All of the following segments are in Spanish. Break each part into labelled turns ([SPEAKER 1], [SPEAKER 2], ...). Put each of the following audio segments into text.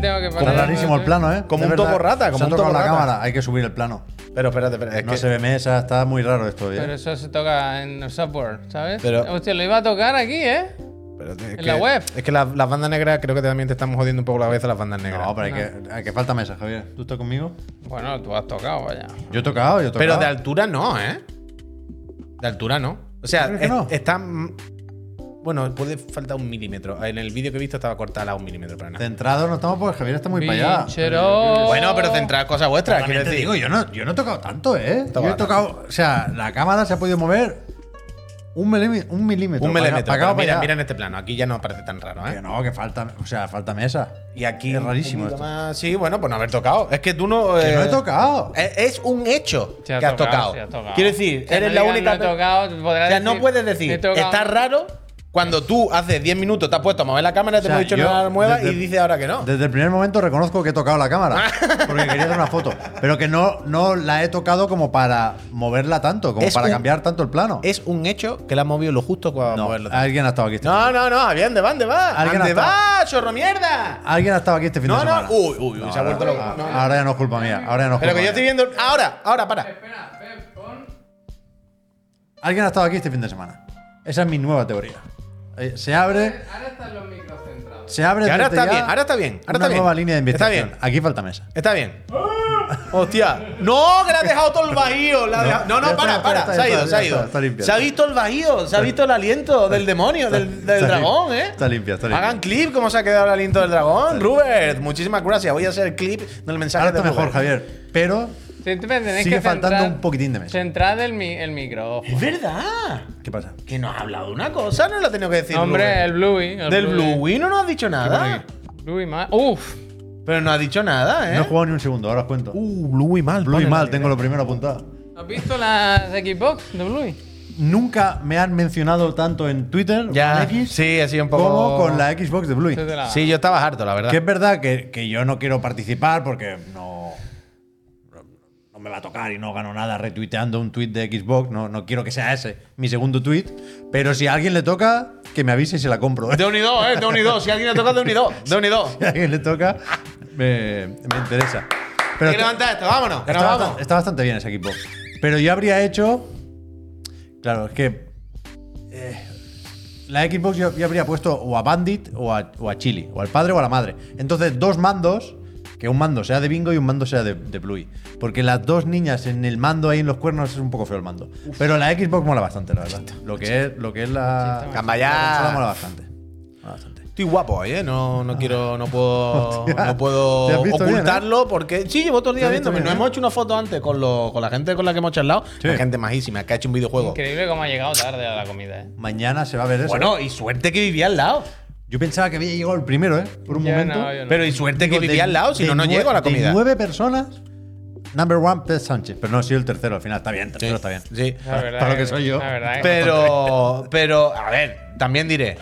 [SPEAKER 1] Tengo que
[SPEAKER 2] Está
[SPEAKER 1] parar.
[SPEAKER 2] Pues rarísimo el plano, ¿eh?
[SPEAKER 3] Como
[SPEAKER 2] Es
[SPEAKER 3] un
[SPEAKER 2] verdad.
[SPEAKER 3] topo rata, como
[SPEAKER 2] Se ha
[SPEAKER 3] un
[SPEAKER 2] tocado
[SPEAKER 3] topo
[SPEAKER 2] la
[SPEAKER 3] rata.
[SPEAKER 2] cámara, hay que subir el plano.
[SPEAKER 3] Pero espérate, espérate. Es
[SPEAKER 2] no
[SPEAKER 3] que,
[SPEAKER 2] se ve mesa, está muy raro esto. ¿eh?
[SPEAKER 1] Pero eso se toca en el software, ¿sabes?
[SPEAKER 3] Pero-
[SPEAKER 1] Hostia, lo iba a tocar aquí, ¿eh?
[SPEAKER 3] espérate, es
[SPEAKER 1] en
[SPEAKER 3] que-
[SPEAKER 1] la web.
[SPEAKER 3] Es que las, las bandas negras creo que también te estamos jodiendo un poco la cabeza las bandas negras.
[SPEAKER 2] no, pero hay que, hay que falta mesa, Javier. ¿Tú estás conmigo?
[SPEAKER 1] Bueno, tú has tocado, vaya.
[SPEAKER 2] Yo he tocado, yo he
[SPEAKER 3] Pero
[SPEAKER 2] tocado.
[SPEAKER 3] de altura no, ¿eh? De altura no. O sea,
[SPEAKER 2] ¿Tú crees que
[SPEAKER 3] es-
[SPEAKER 2] no?
[SPEAKER 3] está. mm, Bueno, puede faltar un milímetro. En el vídeo que he visto estaba cortada a un milímetro para nada.
[SPEAKER 2] Centrado no estamos porque Javier está muy para allá.
[SPEAKER 1] Pinchero.
[SPEAKER 3] Bueno, pero centrar cosas vuestras, quiero
[SPEAKER 2] También te
[SPEAKER 3] decir.
[SPEAKER 2] digo, yo no, yo no he tocado tanto, ¿eh?
[SPEAKER 3] Toma.
[SPEAKER 2] Yo he tocado, o sea, la cámara se ha podido mover un, milimi- un milímetro.
[SPEAKER 3] un
[SPEAKER 2] para acá-
[SPEAKER 3] milímetro.
[SPEAKER 2] para acá
[SPEAKER 3] pero
[SPEAKER 2] o para
[SPEAKER 3] mira,
[SPEAKER 2] allá.
[SPEAKER 3] mira en este plano. Aquí ya no parece tan raro,
[SPEAKER 2] Que
[SPEAKER 3] ¿eh?
[SPEAKER 2] no, que falta, o sea, falta mesa.
[SPEAKER 3] Y aquí.
[SPEAKER 2] Es rarísimo
[SPEAKER 3] un poquito
[SPEAKER 2] esto.
[SPEAKER 3] más- Sí, bueno, pues no haber tocado. Es que tú no.
[SPEAKER 2] Que
[SPEAKER 3] eh,
[SPEAKER 2] no he tocado.
[SPEAKER 3] Es, es un hecho
[SPEAKER 1] Se ha
[SPEAKER 3] que has
[SPEAKER 1] tocado,
[SPEAKER 3] tocado.
[SPEAKER 1] se ha tocado.
[SPEAKER 3] Quiero decir,
[SPEAKER 1] Que no
[SPEAKER 3] eres la
[SPEAKER 1] digas,
[SPEAKER 3] única.
[SPEAKER 1] no he tocado, podrás
[SPEAKER 3] o sea, no
[SPEAKER 1] decir,
[SPEAKER 3] puedes
[SPEAKER 1] he
[SPEAKER 3] decir,
[SPEAKER 1] tocado.
[SPEAKER 3] está raro cuando tú hace 10 minutos te has puesto a mover la cámara,
[SPEAKER 2] O
[SPEAKER 3] te
[SPEAKER 2] sea,
[SPEAKER 3] hemos dicho
[SPEAKER 2] yo
[SPEAKER 3] no la muevas y
[SPEAKER 2] desde-
[SPEAKER 3] dices ahora que no.
[SPEAKER 2] Desde el primer momento reconozco que he tocado la cámara. porque quería hacer una foto. Pero que no, no la he tocado como para moverla tanto, como
[SPEAKER 3] Es
[SPEAKER 2] para
[SPEAKER 3] un-
[SPEAKER 2] cambiar tanto el plano.
[SPEAKER 3] Es un hecho que la has movido lo justo para
[SPEAKER 2] no,
[SPEAKER 3] moverlo.
[SPEAKER 2] alguien ha estado aquí. Este
[SPEAKER 3] No, no, no, Javier, ¿dónde va? ¿Dónde va?
[SPEAKER 2] Alguien
[SPEAKER 3] ¿Dónde
[SPEAKER 2] ha estado-
[SPEAKER 3] va, chorro mierda?
[SPEAKER 2] Alguien ha estado aquí este fin
[SPEAKER 3] No,
[SPEAKER 2] de semana.
[SPEAKER 3] no, uy, uy, uy, se ha
[SPEAKER 2] ahora,
[SPEAKER 3] vuelto loco.
[SPEAKER 2] ah,
[SPEAKER 3] No, no.
[SPEAKER 2] ahora ya no es culpa mía. Ahora ya no es
[SPEAKER 3] Pero
[SPEAKER 2] culpa
[SPEAKER 3] que yo
[SPEAKER 2] mía.
[SPEAKER 3] estoy viendo. Ahora, ahora, para.
[SPEAKER 1] Espera, Pep, pon.
[SPEAKER 2] Alguien ha estado aquí este fin de semana. Esa es mi nueva teoría. Eh, se abre,
[SPEAKER 1] Ahora están los micros centrados.
[SPEAKER 2] se abre.
[SPEAKER 3] Que ahora
[SPEAKER 2] desde
[SPEAKER 3] está
[SPEAKER 2] ya
[SPEAKER 3] bien, ahora está bien, ahora
[SPEAKER 2] una
[SPEAKER 3] está bien.
[SPEAKER 2] nueva línea de
[SPEAKER 3] Está
[SPEAKER 2] investigación.
[SPEAKER 3] bien.
[SPEAKER 2] Aquí falta mesa.
[SPEAKER 3] Está bien. Hostia. No, que la ha dejado todo el bajío. la ha
[SPEAKER 2] No,
[SPEAKER 3] dejado- No, no,
[SPEAKER 2] ya
[SPEAKER 3] para,
[SPEAKER 2] está,
[SPEAKER 3] para.
[SPEAKER 2] ya está,
[SPEAKER 3] se ha
[SPEAKER 2] ya
[SPEAKER 3] ido,
[SPEAKER 2] está,
[SPEAKER 3] se ha
[SPEAKER 2] ya
[SPEAKER 3] ido.
[SPEAKER 2] está, está limpia,
[SPEAKER 3] se ha
[SPEAKER 2] está.
[SPEAKER 3] visto el bajío, se ha visto el aliento del demonio, del, del
[SPEAKER 2] Está lim-
[SPEAKER 3] dragón, ¿eh?
[SPEAKER 2] Está limpia, está limpia.
[SPEAKER 3] Hagan clip cómo se ha quedado el aliento del dragón. Rupert, muchísimas gracias. Voy a hacer clip del mensaje
[SPEAKER 2] Ahora
[SPEAKER 3] de
[SPEAKER 2] está mejor,
[SPEAKER 3] Rupert.
[SPEAKER 2] Javier. Pero
[SPEAKER 1] Siempre tenéis
[SPEAKER 2] sigue
[SPEAKER 1] que
[SPEAKER 2] faltando
[SPEAKER 1] centrar-
[SPEAKER 2] un poquitín de mesa.
[SPEAKER 1] Centrad el, mi- el micro, ojo.
[SPEAKER 3] Es verdad.
[SPEAKER 2] ¿Qué pasa?
[SPEAKER 3] Que nos ha hablado de una cosa, no lo ha tenido que decir.
[SPEAKER 1] Hombre,
[SPEAKER 3] Rubén.
[SPEAKER 1] el Bluey. el
[SPEAKER 3] del Bluey no nos ha dicho nada.
[SPEAKER 1] Bluey más. Uf.
[SPEAKER 3] Pero no ha dicho nada, ¿eh?
[SPEAKER 2] No he jugado ni un segundo, ahora os cuento.
[SPEAKER 3] Uh, Bluey mal.
[SPEAKER 2] Blue y
[SPEAKER 3] pone
[SPEAKER 2] mal,
[SPEAKER 3] la-
[SPEAKER 2] tengo lo primero apuntado.
[SPEAKER 1] ¿Has visto las Xbox de Bluey?
[SPEAKER 2] Nunca me han mencionado tanto en Twitter
[SPEAKER 3] Ya.
[SPEAKER 2] con X
[SPEAKER 3] Sí, ha sido un poco.
[SPEAKER 2] como con la Xbox de Bluey.
[SPEAKER 1] Desde la-
[SPEAKER 3] Sí, yo estaba harto, la verdad.
[SPEAKER 2] Que es verdad que, que yo no quiero participar porque no, no me va a tocar y no gano nada retuiteando un tweet de Xbox. No, no quiero que sea ese mi segundo tweet. Pero si a alguien le toca, que me avise y se la compro. ¿eh?
[SPEAKER 3] De unido, eh, de unido. Si alguien le toca, de unido. De unido.
[SPEAKER 2] Si a alguien le toca, me, me interesa. Pero
[SPEAKER 3] Hay que
[SPEAKER 2] está-
[SPEAKER 3] levantar esto, vámonos. Que
[SPEAKER 2] Está,
[SPEAKER 3] nos
[SPEAKER 2] bastan-
[SPEAKER 3] vamos.
[SPEAKER 2] está bastante bien ese equipo. Pero yo habría hecho. Claro, es que. eh, la Xbox yo, yo habría puesto o a Bandit o a, o a Chili, o al padre o a la madre. Entonces, dos mandos, que un mando sea de Bingo y un mando sea de, de Bluey. Porque las dos niñas en el mando ahí en los cuernos es un poco feo el mando. Pero la Xbox mola bastante, la verdad. Lo que es, lo que es la.
[SPEAKER 1] Chista.
[SPEAKER 3] Cambaya.
[SPEAKER 2] la consola mola bastante. Mola bastante.
[SPEAKER 3] Estoy guapo hoy, ¿eh? No, no quiero, no puedo,
[SPEAKER 2] Hostia,
[SPEAKER 3] no puedo
[SPEAKER 2] te has visto bien, eh?
[SPEAKER 3] ocultarlo porque. Sí, llevo todo el día
[SPEAKER 2] Te has visto
[SPEAKER 3] viéndome.
[SPEAKER 2] bien,
[SPEAKER 3] Nos
[SPEAKER 2] ¿eh?
[SPEAKER 3] hemos hecho una foto antes con, los- con la gente con la que hemos charlado.
[SPEAKER 2] Sí.
[SPEAKER 3] La gente majísima que ha hecho un videojuego.
[SPEAKER 1] Increíble cómo ha llegado tarde a la comida, eh.
[SPEAKER 2] Mañana se va a ver eso.
[SPEAKER 3] Bueno, y suerte que vivía al lado.
[SPEAKER 2] yo pensaba que había llegado el primero, ¿eh? Por un
[SPEAKER 1] Yo no,
[SPEAKER 2] momento.
[SPEAKER 1] yo no.
[SPEAKER 3] Pero y suerte que
[SPEAKER 2] Digo, de-
[SPEAKER 3] vivía al lado, si
[SPEAKER 2] de
[SPEAKER 3] no, no
[SPEAKER 2] nue-
[SPEAKER 3] llego a la comida.
[SPEAKER 2] De nueve personas, number one, Pez Sánchez. Pero no, ha sido el tercero al final. Está bien, el tercero está bien.
[SPEAKER 3] Sí.
[SPEAKER 1] La verdad
[SPEAKER 2] para lo que soy yo.
[SPEAKER 1] La verdad es-
[SPEAKER 3] Pero, pero, a ver, también diré,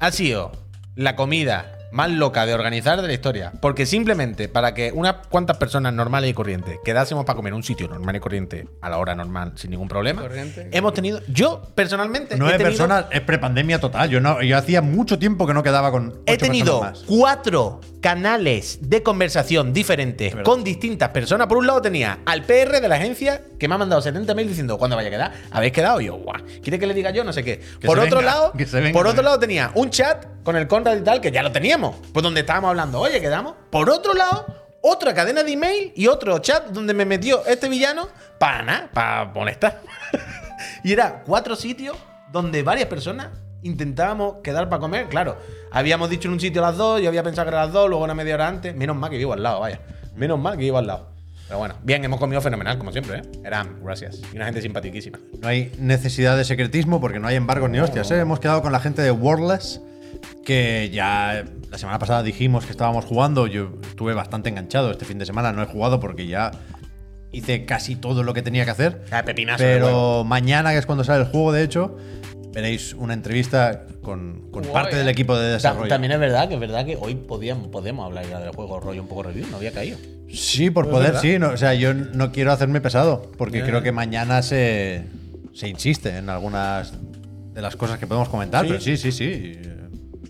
[SPEAKER 3] ha sido la comida más loca de organizar de la historia. Porque simplemente para que unas cuantas personas normales y corrientes quedásemos para comer en un sitio normal y corriente a la hora normal sin ningún problema,
[SPEAKER 1] Corriente.
[SPEAKER 3] hemos tenido, yo personalmente,
[SPEAKER 2] Nueve
[SPEAKER 3] he tenido,
[SPEAKER 2] personas es prepandemia total. Yo, no, yo hacía mucho tiempo que no quedaba con. ocho
[SPEAKER 3] he tenido
[SPEAKER 2] personas más.
[SPEAKER 3] cuatro canales de conversación diferentes
[SPEAKER 2] verdad.
[SPEAKER 3] con distintas personas. Por un lado tenía al PR de la agencia que me ha mandado 70 mails diciendo ¿cuándo vaya a quedar? ¿Habéis quedado? Y yo, guau, ¿quiere que le diga yo? No sé qué.
[SPEAKER 2] Que
[SPEAKER 3] por
[SPEAKER 2] se
[SPEAKER 3] otro
[SPEAKER 2] venga,
[SPEAKER 3] lado,
[SPEAKER 2] que se venga
[SPEAKER 3] por otro
[SPEAKER 2] también.
[SPEAKER 3] lado tenía un chat con el Conrad y tal que ya lo teníamos, pues donde estábamos hablando, oye, quedamos. Por otro lado, otra cadena de email y otro chat donde me metió este villano para nada, para molestar. Y era cuatro sitios donde varias personas intentábamos quedar para comer. Claro, habíamos dicho en un sitio a las dos, yo había pensado que era a las dos, luego una media hora antes. Menos mal que vivo al lado, vaya. Menos mal que vivo al lado. Pero bueno, bien, hemos comido fenomenal, como siempre, ¿eh? Eran, gracias. Y una gente simpaticísima.
[SPEAKER 2] No hay necesidad de secretismo porque no hay embargos ni hostias. ¿eh? Hemos quedado con la gente de Wordless, que ya eh, la semana pasada dijimos que estábamos jugando. Yo estuve bastante enganchado este fin de semana. No he jugado porque ya hice casi todo lo que tenía que hacer.
[SPEAKER 3] Ah, pepinazo. de huevo.
[SPEAKER 2] Pero mañana, que es cuando sale el juego, de hecho, veréis una entrevista con, con
[SPEAKER 1] Guay,
[SPEAKER 2] parte del
[SPEAKER 1] eh.
[SPEAKER 2] equipo de
[SPEAKER 3] Ta-
[SPEAKER 2] desarrollo.
[SPEAKER 3] también es verdad que es verdad que hoy podíamos, podemos hablar ya del juego rollo un poco review, no había caído.
[SPEAKER 2] Sí, por
[SPEAKER 3] Es
[SPEAKER 2] poder,
[SPEAKER 3] verdad.
[SPEAKER 2] sí. no, o sea, yo no quiero hacerme pesado, porque
[SPEAKER 3] Ya,
[SPEAKER 2] creo
[SPEAKER 3] ya.
[SPEAKER 2] que mañana se, se insiste en algunas de las cosas que podemos comentar.
[SPEAKER 3] Sí.
[SPEAKER 2] Pero sí, sí, sí.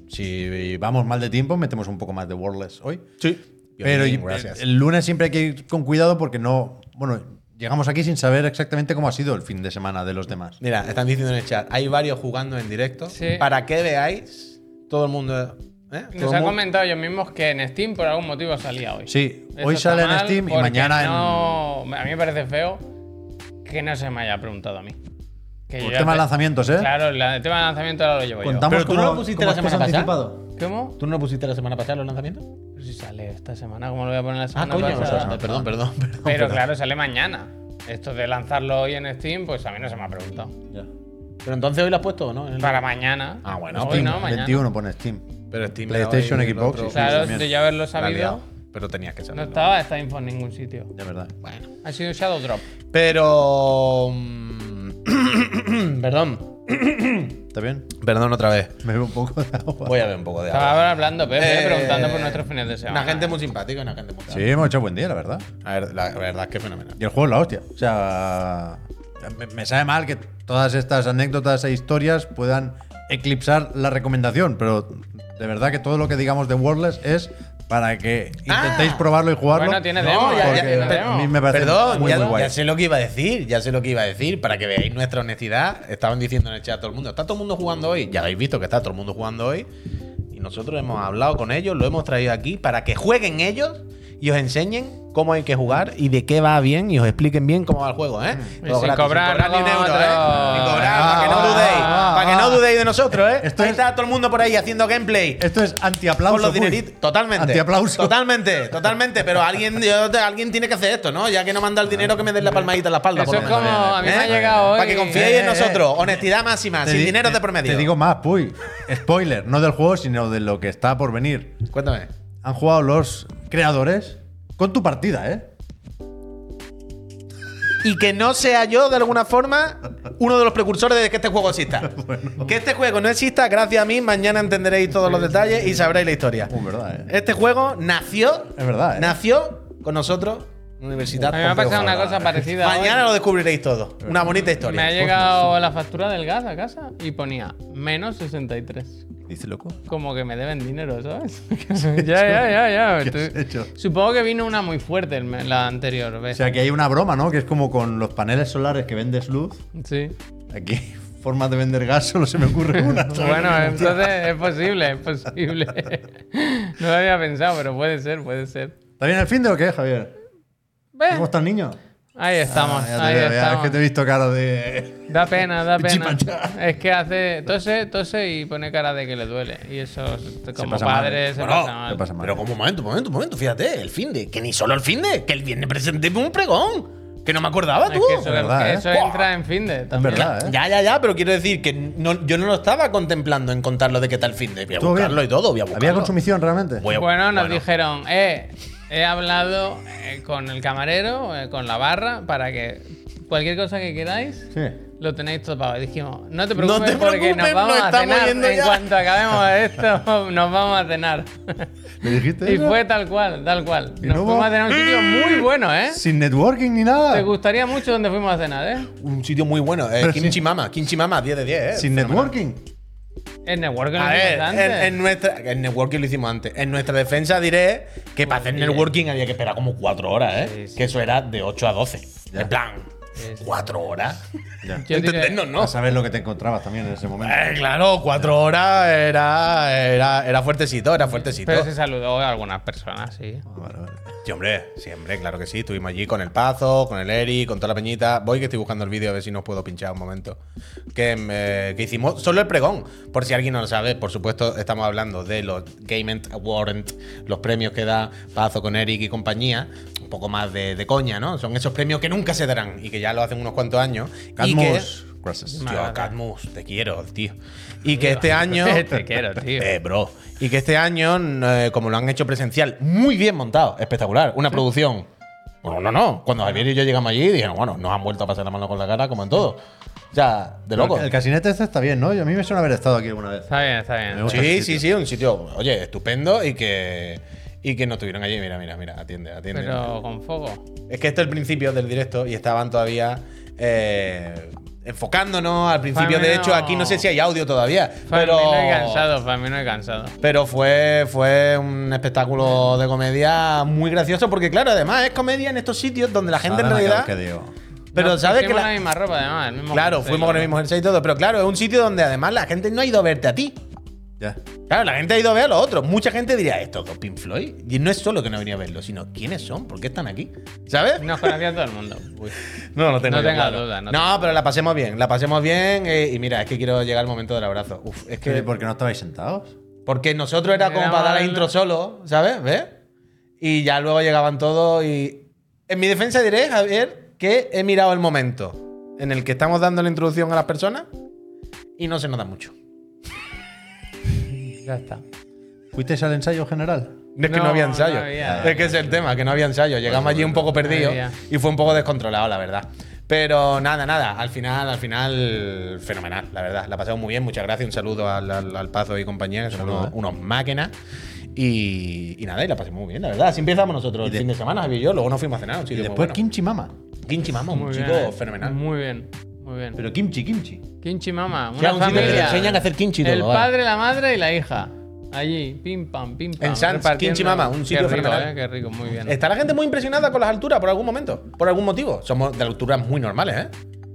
[SPEAKER 2] Si vamos mal de tiempo, metemos un poco más de Wordless hoy.
[SPEAKER 3] Sí.
[SPEAKER 2] Pero
[SPEAKER 4] bien,
[SPEAKER 2] y-
[SPEAKER 4] gracias.
[SPEAKER 2] el lunes siempre hay que ir con cuidado porque no. Bueno, llegamos aquí sin saber exactamente cómo ha sido el fin de semana de los demás.
[SPEAKER 3] Mira, están diciendo en el chat, hay varios jugando en directo.
[SPEAKER 1] Sí.
[SPEAKER 3] Para que veáis, todo el mundo. ¿eh? Todo
[SPEAKER 1] Nos
[SPEAKER 3] el
[SPEAKER 1] ha
[SPEAKER 3] mu-
[SPEAKER 1] comentado ellos mismos que en Steam por algún motivo salía hoy.
[SPEAKER 2] Sí,
[SPEAKER 1] Eso
[SPEAKER 2] hoy
[SPEAKER 1] está
[SPEAKER 2] sale en
[SPEAKER 1] mal
[SPEAKER 2] Steam y
[SPEAKER 1] porque
[SPEAKER 2] mañana en-
[SPEAKER 1] no- A mí me parece feo que no se me haya preguntado a mí. Que yo
[SPEAKER 2] Por
[SPEAKER 1] ya
[SPEAKER 2] Pues tema de
[SPEAKER 1] te-
[SPEAKER 2] lanzamientos, ¿eh?
[SPEAKER 1] Claro, la- el tema de lanzamiento ahora lo llevo
[SPEAKER 2] Contamos
[SPEAKER 4] Pero tú
[SPEAKER 2] cómo-
[SPEAKER 4] no lo pusiste
[SPEAKER 2] cómo
[SPEAKER 4] la
[SPEAKER 2] has
[SPEAKER 4] semana
[SPEAKER 2] pasado
[SPEAKER 4] pasada.
[SPEAKER 1] yo. ¿Cómo?
[SPEAKER 3] ¿Tú no lo pusiste la semana pasada los lanzamientos?
[SPEAKER 1] Pero si sale esta semana, ¿cómo lo voy a poner la
[SPEAKER 3] Ah,
[SPEAKER 1] semana
[SPEAKER 3] coño.
[SPEAKER 2] pues,
[SPEAKER 1] pasada?
[SPEAKER 3] perdón, perdón, perdón, perdón.
[SPEAKER 1] Pero claro, sale mañana. Esto de lanzarlo hoy en Steam, pues a mí no se me ha preguntado.
[SPEAKER 3] Pero entonces hoy lo has puesto, o ¿no? En el-
[SPEAKER 1] Para mañana.
[SPEAKER 3] Ah, bueno,
[SPEAKER 1] hoy
[SPEAKER 2] Steam,
[SPEAKER 1] no, mañana.
[SPEAKER 2] 21 pone Steam.
[SPEAKER 3] Pero Steam
[SPEAKER 2] PlayStation,
[SPEAKER 3] hoy, el
[SPEAKER 2] Xbox,
[SPEAKER 3] otro-
[SPEAKER 2] sí,
[SPEAKER 1] Claro,
[SPEAKER 2] también.
[SPEAKER 1] de ya haberlo
[SPEAKER 3] la ha liado.
[SPEAKER 1] sabido,
[SPEAKER 3] Pero tenías que
[SPEAKER 1] no
[SPEAKER 3] saberlo.
[SPEAKER 1] estaba esta info en ningún sitio.
[SPEAKER 2] De verdad.
[SPEAKER 3] Bueno.
[SPEAKER 1] Ha sido un Shadow Drop.
[SPEAKER 3] Pero. mm, perdón.
[SPEAKER 2] ¿Está bien?
[SPEAKER 3] Perdón otra vez.
[SPEAKER 2] Me bebo un poco de agua.
[SPEAKER 3] Voy a ver un poco de agua.
[SPEAKER 1] Estaba hablando, Pepe,
[SPEAKER 3] Eh,
[SPEAKER 1] preguntando por nuestros fines de semana.
[SPEAKER 3] Una gente muy simpática y una gente muy
[SPEAKER 2] Sí, hemos hecho buen día, la verdad.
[SPEAKER 3] A ver, la verdad es que es fenomenal.
[SPEAKER 2] Y el juego es la hostia. O sea, me, me sabe mal que todas estas anécdotas e historias puedan eclipsar la recomendación, pero de verdad que todo lo que digamos de Wordless es para que
[SPEAKER 3] Ah.
[SPEAKER 2] intentéis probarlo y jugarlo.
[SPEAKER 1] Bueno, tiene demo,
[SPEAKER 3] No,
[SPEAKER 1] ya, ya
[SPEAKER 2] porque
[SPEAKER 1] tiene
[SPEAKER 2] a mí
[SPEAKER 1] demo.
[SPEAKER 2] me parece
[SPEAKER 3] Perdón,
[SPEAKER 2] muy,
[SPEAKER 3] ya,
[SPEAKER 2] muy guay.
[SPEAKER 3] ya sé lo que iba a decir, ya sé lo que iba a decir, para que veáis nuestra honestidad. Estaban diciendo en el chat todo el mundo, está todo el mundo jugando hoy, ya habéis visto que está todo el mundo jugando hoy. Y nosotros hemos hablado con ellos, lo hemos traído aquí para que jueguen ellos y os enseñen cómo hay que jugar y de qué va bien y os expliquen bien cómo va el juego, ¿eh?
[SPEAKER 1] Y
[SPEAKER 3] Todo
[SPEAKER 1] sin
[SPEAKER 3] gratis,
[SPEAKER 1] cobrar,
[SPEAKER 3] ni un
[SPEAKER 1] no como
[SPEAKER 3] euro,
[SPEAKER 1] otros.
[SPEAKER 3] ¿eh? Sin cobrar,
[SPEAKER 2] Ah,
[SPEAKER 3] para que
[SPEAKER 2] ah,
[SPEAKER 3] no dudéis,
[SPEAKER 2] ah,
[SPEAKER 3] para que no
[SPEAKER 2] ah.
[SPEAKER 3] dudéis de nosotros, ¿eh?
[SPEAKER 2] Esto
[SPEAKER 3] Ahí
[SPEAKER 2] es-
[SPEAKER 3] está todo el mundo por ahí haciendo gameplay.
[SPEAKER 2] Esto es antiaplauso.
[SPEAKER 3] Por los
[SPEAKER 2] full.
[SPEAKER 3] dineritos. Totalmente.
[SPEAKER 2] Antiaplauso.
[SPEAKER 3] Totalmente, totalmente. Pero alguien, yo- alguien tiene que hacer esto, ¿no? Ya que no manda el dinero, que me den la palmadita en la espalda.
[SPEAKER 1] Eso
[SPEAKER 3] por
[SPEAKER 1] es
[SPEAKER 3] lo
[SPEAKER 1] como
[SPEAKER 3] menos.
[SPEAKER 1] a mí me ha
[SPEAKER 3] ¿Eh?
[SPEAKER 1] llegado hoy.
[SPEAKER 3] Para que confiéis en
[SPEAKER 2] Eh, eh,
[SPEAKER 3] nosotros. Honestidad máxima,
[SPEAKER 2] Te
[SPEAKER 3] sin
[SPEAKER 2] di-
[SPEAKER 3] dinero
[SPEAKER 2] te-
[SPEAKER 3] de promedio.
[SPEAKER 2] Te digo más, puy. Spoiler, no del juego, sino de lo que está por venir.
[SPEAKER 3] Cuéntame.
[SPEAKER 2] Han jugado los creadores con tu partida, ¿eh?
[SPEAKER 3] Y que no sea yo, de alguna forma, uno de los precursores de que este juego exista. Que este juego no exista, gracias a mí, mañana entenderéis todos los detalles y sabréis la historia.
[SPEAKER 2] Uh, verdad, ¿eh?
[SPEAKER 3] Este juego nació.
[SPEAKER 2] Es verdad, ¿eh?
[SPEAKER 3] Nació con nosotros en la Universidad.
[SPEAKER 1] A mí me ha
[SPEAKER 3] Pompeu
[SPEAKER 1] pasado una
[SPEAKER 3] Fabra.
[SPEAKER 1] cosa parecida. hoy.
[SPEAKER 3] Mañana lo descubriréis todo. Una bonita
[SPEAKER 1] Me ha
[SPEAKER 3] historia.
[SPEAKER 1] llegado la factura del gas a casa y ponía menos 63.
[SPEAKER 2] Dice loco.
[SPEAKER 1] Como que me deben dinero, ¿sabes? ya, ya, ya, ya.
[SPEAKER 2] ¿Qué has
[SPEAKER 1] Tú-
[SPEAKER 2] hecho?
[SPEAKER 1] Supongo que vino una muy fuerte el me- la anterior
[SPEAKER 2] O
[SPEAKER 1] vez.
[SPEAKER 2] sea, que hay una broma, ¿no? Que es como con los paneles solares que vendes luz.
[SPEAKER 1] sí.
[SPEAKER 2] Aquí, formas de vender gas, solo se me ocurre una. ¿sabes?
[SPEAKER 1] Bueno, entonces es posible, es posible. no lo había pensado, pero puede ser, puede ser.
[SPEAKER 2] ¿Está bien el fin de o qué, Javier?
[SPEAKER 1] Ve,
[SPEAKER 2] ¿Cómo está el niño?
[SPEAKER 1] Ahí estamos,
[SPEAKER 2] Ah, ya te
[SPEAKER 1] ahí
[SPEAKER 2] veo, ya.
[SPEAKER 1] estamos.
[SPEAKER 2] Es que te he visto cara de.
[SPEAKER 1] Da pena, da pena.
[SPEAKER 2] Chipachá.
[SPEAKER 1] Es que hace tose, tose y pone cara de que le duele. Y eso, como
[SPEAKER 2] pasa mal,
[SPEAKER 1] padre,
[SPEAKER 2] ¿eh?
[SPEAKER 1] se
[SPEAKER 3] Bueno,
[SPEAKER 1] pasa mal.
[SPEAKER 2] te pasa mal.
[SPEAKER 3] Pero como un momento, un momento, un momento, fíjate, el fin de, que ni solo el fin de, que el viernes presenté un pregón, que no me acordaba
[SPEAKER 1] Es
[SPEAKER 3] tú.
[SPEAKER 1] que eso,
[SPEAKER 2] es verdad,
[SPEAKER 1] que
[SPEAKER 2] ¿eh?
[SPEAKER 1] eso
[SPEAKER 3] Buah.
[SPEAKER 1] entra en fin de
[SPEAKER 2] Es
[SPEAKER 1] también.
[SPEAKER 2] verdad, ¿eh?
[SPEAKER 3] Ya, ya, ya, pero quiero decir que no- yo no lo estaba contemplando en contarlo de qué tal fin de. Voy a
[SPEAKER 2] Estuvo bien.
[SPEAKER 3] buscarlo y todo, voy a buscarlo.
[SPEAKER 2] ¿Había consumición realmente?
[SPEAKER 3] Voy a-
[SPEAKER 1] Bueno, nos
[SPEAKER 3] bueno.
[SPEAKER 1] dijeron, eh, he hablado eh, con el camarero, eh, con la barra, para que cualquier cosa que queráis
[SPEAKER 2] Sí.
[SPEAKER 1] lo tenéis topado. Y dijimos, no te
[SPEAKER 3] No te
[SPEAKER 1] preocupes, porque nos
[SPEAKER 3] preocupes,
[SPEAKER 1] vamos
[SPEAKER 3] nos
[SPEAKER 1] a
[SPEAKER 3] estamos
[SPEAKER 1] cenar.
[SPEAKER 3] yendo
[SPEAKER 1] En
[SPEAKER 3] ya.
[SPEAKER 1] cuanto acabemos esto, nos vamos a cenar.
[SPEAKER 2] ¿Le dijiste?
[SPEAKER 1] y
[SPEAKER 2] eso?
[SPEAKER 1] fue tal cual, tal cual.
[SPEAKER 2] Y
[SPEAKER 1] Nos
[SPEAKER 2] luego-
[SPEAKER 1] fuimos a cenar a un sitio muy bueno, ¿eh?
[SPEAKER 2] Sin networking ni nada.
[SPEAKER 1] Te gustaría mucho donde fuimos a cenar, ¿eh?
[SPEAKER 3] Un sitio muy bueno, eh,
[SPEAKER 2] Pero
[SPEAKER 3] Kimchi
[SPEAKER 2] sí.
[SPEAKER 3] Mama, Kimchi Mama, 10 de 10, eh.
[SPEAKER 2] Sin networking.
[SPEAKER 1] El networking
[SPEAKER 3] A
[SPEAKER 1] es
[SPEAKER 3] ver,
[SPEAKER 1] importante.
[SPEAKER 3] en, en nuestra, el networking lo hicimos antes. En nuestra defensa diré que para hacer networking había que esperar como 4 horas, ¿eh?
[SPEAKER 1] Sí, sí.
[SPEAKER 3] Que eso era de 8 a 12.
[SPEAKER 2] Ya.
[SPEAKER 3] En plan,
[SPEAKER 1] Sí, sí.
[SPEAKER 3] 4 horas.
[SPEAKER 2] Ya.
[SPEAKER 1] Yo diré-
[SPEAKER 3] Entendernos, ¿no?
[SPEAKER 2] A saber lo que te encontrabas también en ese momento.
[SPEAKER 3] Eh, claro, cuatro horas era, era, era fuertecito, era fuertecito.
[SPEAKER 1] Pero se saludó a algunas personas, sí.
[SPEAKER 2] Vale, vale.
[SPEAKER 3] Sí, hombre, siempre, claro que sí. Estuvimos allí con el Pazo, con el Eri, con toda la peñita. Voy que estoy buscando el vídeo a ver si nos puedo pinchar un momento. Que, eh, que hicimos solo el pregón. Por si alguien no lo sabe, por supuesto, estamos hablando de los Game Warrant, los premios que da Pazo con Eric y compañía. Un poco más de, de coña, ¿no? Son esos premios que nunca se darán y que ya lo hacen unos cuantos años. Y que,
[SPEAKER 2] Cadmus. Gracias.
[SPEAKER 3] Tío, Cadmus, te quiero, tío. Y que este año.
[SPEAKER 1] Te quiero, tío.
[SPEAKER 3] Eh, bro. Y que este año, eh, como lo han hecho presencial, muy bien montado, espectacular, una producción. Bueno, no, no. Cuando Javier y yo llegamos allí, dijeron, bueno, nos han vuelto a pasar la mano con la cara, como en todo. Ya, de loco.
[SPEAKER 2] El, el casinete este está bien, ¿no? Yo a mí me suena haber estado aquí alguna vez.
[SPEAKER 1] Está bien, está bien.
[SPEAKER 2] gusta
[SPEAKER 3] Sí,
[SPEAKER 2] ese
[SPEAKER 3] sí,
[SPEAKER 2] sitio.
[SPEAKER 3] sí, un sitio, oye, estupendo y que. Y que no estuvieron allí. Mira, mira, mira, atiende, atiende.
[SPEAKER 1] Pero con fuego.
[SPEAKER 3] Es que esto es el principio del directo y estaban todavía eh, enfocándonos al principio.
[SPEAKER 1] Famino-
[SPEAKER 3] De hecho, aquí no sé si hay audio todavía.
[SPEAKER 1] Pero...
[SPEAKER 3] Pero,
[SPEAKER 1] no he cansado, Famino he cansado.
[SPEAKER 3] pero fue, fue un espectáculo de comedia muy gracioso. Porque, claro, además es comedia en estos sitios donde la gente en
[SPEAKER 2] Ahora me acabo
[SPEAKER 3] realidad.
[SPEAKER 2] que digo.
[SPEAKER 3] Pero
[SPEAKER 1] Nos
[SPEAKER 3] sabes que
[SPEAKER 1] pusimos
[SPEAKER 3] la-
[SPEAKER 1] la misma ropa, además. el mismo
[SPEAKER 3] Claro,
[SPEAKER 1] concepto.
[SPEAKER 3] fuimos con el mismo jersey y todo, pero claro, es un sitio donde además la gente no ha ido a verte a ti.
[SPEAKER 2] Ya.
[SPEAKER 3] Claro, la gente ha ido a ver a los otros. Mucha gente diría, estos dos Pink Floyd. Y no es solo que no venía a verlo, sino quiénes son, por qué están aquí. ¿Sabes?
[SPEAKER 1] Nos conocía todo el mundo. Uy.
[SPEAKER 3] No, no
[SPEAKER 1] tengo No yo, tengas
[SPEAKER 3] tengas
[SPEAKER 1] claro. duda, no
[SPEAKER 3] No, pero la pasemos bien, la pasemos bien. eh, y mira, es que quiero llegar al momento del abrazo. Uf, es
[SPEAKER 2] ¿Pero
[SPEAKER 3] que.
[SPEAKER 2] ¿y por qué no estabais sentados?
[SPEAKER 3] Porque nosotros era como para dar la intro solo, ¿sabes? ¿Ves? Y ya luego llegaban todos y... En mi defensa diré, Javier, que he mirado el momento en el que estamos dando la introducción a las personas y no se nota mucho.
[SPEAKER 1] Ya está.
[SPEAKER 2] ¿Fuisteis al ensayo general?
[SPEAKER 3] No es que no,
[SPEAKER 1] No,
[SPEAKER 3] había ensayo.
[SPEAKER 1] no había.
[SPEAKER 3] Es que es el tema, que no había ensayo. Llegamos allí un poco perdidos
[SPEAKER 1] había.
[SPEAKER 3] y fue un poco descontrolado, la verdad. Pero nada, nada. Al final, al final, fenomenal, la verdad. La pasamos muy bien. Muchas gracias. Un saludo al, al- al Pazo y compañía, que son
[SPEAKER 2] Saludo,
[SPEAKER 3] unos,
[SPEAKER 2] eh.
[SPEAKER 3] unos máquinas. Y, y nada, y la pasamos muy bien, la verdad. Así empezamos nosotros el
[SPEAKER 2] de-
[SPEAKER 3] fin de semana, Javier y yo. Luego nos fuimos a cenar. Un
[SPEAKER 2] Y
[SPEAKER 3] sitio
[SPEAKER 2] después
[SPEAKER 3] muy bueno.
[SPEAKER 2] kimchi mama.
[SPEAKER 3] Kimchi Mama, un
[SPEAKER 1] Muy
[SPEAKER 3] chico
[SPEAKER 1] bien. eh.
[SPEAKER 3] fenomenal.
[SPEAKER 1] Muy bien, muy bien.
[SPEAKER 2] Pero kimchi, kimchi.
[SPEAKER 1] Kimchi Mama, una
[SPEAKER 3] Claro, un sitio que te
[SPEAKER 1] familia.
[SPEAKER 3] enseñan a hacer kimchi y
[SPEAKER 1] El
[SPEAKER 3] todo, vale.
[SPEAKER 1] padre, la madre y la hija. Allí, pim pam, pim pam.
[SPEAKER 3] En Sants,
[SPEAKER 1] repartiendo.
[SPEAKER 3] Kimchi Mama, un sitio
[SPEAKER 1] qué rico,
[SPEAKER 3] fenomenal.
[SPEAKER 1] eh, qué rico, muy bien.
[SPEAKER 3] Está la gente muy impresionada con las alturas por algún momento, por algún motivo. Somos de alturas muy normales, ¿eh?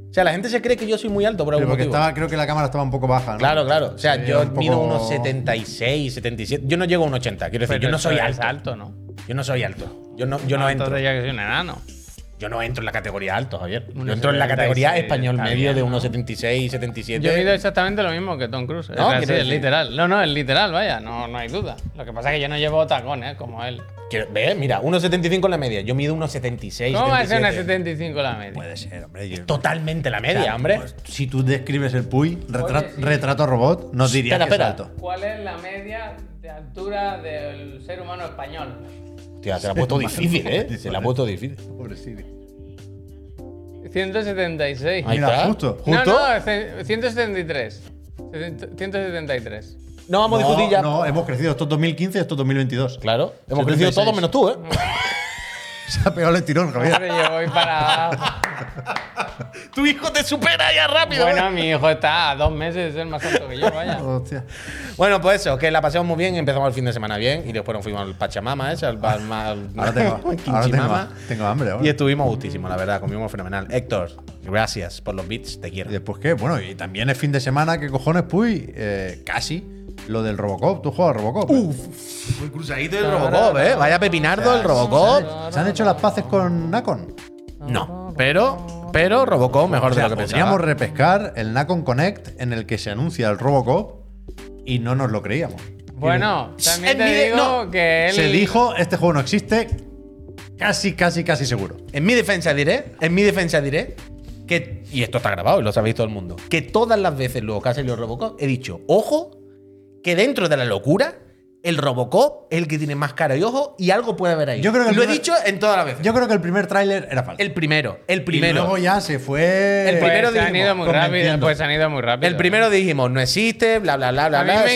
[SPEAKER 3] O sea, la gente se cree que yo soy muy alto por algún
[SPEAKER 2] Pero porque
[SPEAKER 3] motivo.
[SPEAKER 2] estaba, creo que la cámara estaba un poco baja, ¿no?
[SPEAKER 3] Ah, Claro, claro. O sea,
[SPEAKER 2] Sí,
[SPEAKER 3] yo
[SPEAKER 2] un poco-
[SPEAKER 3] mido unos 76, 77. Yo no llego a un 80. Quiero decir,
[SPEAKER 1] Pero
[SPEAKER 3] yo no soy
[SPEAKER 1] eso es
[SPEAKER 3] alto.
[SPEAKER 1] alto, ¿no?
[SPEAKER 3] Yo no soy alto. Yo no, yo no, entro.
[SPEAKER 1] Entonces ya que soy un enano.
[SPEAKER 3] Yo no entro en la categoría alto, Javier. Yo
[SPEAKER 1] Unos
[SPEAKER 3] entro en la
[SPEAKER 1] 76,
[SPEAKER 3] categoría español
[SPEAKER 1] está
[SPEAKER 3] medio
[SPEAKER 1] bien,
[SPEAKER 3] de
[SPEAKER 1] ¿no?
[SPEAKER 3] unos 76,
[SPEAKER 1] Yo he
[SPEAKER 3] 77.
[SPEAKER 1] vivido exactamente lo mismo que Tom Cruise. Es
[SPEAKER 3] No,
[SPEAKER 1] así,
[SPEAKER 3] quiero
[SPEAKER 1] es
[SPEAKER 3] decir-
[SPEAKER 1] ¿eh? pues,
[SPEAKER 2] pues,
[SPEAKER 3] ¿eh?
[SPEAKER 2] eh, este
[SPEAKER 3] ¿eh? pues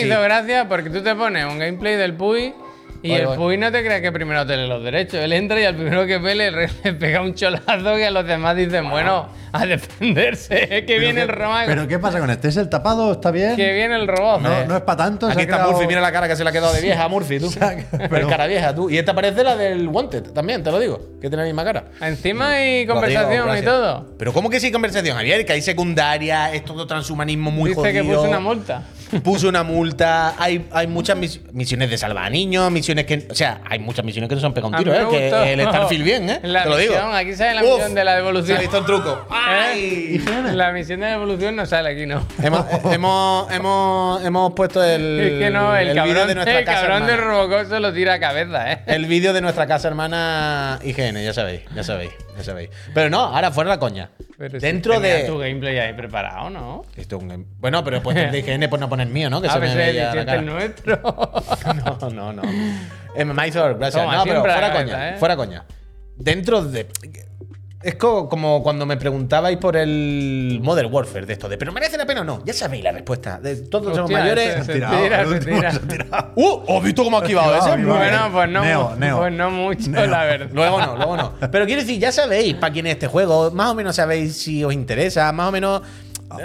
[SPEAKER 1] Eh, pues ¿eh? Ah, "Este
[SPEAKER 2] este?
[SPEAKER 3] ¿eh? em-, pues
[SPEAKER 1] ¿eh?
[SPEAKER 3] Eh, Es co- como cuando me preguntabais por el Modern Warfare de esto, de ¿pero merece la pena o no? Ya sabéis la respuesta. De, todos somos
[SPEAKER 1] Hostia,
[SPEAKER 3] mayores.
[SPEAKER 1] ese- Se
[SPEAKER 2] Tirado,
[SPEAKER 1] tira,
[SPEAKER 2] el
[SPEAKER 1] se
[SPEAKER 2] último
[SPEAKER 1] tira.
[SPEAKER 2] se ha tirado.
[SPEAKER 3] ¡Uh! ¿Has visto cómo ha esquivado
[SPEAKER 2] Esquivado,
[SPEAKER 3] ese?
[SPEAKER 2] esquivado. Vale.
[SPEAKER 1] Bueno, pues no,
[SPEAKER 2] Neo,
[SPEAKER 1] mu-
[SPEAKER 2] Neo.
[SPEAKER 1] pues no mucho,
[SPEAKER 2] Neo.
[SPEAKER 1] la verdad.
[SPEAKER 3] Luego no, luego no. Pero quiero decir, ya sabéis para quién es este juego. Más o menos sabéis si os interesa. Más o menos.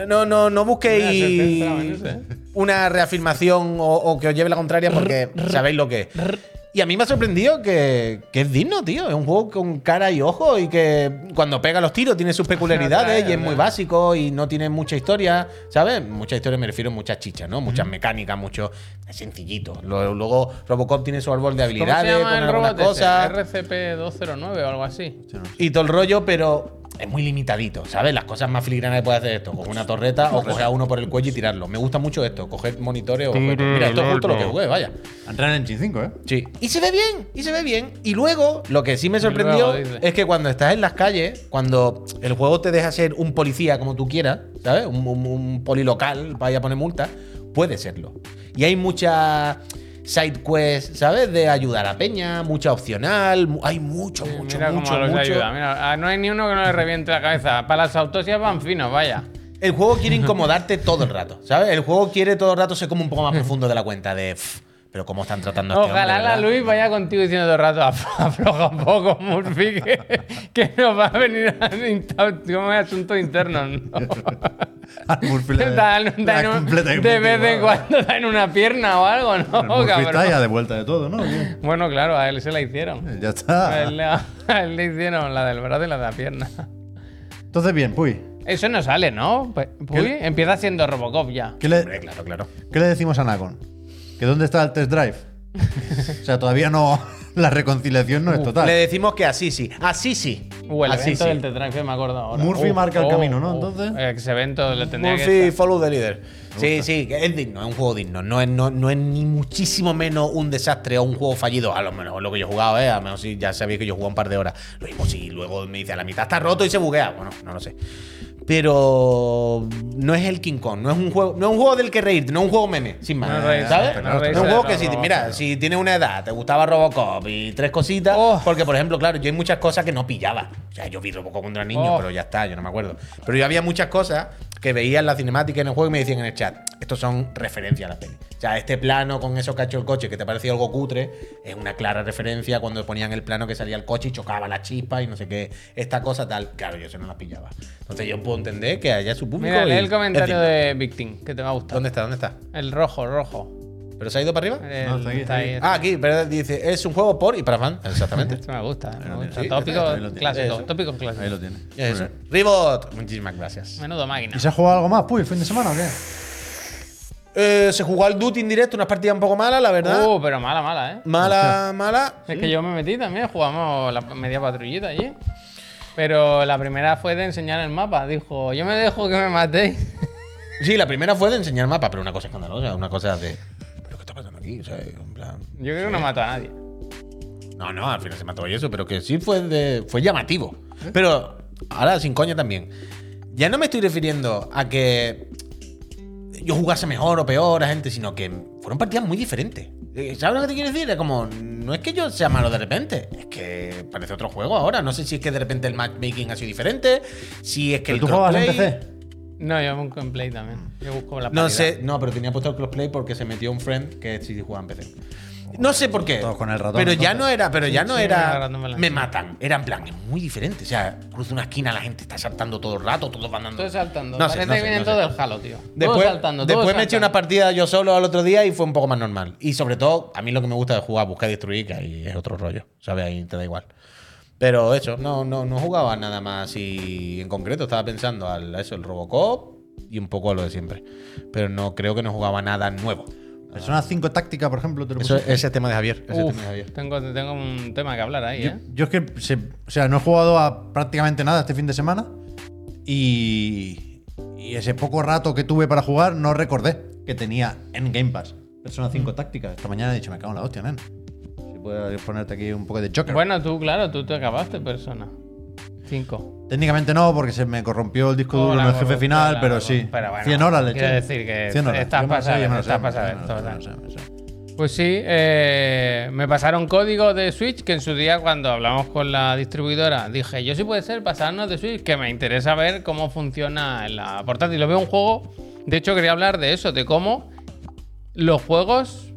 [SPEAKER 3] No, no, no busquéis
[SPEAKER 1] Mira, se centra, bueno,
[SPEAKER 3] una reafirmación o, o que os lleve la contraria porque sabéis lo que es. Y a mí me ha sorprendido que, que es digno, tío. Es un juego con cara y ojo y que cuando pega los tiros tiene sus peculiaridades
[SPEAKER 1] Otra,
[SPEAKER 3] y
[SPEAKER 1] otra.
[SPEAKER 3] es muy básico y no tiene mucha historia, ¿sabes? Mucha historia me refiero a muchas chichas, ¿no? Muchas mecánicas, mucho. Es sencillito. Lo- Luego Robocop tiene su árbol de
[SPEAKER 1] ¿Cómo se
[SPEAKER 3] habilidades,
[SPEAKER 1] llama
[SPEAKER 3] poner
[SPEAKER 1] el
[SPEAKER 3] algunas
[SPEAKER 1] robot ese?
[SPEAKER 3] cosas
[SPEAKER 1] RCP-209 o algo así.
[SPEAKER 3] y todo el rollo, pero es muy limitadito, ¿sabes? Las cosas más filigranas que puede hacer esto, coger una torreta o coger a uno por el cuello y tirarlo. Me gusta mucho esto, coger monitores o objetos. Mira, esto es justo lo que jugué, vaya.
[SPEAKER 2] Entrar en Engine 5, ¿eh?
[SPEAKER 3] Sí. Y se ve bien, y se ve bien. Y luego, lo que sí me sorprendió
[SPEAKER 1] luego, dice.
[SPEAKER 3] es que cuando estás en las calles, cuando el juego te deja ser un policía como tú quieras, ¿sabes? Un, un- un polilocal, vaya a poner multa, puedes serlo. Y hay muchas side quests, ¿sabes? De ayudar a Peña, mucha opcional, mu- hay mucho, mucho,
[SPEAKER 1] Mira
[SPEAKER 3] mucho,
[SPEAKER 1] cómo los
[SPEAKER 3] mucho.
[SPEAKER 1] ayuda. Mira, ah, no hay ni uno que no le reviente la cabeza. Para las autopsias van finos, vaya.
[SPEAKER 3] El juego quiere incomodarte todo el rato, ¿sabes? El juego quiere todo el rato ser como un poco más profundo de la cuenta, de. "Pff, Pero cómo están tratando a este
[SPEAKER 1] Ojalá
[SPEAKER 3] hombre,
[SPEAKER 1] la
[SPEAKER 3] ¿verdad?".
[SPEAKER 1] Luis vaya contigo diciendo todo el rato "Af- afloja un poco, Murphy, que, que nos va a venir a como es asunto interno. ¿no?
[SPEAKER 2] Al Murphy le-
[SPEAKER 1] Dan-
[SPEAKER 2] le
[SPEAKER 1] dan
[SPEAKER 2] da
[SPEAKER 1] un-
[SPEAKER 2] completa y
[SPEAKER 1] de vez en
[SPEAKER 2] igual.
[SPEAKER 1] cuando dan una pierna o algo,
[SPEAKER 2] El
[SPEAKER 1] ¿no?
[SPEAKER 2] Murphy está ya
[SPEAKER 1] Cabrón.
[SPEAKER 2] de vuelta de todo, ¿no? Bien.
[SPEAKER 1] Bueno, claro, a él se la hicieron.
[SPEAKER 2] Ya
[SPEAKER 1] A
[SPEAKER 2] está.
[SPEAKER 1] él, le- a él le hicieron la del brazo y la de la pierna.
[SPEAKER 2] Entonces, bien, Puy.
[SPEAKER 1] Eso no sale, ¿no? Pues, Puy, empieza siendo Robocop ya.
[SPEAKER 2] ¿Qué le,
[SPEAKER 3] Hombre, Eh, claro, claro.
[SPEAKER 2] ¿Qué le decimos a Nacon? ¿Que dónde está el test drive? o sea, todavía no. La reconciliación no es
[SPEAKER 3] Le
[SPEAKER 2] total.
[SPEAKER 3] decimos que así sí, así sí.
[SPEAKER 1] Uh, el
[SPEAKER 3] así
[SPEAKER 1] evento del Tetrafe me acuerdo ahora.
[SPEAKER 2] Ah, Murphy
[SPEAKER 1] Uh,
[SPEAKER 2] marca el
[SPEAKER 1] oh,
[SPEAKER 2] camino, ¿no?
[SPEAKER 1] uh,
[SPEAKER 2] Entonces.
[SPEAKER 1] Ese evento lo tendría que
[SPEAKER 3] Murphy follow the leader. Sí, sí, que es digno, es un juego digno. No es, no, no es ni muchísimo menos un desastre o un juego fallido. A lo mejor lo que yo he jugado, ¿eh? A lo mejor si ya sabéis que yo jugué un par de horas. Lo mismo si luego me dice a la mitad está roto y se buguea. Bueno, no lo sé. Pero no es el King Kong, no es un juego, no es un juego del que reírte, no es un juego meme, sin más.
[SPEAKER 1] No reírse,
[SPEAKER 3] ¿Sabes?
[SPEAKER 1] no
[SPEAKER 3] No es
[SPEAKER 1] reírse
[SPEAKER 3] un
[SPEAKER 1] de
[SPEAKER 3] juego
[SPEAKER 1] los
[SPEAKER 3] que si,
[SPEAKER 1] Robocop,
[SPEAKER 3] mira,
[SPEAKER 1] no.
[SPEAKER 3] si tienes una edad, te gustaba Robocop y tres cositas,
[SPEAKER 1] Oh.
[SPEAKER 3] porque por ejemplo, claro, yo hay muchas cosas que no pillaba. O sea, yo vi Robocop cuando era niño,
[SPEAKER 1] Oh.
[SPEAKER 3] pero ya está, yo no me acuerdo. Pero yo había muchas cosas que veía en la cinemática y en el juego y me decían en el chat, estos son referencias a la peli. O sea, este plano con esos cachos del coche que te parecía algo cutre, es una clara referencia cuando ponían el plano que salía el coche y chocaba la chispa y no sé qué, esta cosa tal. Claro, yo eso no las pillaba. Entonces yo puedo entender que haya su público.
[SPEAKER 1] Mira,
[SPEAKER 3] y-
[SPEAKER 1] lee el
[SPEAKER 3] es
[SPEAKER 1] comentario
[SPEAKER 3] digno.
[SPEAKER 1] de Victim, que te va a gustar.
[SPEAKER 3] ¿Dónde está? ¿Dónde está?
[SPEAKER 1] El rojo, rojo.
[SPEAKER 3] ¿Pero se ha ido para arriba?
[SPEAKER 1] El-
[SPEAKER 2] No, está aquí, está aquí.
[SPEAKER 3] Ah, aquí, pero dice, es un juego por y para fan. Exactamente.
[SPEAKER 1] Este me gusta. Me
[SPEAKER 2] lo
[SPEAKER 1] gusta.
[SPEAKER 2] tiene.
[SPEAKER 1] Tópicos
[SPEAKER 2] Ahí lo tiene.
[SPEAKER 1] clásicos,
[SPEAKER 3] Eso.
[SPEAKER 1] tópicos clásicos.
[SPEAKER 2] Ahí lo tiene.
[SPEAKER 3] Eso. Ribot, muchísimas gracias.
[SPEAKER 1] Menudo máquina.
[SPEAKER 2] ¿Y se ha jugado algo más, Puy, el fin de semana o qué?
[SPEAKER 3] Eh, se jugó al Duty en directo, unas partidas un poco malas, la verdad.
[SPEAKER 1] Uh, pero mala, mala, ¿eh?
[SPEAKER 3] Mala, mala.
[SPEAKER 1] Es que yo me metí también, jugamos la media patrullita allí. Pero la primera fue de enseñar el mapa. Dijo, yo me dejo que me matéis.
[SPEAKER 3] Sí, la primera fue de enseñar mapa, pero una cosa escandalosa, una cosa de. ¿Pero qué está pasando aquí? O sea, en plan.
[SPEAKER 1] Yo creo que no mato a nadie.
[SPEAKER 3] No, no, al final se mató y eso, pero que sí fue de. fue llamativo.
[SPEAKER 2] ¿Eh?
[SPEAKER 3] Pero, ahora sin coña también. Ya no me estoy refiriendo a que yo jugase mejor o peor a gente, sino que fueron partidas muy diferentes. Eh, ¿Sabes lo que te quiero decir? Es como, no es que yo sea malo de repente, es que parece otro juego ahora. No sé si es que de repente el matchmaking ha sido diferente, si es que
[SPEAKER 2] ¿Pero
[SPEAKER 3] el
[SPEAKER 2] tú jugabas en
[SPEAKER 3] crossplay-
[SPEAKER 2] PC?
[SPEAKER 1] No, yo un gameplay también. Yo busco la
[SPEAKER 3] No
[SPEAKER 1] paridad.
[SPEAKER 3] sé, no, pero tenía puesto el crossplay porque se metió un friend que sí jugaba en PC. No sé por qué.
[SPEAKER 2] Todos con el ratón,
[SPEAKER 3] pero ya
[SPEAKER 2] entonces.
[SPEAKER 3] no era, pero ya
[SPEAKER 1] Sí,
[SPEAKER 3] no
[SPEAKER 1] sí, el
[SPEAKER 3] era.
[SPEAKER 1] ratón me la
[SPEAKER 3] Me
[SPEAKER 1] enseñó.
[SPEAKER 3] matan. Era en plan, es muy diferente. O sea, cruza una esquina, la gente está saltando todo el rato, todos van dando.
[SPEAKER 1] Estoy saltando.
[SPEAKER 3] No sé,
[SPEAKER 1] Parece
[SPEAKER 3] no
[SPEAKER 1] que
[SPEAKER 3] sé,
[SPEAKER 1] vienen
[SPEAKER 3] no sé.
[SPEAKER 1] todo el jalo, tío.
[SPEAKER 3] Después,
[SPEAKER 1] todo saltando, todo
[SPEAKER 3] después me eché
[SPEAKER 1] saltando.
[SPEAKER 3] una partida yo solo al otro día y fue un poco más normal. Y sobre todo, a mí lo que me gusta de jugar, buscar y destruir, que ahí es otro rollo. ¿Sabes? Ahí te da igual. Pero eso, no, no, no jugaba nada más. Y en concreto estaba pensando al- a eso, el Robocop y un poco a lo de siempre. Pero no creo que no jugaba nada nuevo.
[SPEAKER 2] Persona 5 táctica, por ejemplo, te lo
[SPEAKER 3] Eso,
[SPEAKER 2] puse.
[SPEAKER 3] ese es el tema de Javier. ese es el
[SPEAKER 1] Uf,
[SPEAKER 3] tema de Javier.
[SPEAKER 1] tengo, tengo un tema que hablar ahí,
[SPEAKER 2] Yo,
[SPEAKER 1] ¿eh?
[SPEAKER 2] yo es que, se- o sea, no he jugado a prácticamente nada este fin de semana y, y ese poco rato que tuve para jugar no recordé que tenía en Game Pass Persona 5
[SPEAKER 1] Mm.
[SPEAKER 2] táctica. Esta mañana he dicho, me cago en la hostia, nen. Si puedes ponerte aquí un poco de choker.
[SPEAKER 1] Bueno, tú, claro, tú te acabaste, persona. Cinco.
[SPEAKER 2] Técnicamente no, porque se me corrompió el disco duro
[SPEAKER 1] Hola,
[SPEAKER 2] en el jefe
[SPEAKER 1] gordo,
[SPEAKER 2] final,
[SPEAKER 1] hola,
[SPEAKER 2] pero
[SPEAKER 1] gordo.
[SPEAKER 2] sí.
[SPEAKER 1] Pero bueno,
[SPEAKER 2] 100 horas le
[SPEAKER 1] quiero
[SPEAKER 2] eché.
[SPEAKER 1] decir que
[SPEAKER 2] 100 horas.
[SPEAKER 1] estás
[SPEAKER 2] Yo me lo sé,
[SPEAKER 1] pasado,
[SPEAKER 2] yo me lo
[SPEAKER 1] estás
[SPEAKER 2] sé, me lo sé,
[SPEAKER 1] pasado,
[SPEAKER 2] me lo sé, me lo sé, me lo sé.
[SPEAKER 1] Pues sí, eh, me pasaron código de Switch que en su día cuando hablamos con la distribuidora dije, yo sí puede ser pasarnos de Switch, que me interesa ver cómo funciona en la portátil. Lo veo un juego, de hecho quería hablar de eso, de cómo los juegos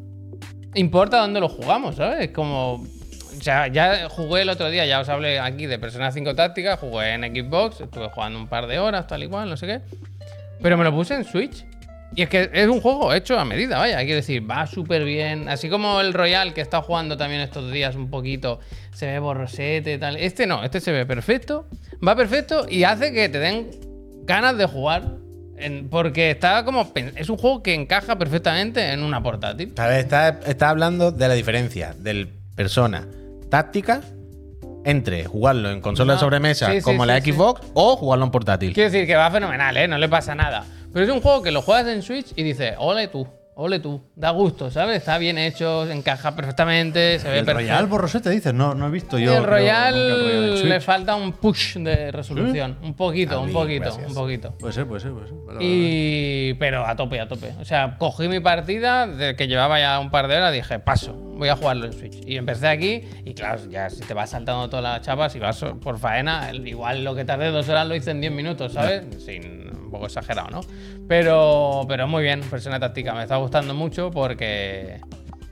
[SPEAKER 1] importa dónde los jugamos, ¿sabes? Como ya, ya jugué el otro día, ya os hablé aquí de Persona 5 Táctica, jugué en Xbox, estuve jugando un par de horas, tal y cual, no sé qué. Pero me lo puse en Switch. Y es que es un juego hecho a medida, vaya. Quiero decir, va súper bien. Así como el Royal que está jugando también estos días un poquito, se ve borrosete y tal. Este no, este se ve perfecto. Va perfecto y hace que te den ganas de jugar. en- porque está como. pen- Es un juego que encaja perfectamente en una portátil.
[SPEAKER 3] A ver, está, está hablando de la diferencia del persona táctica entre jugarlo en consola de
[SPEAKER 1] Ah,
[SPEAKER 3] sobremesa
[SPEAKER 1] sí, sí,
[SPEAKER 3] como
[SPEAKER 1] sí,
[SPEAKER 3] la
[SPEAKER 1] sí.
[SPEAKER 3] Xbox o jugarlo en portátil.
[SPEAKER 1] Quiero decir que va fenomenal, ¿eh? No le pasa nada. Pero es un juego que lo juegas en Switch y dices, ole tú, ole tú. Da gusto, ¿sabes? Está bien hecho, encaja perfectamente, se ve
[SPEAKER 2] El
[SPEAKER 1] perfecto.
[SPEAKER 2] Royal Borrosete dices, no, no he visto yo.
[SPEAKER 1] el
[SPEAKER 2] creo, nunca el Royal en
[SPEAKER 1] Royal le
[SPEAKER 2] Switch.
[SPEAKER 1] falta un push de resolución. Un poquito, un poquito, un poquito.
[SPEAKER 2] Puede ser, puede ser, puede ser. Vale, vale.
[SPEAKER 1] Y, pero a tope, a tope. O sea, cogí mi partida de que llevaba ya un par de horas, dije, paso, voy a jugarlo en Switch. Y empecé aquí, y claro, ya si te vas saltando todas las chapas y vas so- por faena, el- igual lo que tardé dos horas lo hice en diez minutos, ¿sabes? Sin, un poco exagerado, ¿no? Pero, pero muy bien, persona táctica, me está gustando mucho porque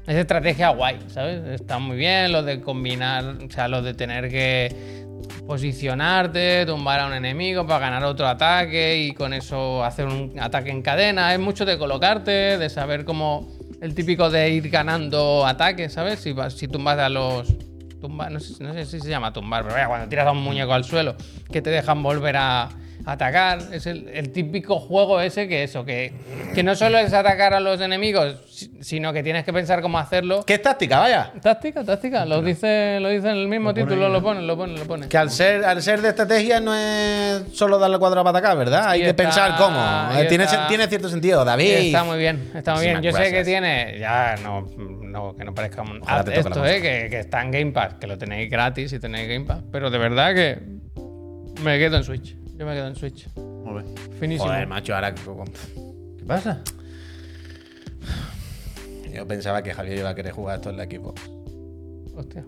[SPEAKER 1] es estrategia guay, ¿sabes? Está muy bien lo de combinar, o sea, lo de tener que posicionarte, tumbar a un enemigo para ganar otro ataque y con eso hacer un ataque en cadena. Es mucho de colocarte, de saber cómo el típico de ir ganando ataques, ¿sabes? Si, vas- si tumbas a los... Tumba, no, sé, no sé si se llama tumbar, pero vaya, cuando tiras a un muñeco al suelo, que te dejan volver a atacar. Es el, el típico juego ese que eso, que, que no solo es atacar a los enemigos, si- sino que tienes que pensar cómo hacerlo.
[SPEAKER 3] ¿Qué es táctica, vaya?
[SPEAKER 1] Táctica, táctica, lo dice, lo dice en el mismo
[SPEAKER 2] Lo pone
[SPEAKER 1] título,
[SPEAKER 2] ahí,
[SPEAKER 1] lo
[SPEAKER 2] ¿no?
[SPEAKER 1] pone, lo pone, lo pone.
[SPEAKER 3] Que al ser, al ser de estrategia no es solo darle cuadro para atacar, ¿verdad? Hay
[SPEAKER 1] Y
[SPEAKER 3] que
[SPEAKER 1] está-
[SPEAKER 3] pensar cómo. Eh,
[SPEAKER 1] y
[SPEAKER 3] Tiene,
[SPEAKER 1] está-
[SPEAKER 3] sen- tiene cierto sentido, David.
[SPEAKER 1] Está muy bien, está muy bien.
[SPEAKER 3] Muchísimas
[SPEAKER 1] Yo sé que
[SPEAKER 3] gracias.
[SPEAKER 1] tiene. Ya, no, no que no parezca un.
[SPEAKER 3] Ojalá te toque la
[SPEAKER 1] esto,
[SPEAKER 3] masa.
[SPEAKER 1] eh, que, que está en Game Pass, que lo tenéis gratis y tenéis Game Pass. Pero de verdad que me quedo en Switch. Yo me quedo en Switch.
[SPEAKER 2] Muy bien.
[SPEAKER 1] Finísimo.
[SPEAKER 3] Joder, macho, ahora.
[SPEAKER 2] ¿Qué pasa?
[SPEAKER 3] Yo pensaba que Javier iba a querer jugar esto en la Xbox.
[SPEAKER 1] Hostia.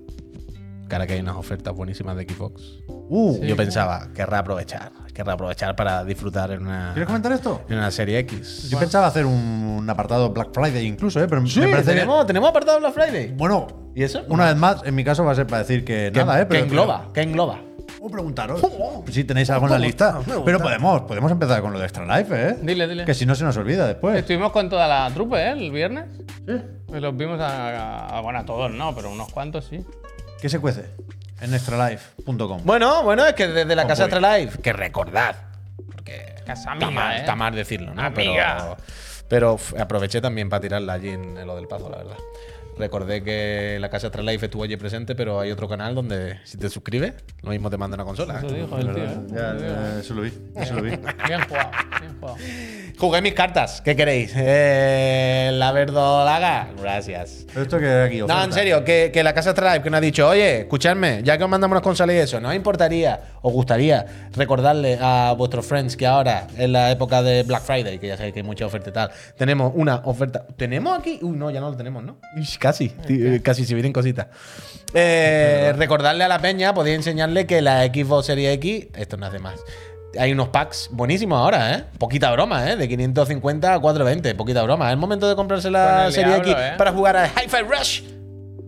[SPEAKER 3] Cara que hay unas ofertas buenísimas de Xbox.
[SPEAKER 2] Uh,
[SPEAKER 3] Yo pensaba, querrá aprovechar. Querrá aprovechar para disfrutar en una,
[SPEAKER 2] ¿Quieres comentar esto?
[SPEAKER 3] en una serie X.
[SPEAKER 2] Yo pensaba hacer un, un apartado Black Friday incluso, ¿eh? Pero me parece bien.
[SPEAKER 3] tenemos apartado Black Friday.
[SPEAKER 2] Bueno,
[SPEAKER 3] ¿Y eso?
[SPEAKER 2] una vez más, en mi caso va a ser para decir que,
[SPEAKER 3] Que,
[SPEAKER 2] nada, ¿eh?
[SPEAKER 3] que
[SPEAKER 2] Pero,
[SPEAKER 3] engloba, que engloba.
[SPEAKER 2] ¿Cómo preguntaros?
[SPEAKER 3] Oh, oh.
[SPEAKER 2] Si tenéis algo en la
[SPEAKER 3] Me gusta,
[SPEAKER 2] lista.
[SPEAKER 3] me gusta.
[SPEAKER 2] Pero podemos, podemos empezar con lo de Extra Life, ¿eh?
[SPEAKER 1] Dile, dile.
[SPEAKER 2] Que si no se nos olvida después.
[SPEAKER 1] Estuvimos con toda la trupe, ¿eh? El viernes. Y Los vimos a, a- Bueno, a todos no, pero unos cuantos sí.
[SPEAKER 2] ¿Qué se cuece? En extralife.com.
[SPEAKER 3] Bueno, bueno, es que desde la
[SPEAKER 2] Oh,
[SPEAKER 3] casa
[SPEAKER 2] boy.
[SPEAKER 3] Extra Life, que recordad, porque
[SPEAKER 1] Casa
[SPEAKER 3] está,
[SPEAKER 1] amiga,
[SPEAKER 3] mal,
[SPEAKER 1] ¿eh?
[SPEAKER 3] está mal decirlo, ¿no?
[SPEAKER 1] Amiga.
[SPEAKER 3] Pero, pero f- aproveché también para tirarla allí en, en lo del Pazo, la verdad. Recordé que la casa Extra Life estuvo allí presente, pero hay otro canal donde si te suscribes, lo mismo te manda una consola.
[SPEAKER 1] Eso
[SPEAKER 3] ¿eh?
[SPEAKER 1] dijo el tío, ¿eh?
[SPEAKER 2] Ya, ya, eso lo vi. Eso lo vi.
[SPEAKER 1] Bien jugado, bien jugado.
[SPEAKER 3] Jugué mis cartas, ¿qué queréis? Eh, la verdolaga, gracias.
[SPEAKER 2] Pero esto que era aquí.
[SPEAKER 3] No,
[SPEAKER 2] oferta.
[SPEAKER 3] en serio, que, que la casa Stripe que nos ha dicho, oye, escuchadme, ya que os mandamos las consolas y eso, ¿no os importaría, os gustaría recordarle a vuestros friends que ahora, en la época de Black Friday, que ya sabéis que hay mucha oferta y tal, tenemos una oferta. ¿Tenemos aquí? Uy, no, ya no lo tenemos, ¿no? Ish, Casi, ti- eh, casi si vienen cositas. Eh, recordarle a la peña, podéis enseñarle que la Xbox Series X, esto no hace más. Hay unos packs buenísimos ahora, ¿eh? Poquita broma, ¿eh? De 550 a 420, poquita broma. Es el momento de comprarse
[SPEAKER 1] Con
[SPEAKER 3] la
[SPEAKER 1] el
[SPEAKER 3] Serie
[SPEAKER 1] diablo,
[SPEAKER 3] X
[SPEAKER 1] ¿eh?
[SPEAKER 3] para jugar a Hi-Fi Rush.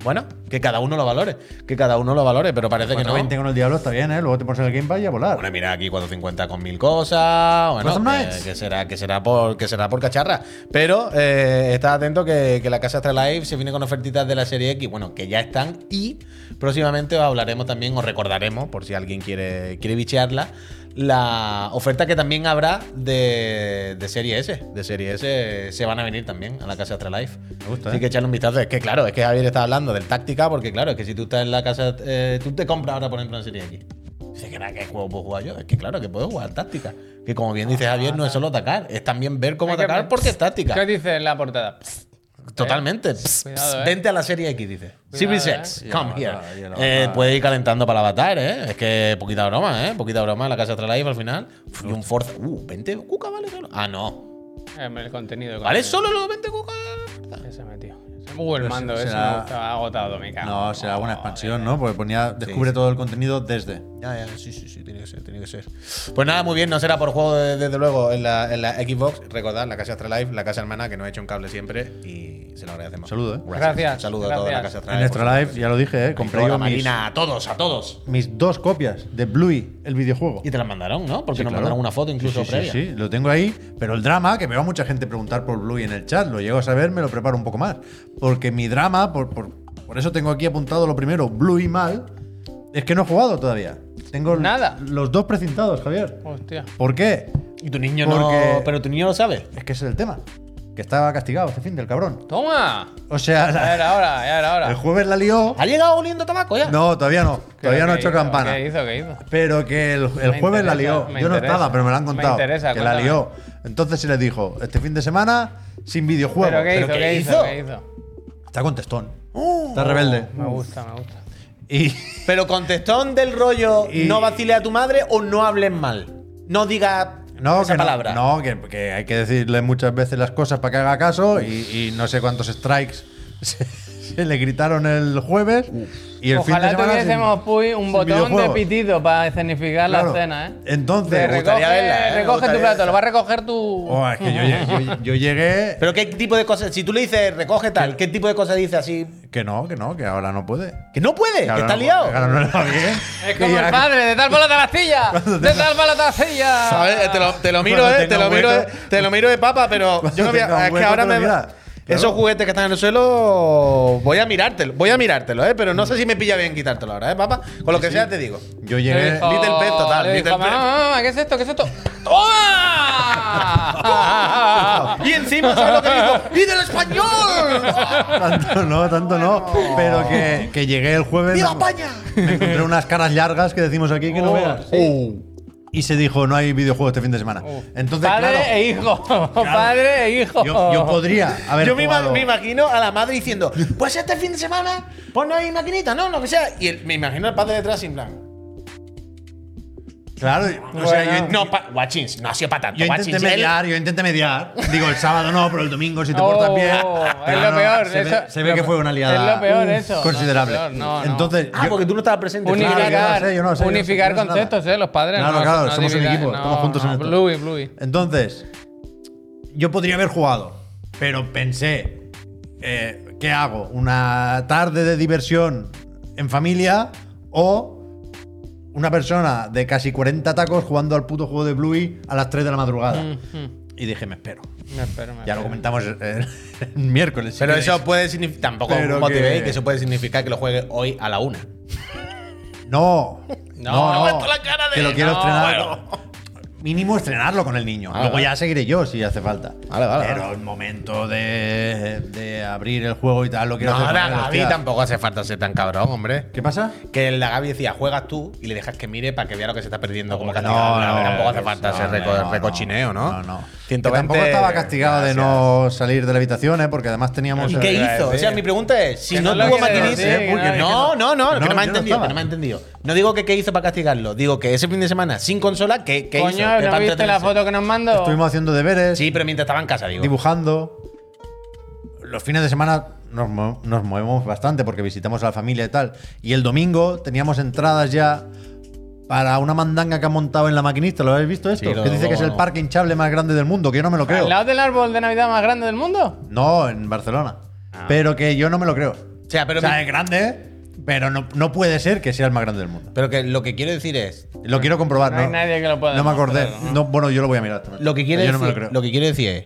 [SPEAKER 3] Bueno, que cada uno lo valore. Que cada uno lo valore, pero parece que no.
[SPEAKER 2] 420 con el diablo está bien, ¿eh? Luego te pones el Game Pass y a volar.
[SPEAKER 3] Bueno, mira aquí 450 con mil cosas. Bueno,
[SPEAKER 2] Custom
[SPEAKER 3] que,
[SPEAKER 2] Nights.
[SPEAKER 3] que será, que será por que será por cacharra. Pero eh, está atento que, que la casa Astralife se viene con ofertitas de la serie X, bueno, que ya están. Y próximamente os hablaremos también, os recordaremos, por si alguien quiere, quiere bichearla, la oferta que también habrá de, de serie S. De serie S se van a venir también a la casa Astralife.
[SPEAKER 2] Me gusta,
[SPEAKER 3] Así
[SPEAKER 2] ¿eh?
[SPEAKER 3] que echarle un vistazo. Es que claro, es que Javier está hablando del táctica, porque claro, es que si tú estás en la casa, eh, tú te compras ahora, por ejemplo, una serie X. Dice que nada, ¿qué juego puedo jugar yo? Es que claro, que puedo jugar táctica. Que como bien dice Javier, no es solo atacar, es también ver cómo
[SPEAKER 1] Hay que
[SPEAKER 3] atacar
[SPEAKER 1] ver.
[SPEAKER 3] porque es táctica.
[SPEAKER 1] ¿Qué dice en la portada? Psst.
[SPEAKER 3] Totalmente. Pss,
[SPEAKER 1] Cuidado,
[SPEAKER 3] pss,
[SPEAKER 1] eh.
[SPEAKER 3] Vente a la serie X, dice.
[SPEAKER 1] Cuidado,
[SPEAKER 3] Series
[SPEAKER 1] eh.
[SPEAKER 3] X,
[SPEAKER 2] Y el
[SPEAKER 3] come here.
[SPEAKER 2] avatar, y el
[SPEAKER 3] Eh,
[SPEAKER 2] avatar.
[SPEAKER 3] puede ir calentando para el avatar, ¿eh? Es que poquita broma, ¿eh? Poquita broma en la casa Astralife al final. Fui un Forza. Uh, 20 cuca vale solo. Ah, no.
[SPEAKER 1] Eh, El contenido. el
[SPEAKER 3] ¿Vale
[SPEAKER 1] contenido.
[SPEAKER 3] solo los 20 cuca?
[SPEAKER 2] está.
[SPEAKER 1] Ese metió. Uh, el
[SPEAKER 2] Pero
[SPEAKER 1] mando,
[SPEAKER 2] se-
[SPEAKER 1] ese
[SPEAKER 2] será-
[SPEAKER 1] me gustaba agotado, me cago.
[SPEAKER 2] No, será una
[SPEAKER 1] Joder.
[SPEAKER 2] expansión, ¿no? Porque ponía descubre
[SPEAKER 3] eh, sí.
[SPEAKER 2] todo el contenido desde.
[SPEAKER 3] Ya, ya, sí, sí, sí, tenía que ser, tenía que ser. Pues nada, muy bien, no será por juego, de- desde luego, en la, en la Xbox. Recordad, la Casa Astralife, la Casa Hermana, que nos echa un cable siempre y se lo agradecemos.
[SPEAKER 2] Saludo, ¿eh?
[SPEAKER 1] Gracias,
[SPEAKER 3] Saludo a toda la
[SPEAKER 1] gracias.
[SPEAKER 3] Casa
[SPEAKER 2] En
[SPEAKER 3] Astralife.
[SPEAKER 2] nuestra live, ya lo dije, ¿eh?
[SPEAKER 3] Compré
[SPEAKER 2] compré yo mis,
[SPEAKER 3] Marina, a todos, a todos.
[SPEAKER 2] mis dos copias de Bluey, el videojuego.
[SPEAKER 3] Y te las mandaron, ¿no? Porque
[SPEAKER 2] Sí,
[SPEAKER 3] nos
[SPEAKER 2] claro.
[SPEAKER 3] mandaron una foto incluso
[SPEAKER 2] sí, sí,
[SPEAKER 3] previa.
[SPEAKER 2] Sí, sí, lo tengo ahí. Pero el drama, que veo a mucha gente preguntar por Bluey en el chat, lo llego a saber, me lo preparo un poco más. Porque mi drama, por, por, por eso tengo aquí apuntado lo primero, Bluey mal, es que no he jugado todavía. Tengo l-
[SPEAKER 1] Nada.
[SPEAKER 2] los dos precintados, Javier.
[SPEAKER 1] Hostia.
[SPEAKER 2] ¿Por qué?
[SPEAKER 3] Y tu niño
[SPEAKER 2] Porque-
[SPEAKER 3] no. Pero tu niño lo sabe.
[SPEAKER 2] Es que ese es el tema. Que estaba castigado este fin del cabrón.
[SPEAKER 1] ¡Toma!
[SPEAKER 2] O sea,
[SPEAKER 1] Ya
[SPEAKER 2] la-
[SPEAKER 1] era hora, ya era
[SPEAKER 2] el
[SPEAKER 1] hora.
[SPEAKER 2] jueves la lió.
[SPEAKER 3] ¿Ha llegado oliendo tabaco ya?
[SPEAKER 2] No, todavía no. Eh, Todavía no ha
[SPEAKER 1] ¿Qué
[SPEAKER 2] hecho
[SPEAKER 1] hizo?
[SPEAKER 2] campana.
[SPEAKER 1] ¿Qué hizo? ¿Qué hizo?
[SPEAKER 2] Pero que el, el jueves la
[SPEAKER 1] interesa,
[SPEAKER 2] lió.
[SPEAKER 1] me
[SPEAKER 2] Yo no
[SPEAKER 1] interesa.
[SPEAKER 2] estaba, pero me lo han
[SPEAKER 1] Me
[SPEAKER 2] contado.
[SPEAKER 1] interesa,
[SPEAKER 2] que la
[SPEAKER 1] cuéntame.
[SPEAKER 2] lió. Entonces se le dijo, este fin de semana, sin videojuegos.
[SPEAKER 1] ¿Pero qué
[SPEAKER 3] ¿pero
[SPEAKER 1] hizo?
[SPEAKER 3] qué
[SPEAKER 1] ¿Qué
[SPEAKER 3] hizo?
[SPEAKER 1] hizo? ¿Qué hizo?
[SPEAKER 2] Está contestón.
[SPEAKER 3] Oh.
[SPEAKER 2] Está rebelde.
[SPEAKER 1] Me gusta, me gusta.
[SPEAKER 2] Y
[SPEAKER 3] Pero contestón del rollo,
[SPEAKER 2] Y-
[SPEAKER 3] no vacile a tu madre o no hables mal. No digas
[SPEAKER 2] no,
[SPEAKER 3] esa
[SPEAKER 2] que no-
[SPEAKER 3] palabra.
[SPEAKER 2] No, que, que hay que decirle muchas veces las cosas para que haga caso. Y, y no sé cuántos strikes se, se le gritaron el jueves. Y el
[SPEAKER 1] Ojalá
[SPEAKER 2] fin de semana. sin-
[SPEAKER 1] tuviésemos Puy, un
[SPEAKER 2] sin
[SPEAKER 1] botón de
[SPEAKER 2] videojuegos.
[SPEAKER 1] pitido para escenificar
[SPEAKER 2] Claro.
[SPEAKER 1] la cena, ¿eh?
[SPEAKER 2] Entonces-
[SPEAKER 1] De
[SPEAKER 2] Me
[SPEAKER 1] recoge,
[SPEAKER 3] gustaría verla, ¿eh? Me
[SPEAKER 1] recoge tu
[SPEAKER 3] gustaría
[SPEAKER 1] plato,
[SPEAKER 3] verla.
[SPEAKER 1] lo va a recoger tu.
[SPEAKER 2] Oh, es que yo, lle- yo- yo llegué.
[SPEAKER 3] Pero qué tipo de cosas, si tú le dices recoge tal, ¿qué tipo de cosas dice así?
[SPEAKER 2] Que no, que no, que ahora no puede.
[SPEAKER 3] Que no puede, que
[SPEAKER 2] ahora
[SPEAKER 3] está
[SPEAKER 2] no-
[SPEAKER 3] liado.
[SPEAKER 2] que ahora no le va bien.
[SPEAKER 1] Es como
[SPEAKER 2] Y
[SPEAKER 1] el
[SPEAKER 2] ahora-
[SPEAKER 1] padre, de tal palo de la astilla. De tal palo de la astilla.
[SPEAKER 3] A ver, te lo, te lo miro,
[SPEAKER 2] Cuando
[SPEAKER 3] eh, te
[SPEAKER 2] tenga
[SPEAKER 3] lo
[SPEAKER 2] un
[SPEAKER 3] miro,
[SPEAKER 2] hueco-
[SPEAKER 3] eh, te lo miro de papa, pero
[SPEAKER 2] Cuando
[SPEAKER 3] yo no voy
[SPEAKER 2] tenga un
[SPEAKER 3] a, es que
[SPEAKER 2] hueco
[SPEAKER 3] ahora
[SPEAKER 2] te lo
[SPEAKER 3] me
[SPEAKER 2] miras, claro.
[SPEAKER 3] esos juguetes que están en el suelo voy a mirártelo, voy a mirártelo, eh, pero no sé si me pilla bien quitártelo ahora, eh, papa. Con lo que sea te digo.
[SPEAKER 2] Yo
[SPEAKER 1] Le
[SPEAKER 2] llegué.
[SPEAKER 1] dijo-
[SPEAKER 3] Little Pet, total,
[SPEAKER 1] Eh, oh, le
[SPEAKER 3] Little
[SPEAKER 1] dijo,
[SPEAKER 3] Pet.
[SPEAKER 1] "Mamá, mamá, ¿qué es esto? ¿Qué es esto? ¡Toma!
[SPEAKER 3] Y encima sabes lo que dijo, ¡y del español!
[SPEAKER 2] Tanto no, tanto no. Pero que, que llegué el jueves.
[SPEAKER 3] ¡Viva
[SPEAKER 2] me-
[SPEAKER 3] España!
[SPEAKER 2] Me encontré unas caras largas que decimos aquí que no
[SPEAKER 1] Oh,
[SPEAKER 2] veas. Y se dijo, no hay videojuego este fin de semana. Entonces,
[SPEAKER 1] Oh. Padre
[SPEAKER 2] claro,
[SPEAKER 1] e hijo. Padre e hijo.
[SPEAKER 2] yo, yo podría haber
[SPEAKER 3] Yo me, ima-
[SPEAKER 2] jugado.
[SPEAKER 3] me imagino a la madre diciendo, pues este fin de semana, ponnos ahí maquinita, ¿no? Lo que sea. Y el- me imagino al padre detrás sin plan.
[SPEAKER 2] Claro, o sea, yo,
[SPEAKER 3] No, pa- guachins, no ha sido para tanto.
[SPEAKER 2] yo intenté
[SPEAKER 3] guachins, él-
[SPEAKER 2] mediar, yo intenté mediar. Digo, el sábado no, pero el domingo si te
[SPEAKER 1] Oh,
[SPEAKER 2] portas bien.
[SPEAKER 1] es lo
[SPEAKER 2] Claro,
[SPEAKER 1] peor,
[SPEAKER 2] Se
[SPEAKER 1] eso-
[SPEAKER 2] ve, se ve
[SPEAKER 1] lo
[SPEAKER 2] que
[SPEAKER 1] pe-
[SPEAKER 2] fue una liada
[SPEAKER 1] es lo peor, eso, no,
[SPEAKER 2] considerable.
[SPEAKER 1] lo peor, no, no.
[SPEAKER 2] Entonces,
[SPEAKER 3] Ah,
[SPEAKER 2] yo-
[SPEAKER 3] porque tú no estabas presente.
[SPEAKER 2] Unificar-
[SPEAKER 3] Claro, ya.
[SPEAKER 2] no
[SPEAKER 1] Unificar,
[SPEAKER 2] sé, yo no sé, yo no sé,
[SPEAKER 1] unificar
[SPEAKER 2] yo no sé nada.
[SPEAKER 1] conceptos, ¿eh? Los padres.
[SPEAKER 2] Claro,
[SPEAKER 1] no,
[SPEAKER 2] claro,
[SPEAKER 1] no
[SPEAKER 2] somos un
[SPEAKER 1] dividan-
[SPEAKER 2] equipo,
[SPEAKER 1] no,
[SPEAKER 2] estamos juntos en
[SPEAKER 1] no,
[SPEAKER 2] esto.
[SPEAKER 1] Bluey, Bluey.
[SPEAKER 2] Entonces, yo podría haber jugado, pero pensé, eh, ¿qué hago? ¿Una tarde de diversión en familia o una persona de casi 40 tacos jugando al puto juego de Bluey a las 3 de la madrugada? Y dije, me espero.
[SPEAKER 1] Me espero, me
[SPEAKER 2] Ya lo
[SPEAKER 1] espero.
[SPEAKER 2] comentamos eh, el miércoles. si
[SPEAKER 3] Pero
[SPEAKER 2] queréis.
[SPEAKER 3] eso puede significar. Tampoco
[SPEAKER 2] Pero
[SPEAKER 3] os motivéis,
[SPEAKER 2] que-
[SPEAKER 3] que eso puede significar que lo juegue hoy a la una.
[SPEAKER 2] No.
[SPEAKER 1] No,
[SPEAKER 2] No, no.
[SPEAKER 1] aguanto la cara de-
[SPEAKER 2] que lo quiero
[SPEAKER 1] no,
[SPEAKER 2] estrenar. Mínimo estrenarlo con el niño.
[SPEAKER 3] Vale,
[SPEAKER 2] Luego
[SPEAKER 3] Ah, vale.
[SPEAKER 2] ya seguiré yo si hace falta.
[SPEAKER 3] Vale, vale,
[SPEAKER 2] Pero
[SPEAKER 3] vale.
[SPEAKER 2] el momento de, de abrir el juego y tal lo quiero
[SPEAKER 3] No,
[SPEAKER 2] hacer.
[SPEAKER 3] la
[SPEAKER 2] con él,
[SPEAKER 3] Gaby
[SPEAKER 2] hostia.
[SPEAKER 3] tampoco hace falta ser tan cabrón, hombre.
[SPEAKER 2] ¿Qué pasa?
[SPEAKER 3] Que la Gaby decía, juegas tú y le dejas que mire para que vea lo que se está perdiendo como
[SPEAKER 2] No,
[SPEAKER 3] castigado. La-
[SPEAKER 2] no,
[SPEAKER 3] tampoco hace
[SPEAKER 2] no,
[SPEAKER 3] falta
[SPEAKER 2] no,
[SPEAKER 3] ser
[SPEAKER 2] no,
[SPEAKER 3] reco-
[SPEAKER 2] no,
[SPEAKER 3] recochineo, ¿no?
[SPEAKER 2] No, no. Que
[SPEAKER 3] 120,
[SPEAKER 2] tampoco estaba castigado de no salir de la habitación, ¿eh? porque además teníamos.
[SPEAKER 3] ¿Y qué
[SPEAKER 2] eh,
[SPEAKER 3] hizo? O sea, mi pregunta es, si
[SPEAKER 1] Que
[SPEAKER 3] no,
[SPEAKER 1] no lo
[SPEAKER 3] tuvo
[SPEAKER 1] quiere
[SPEAKER 3] maquinista…
[SPEAKER 1] decir, que no,
[SPEAKER 3] No,
[SPEAKER 2] que no,
[SPEAKER 3] no, no, que no me
[SPEAKER 2] yo
[SPEAKER 3] ha
[SPEAKER 2] no
[SPEAKER 3] entendido,
[SPEAKER 2] estaba.
[SPEAKER 3] que no me ha entendido. No digo que qué hizo para castigarlo, digo que ese fin de semana sin consola, ¿qué, qué hizo?
[SPEAKER 1] Coño, ¿no
[SPEAKER 3] ¿Qué
[SPEAKER 1] viste
[SPEAKER 3] para
[SPEAKER 1] la
[SPEAKER 3] entretenerse?
[SPEAKER 1] foto que nos mandó?
[SPEAKER 2] Estuvimos haciendo deberes,
[SPEAKER 3] Sí, pero mientras estaba en casa, digo.
[SPEAKER 2] dibujando. Los fines de semana nos, mo- nos movemos bastante porque visitamos a la familia y tal. Y el domingo teníamos entradas ya para una mandanga que han montado en la maquinista. ¿Lo habéis visto esto?
[SPEAKER 3] Sí, lo-
[SPEAKER 2] que dice que es el
[SPEAKER 3] no.
[SPEAKER 2] parque hinchable más grande del mundo, que yo no me lo creo.
[SPEAKER 1] ¿Al lado del árbol de Navidad más grande del mundo?
[SPEAKER 2] No, en Barcelona. Pero que yo no me lo creo.
[SPEAKER 3] O sea, Ah. pero,
[SPEAKER 2] o sea,
[SPEAKER 3] mi-
[SPEAKER 2] es grande, pero no, no puede ser que sea el más grande del mundo.
[SPEAKER 3] pero que lo que quiero decir es,
[SPEAKER 2] Lo quiero comprobar,
[SPEAKER 1] No
[SPEAKER 2] ¿no?
[SPEAKER 1] hay nadie que lo pueda
[SPEAKER 2] No me acordé.
[SPEAKER 1] demostrar,
[SPEAKER 2] No, bueno, yo lo voy a mirar también.
[SPEAKER 3] Lo que quiere
[SPEAKER 2] Yo no
[SPEAKER 3] decir, lo,
[SPEAKER 2] me lo creo.
[SPEAKER 3] que quiere decir es.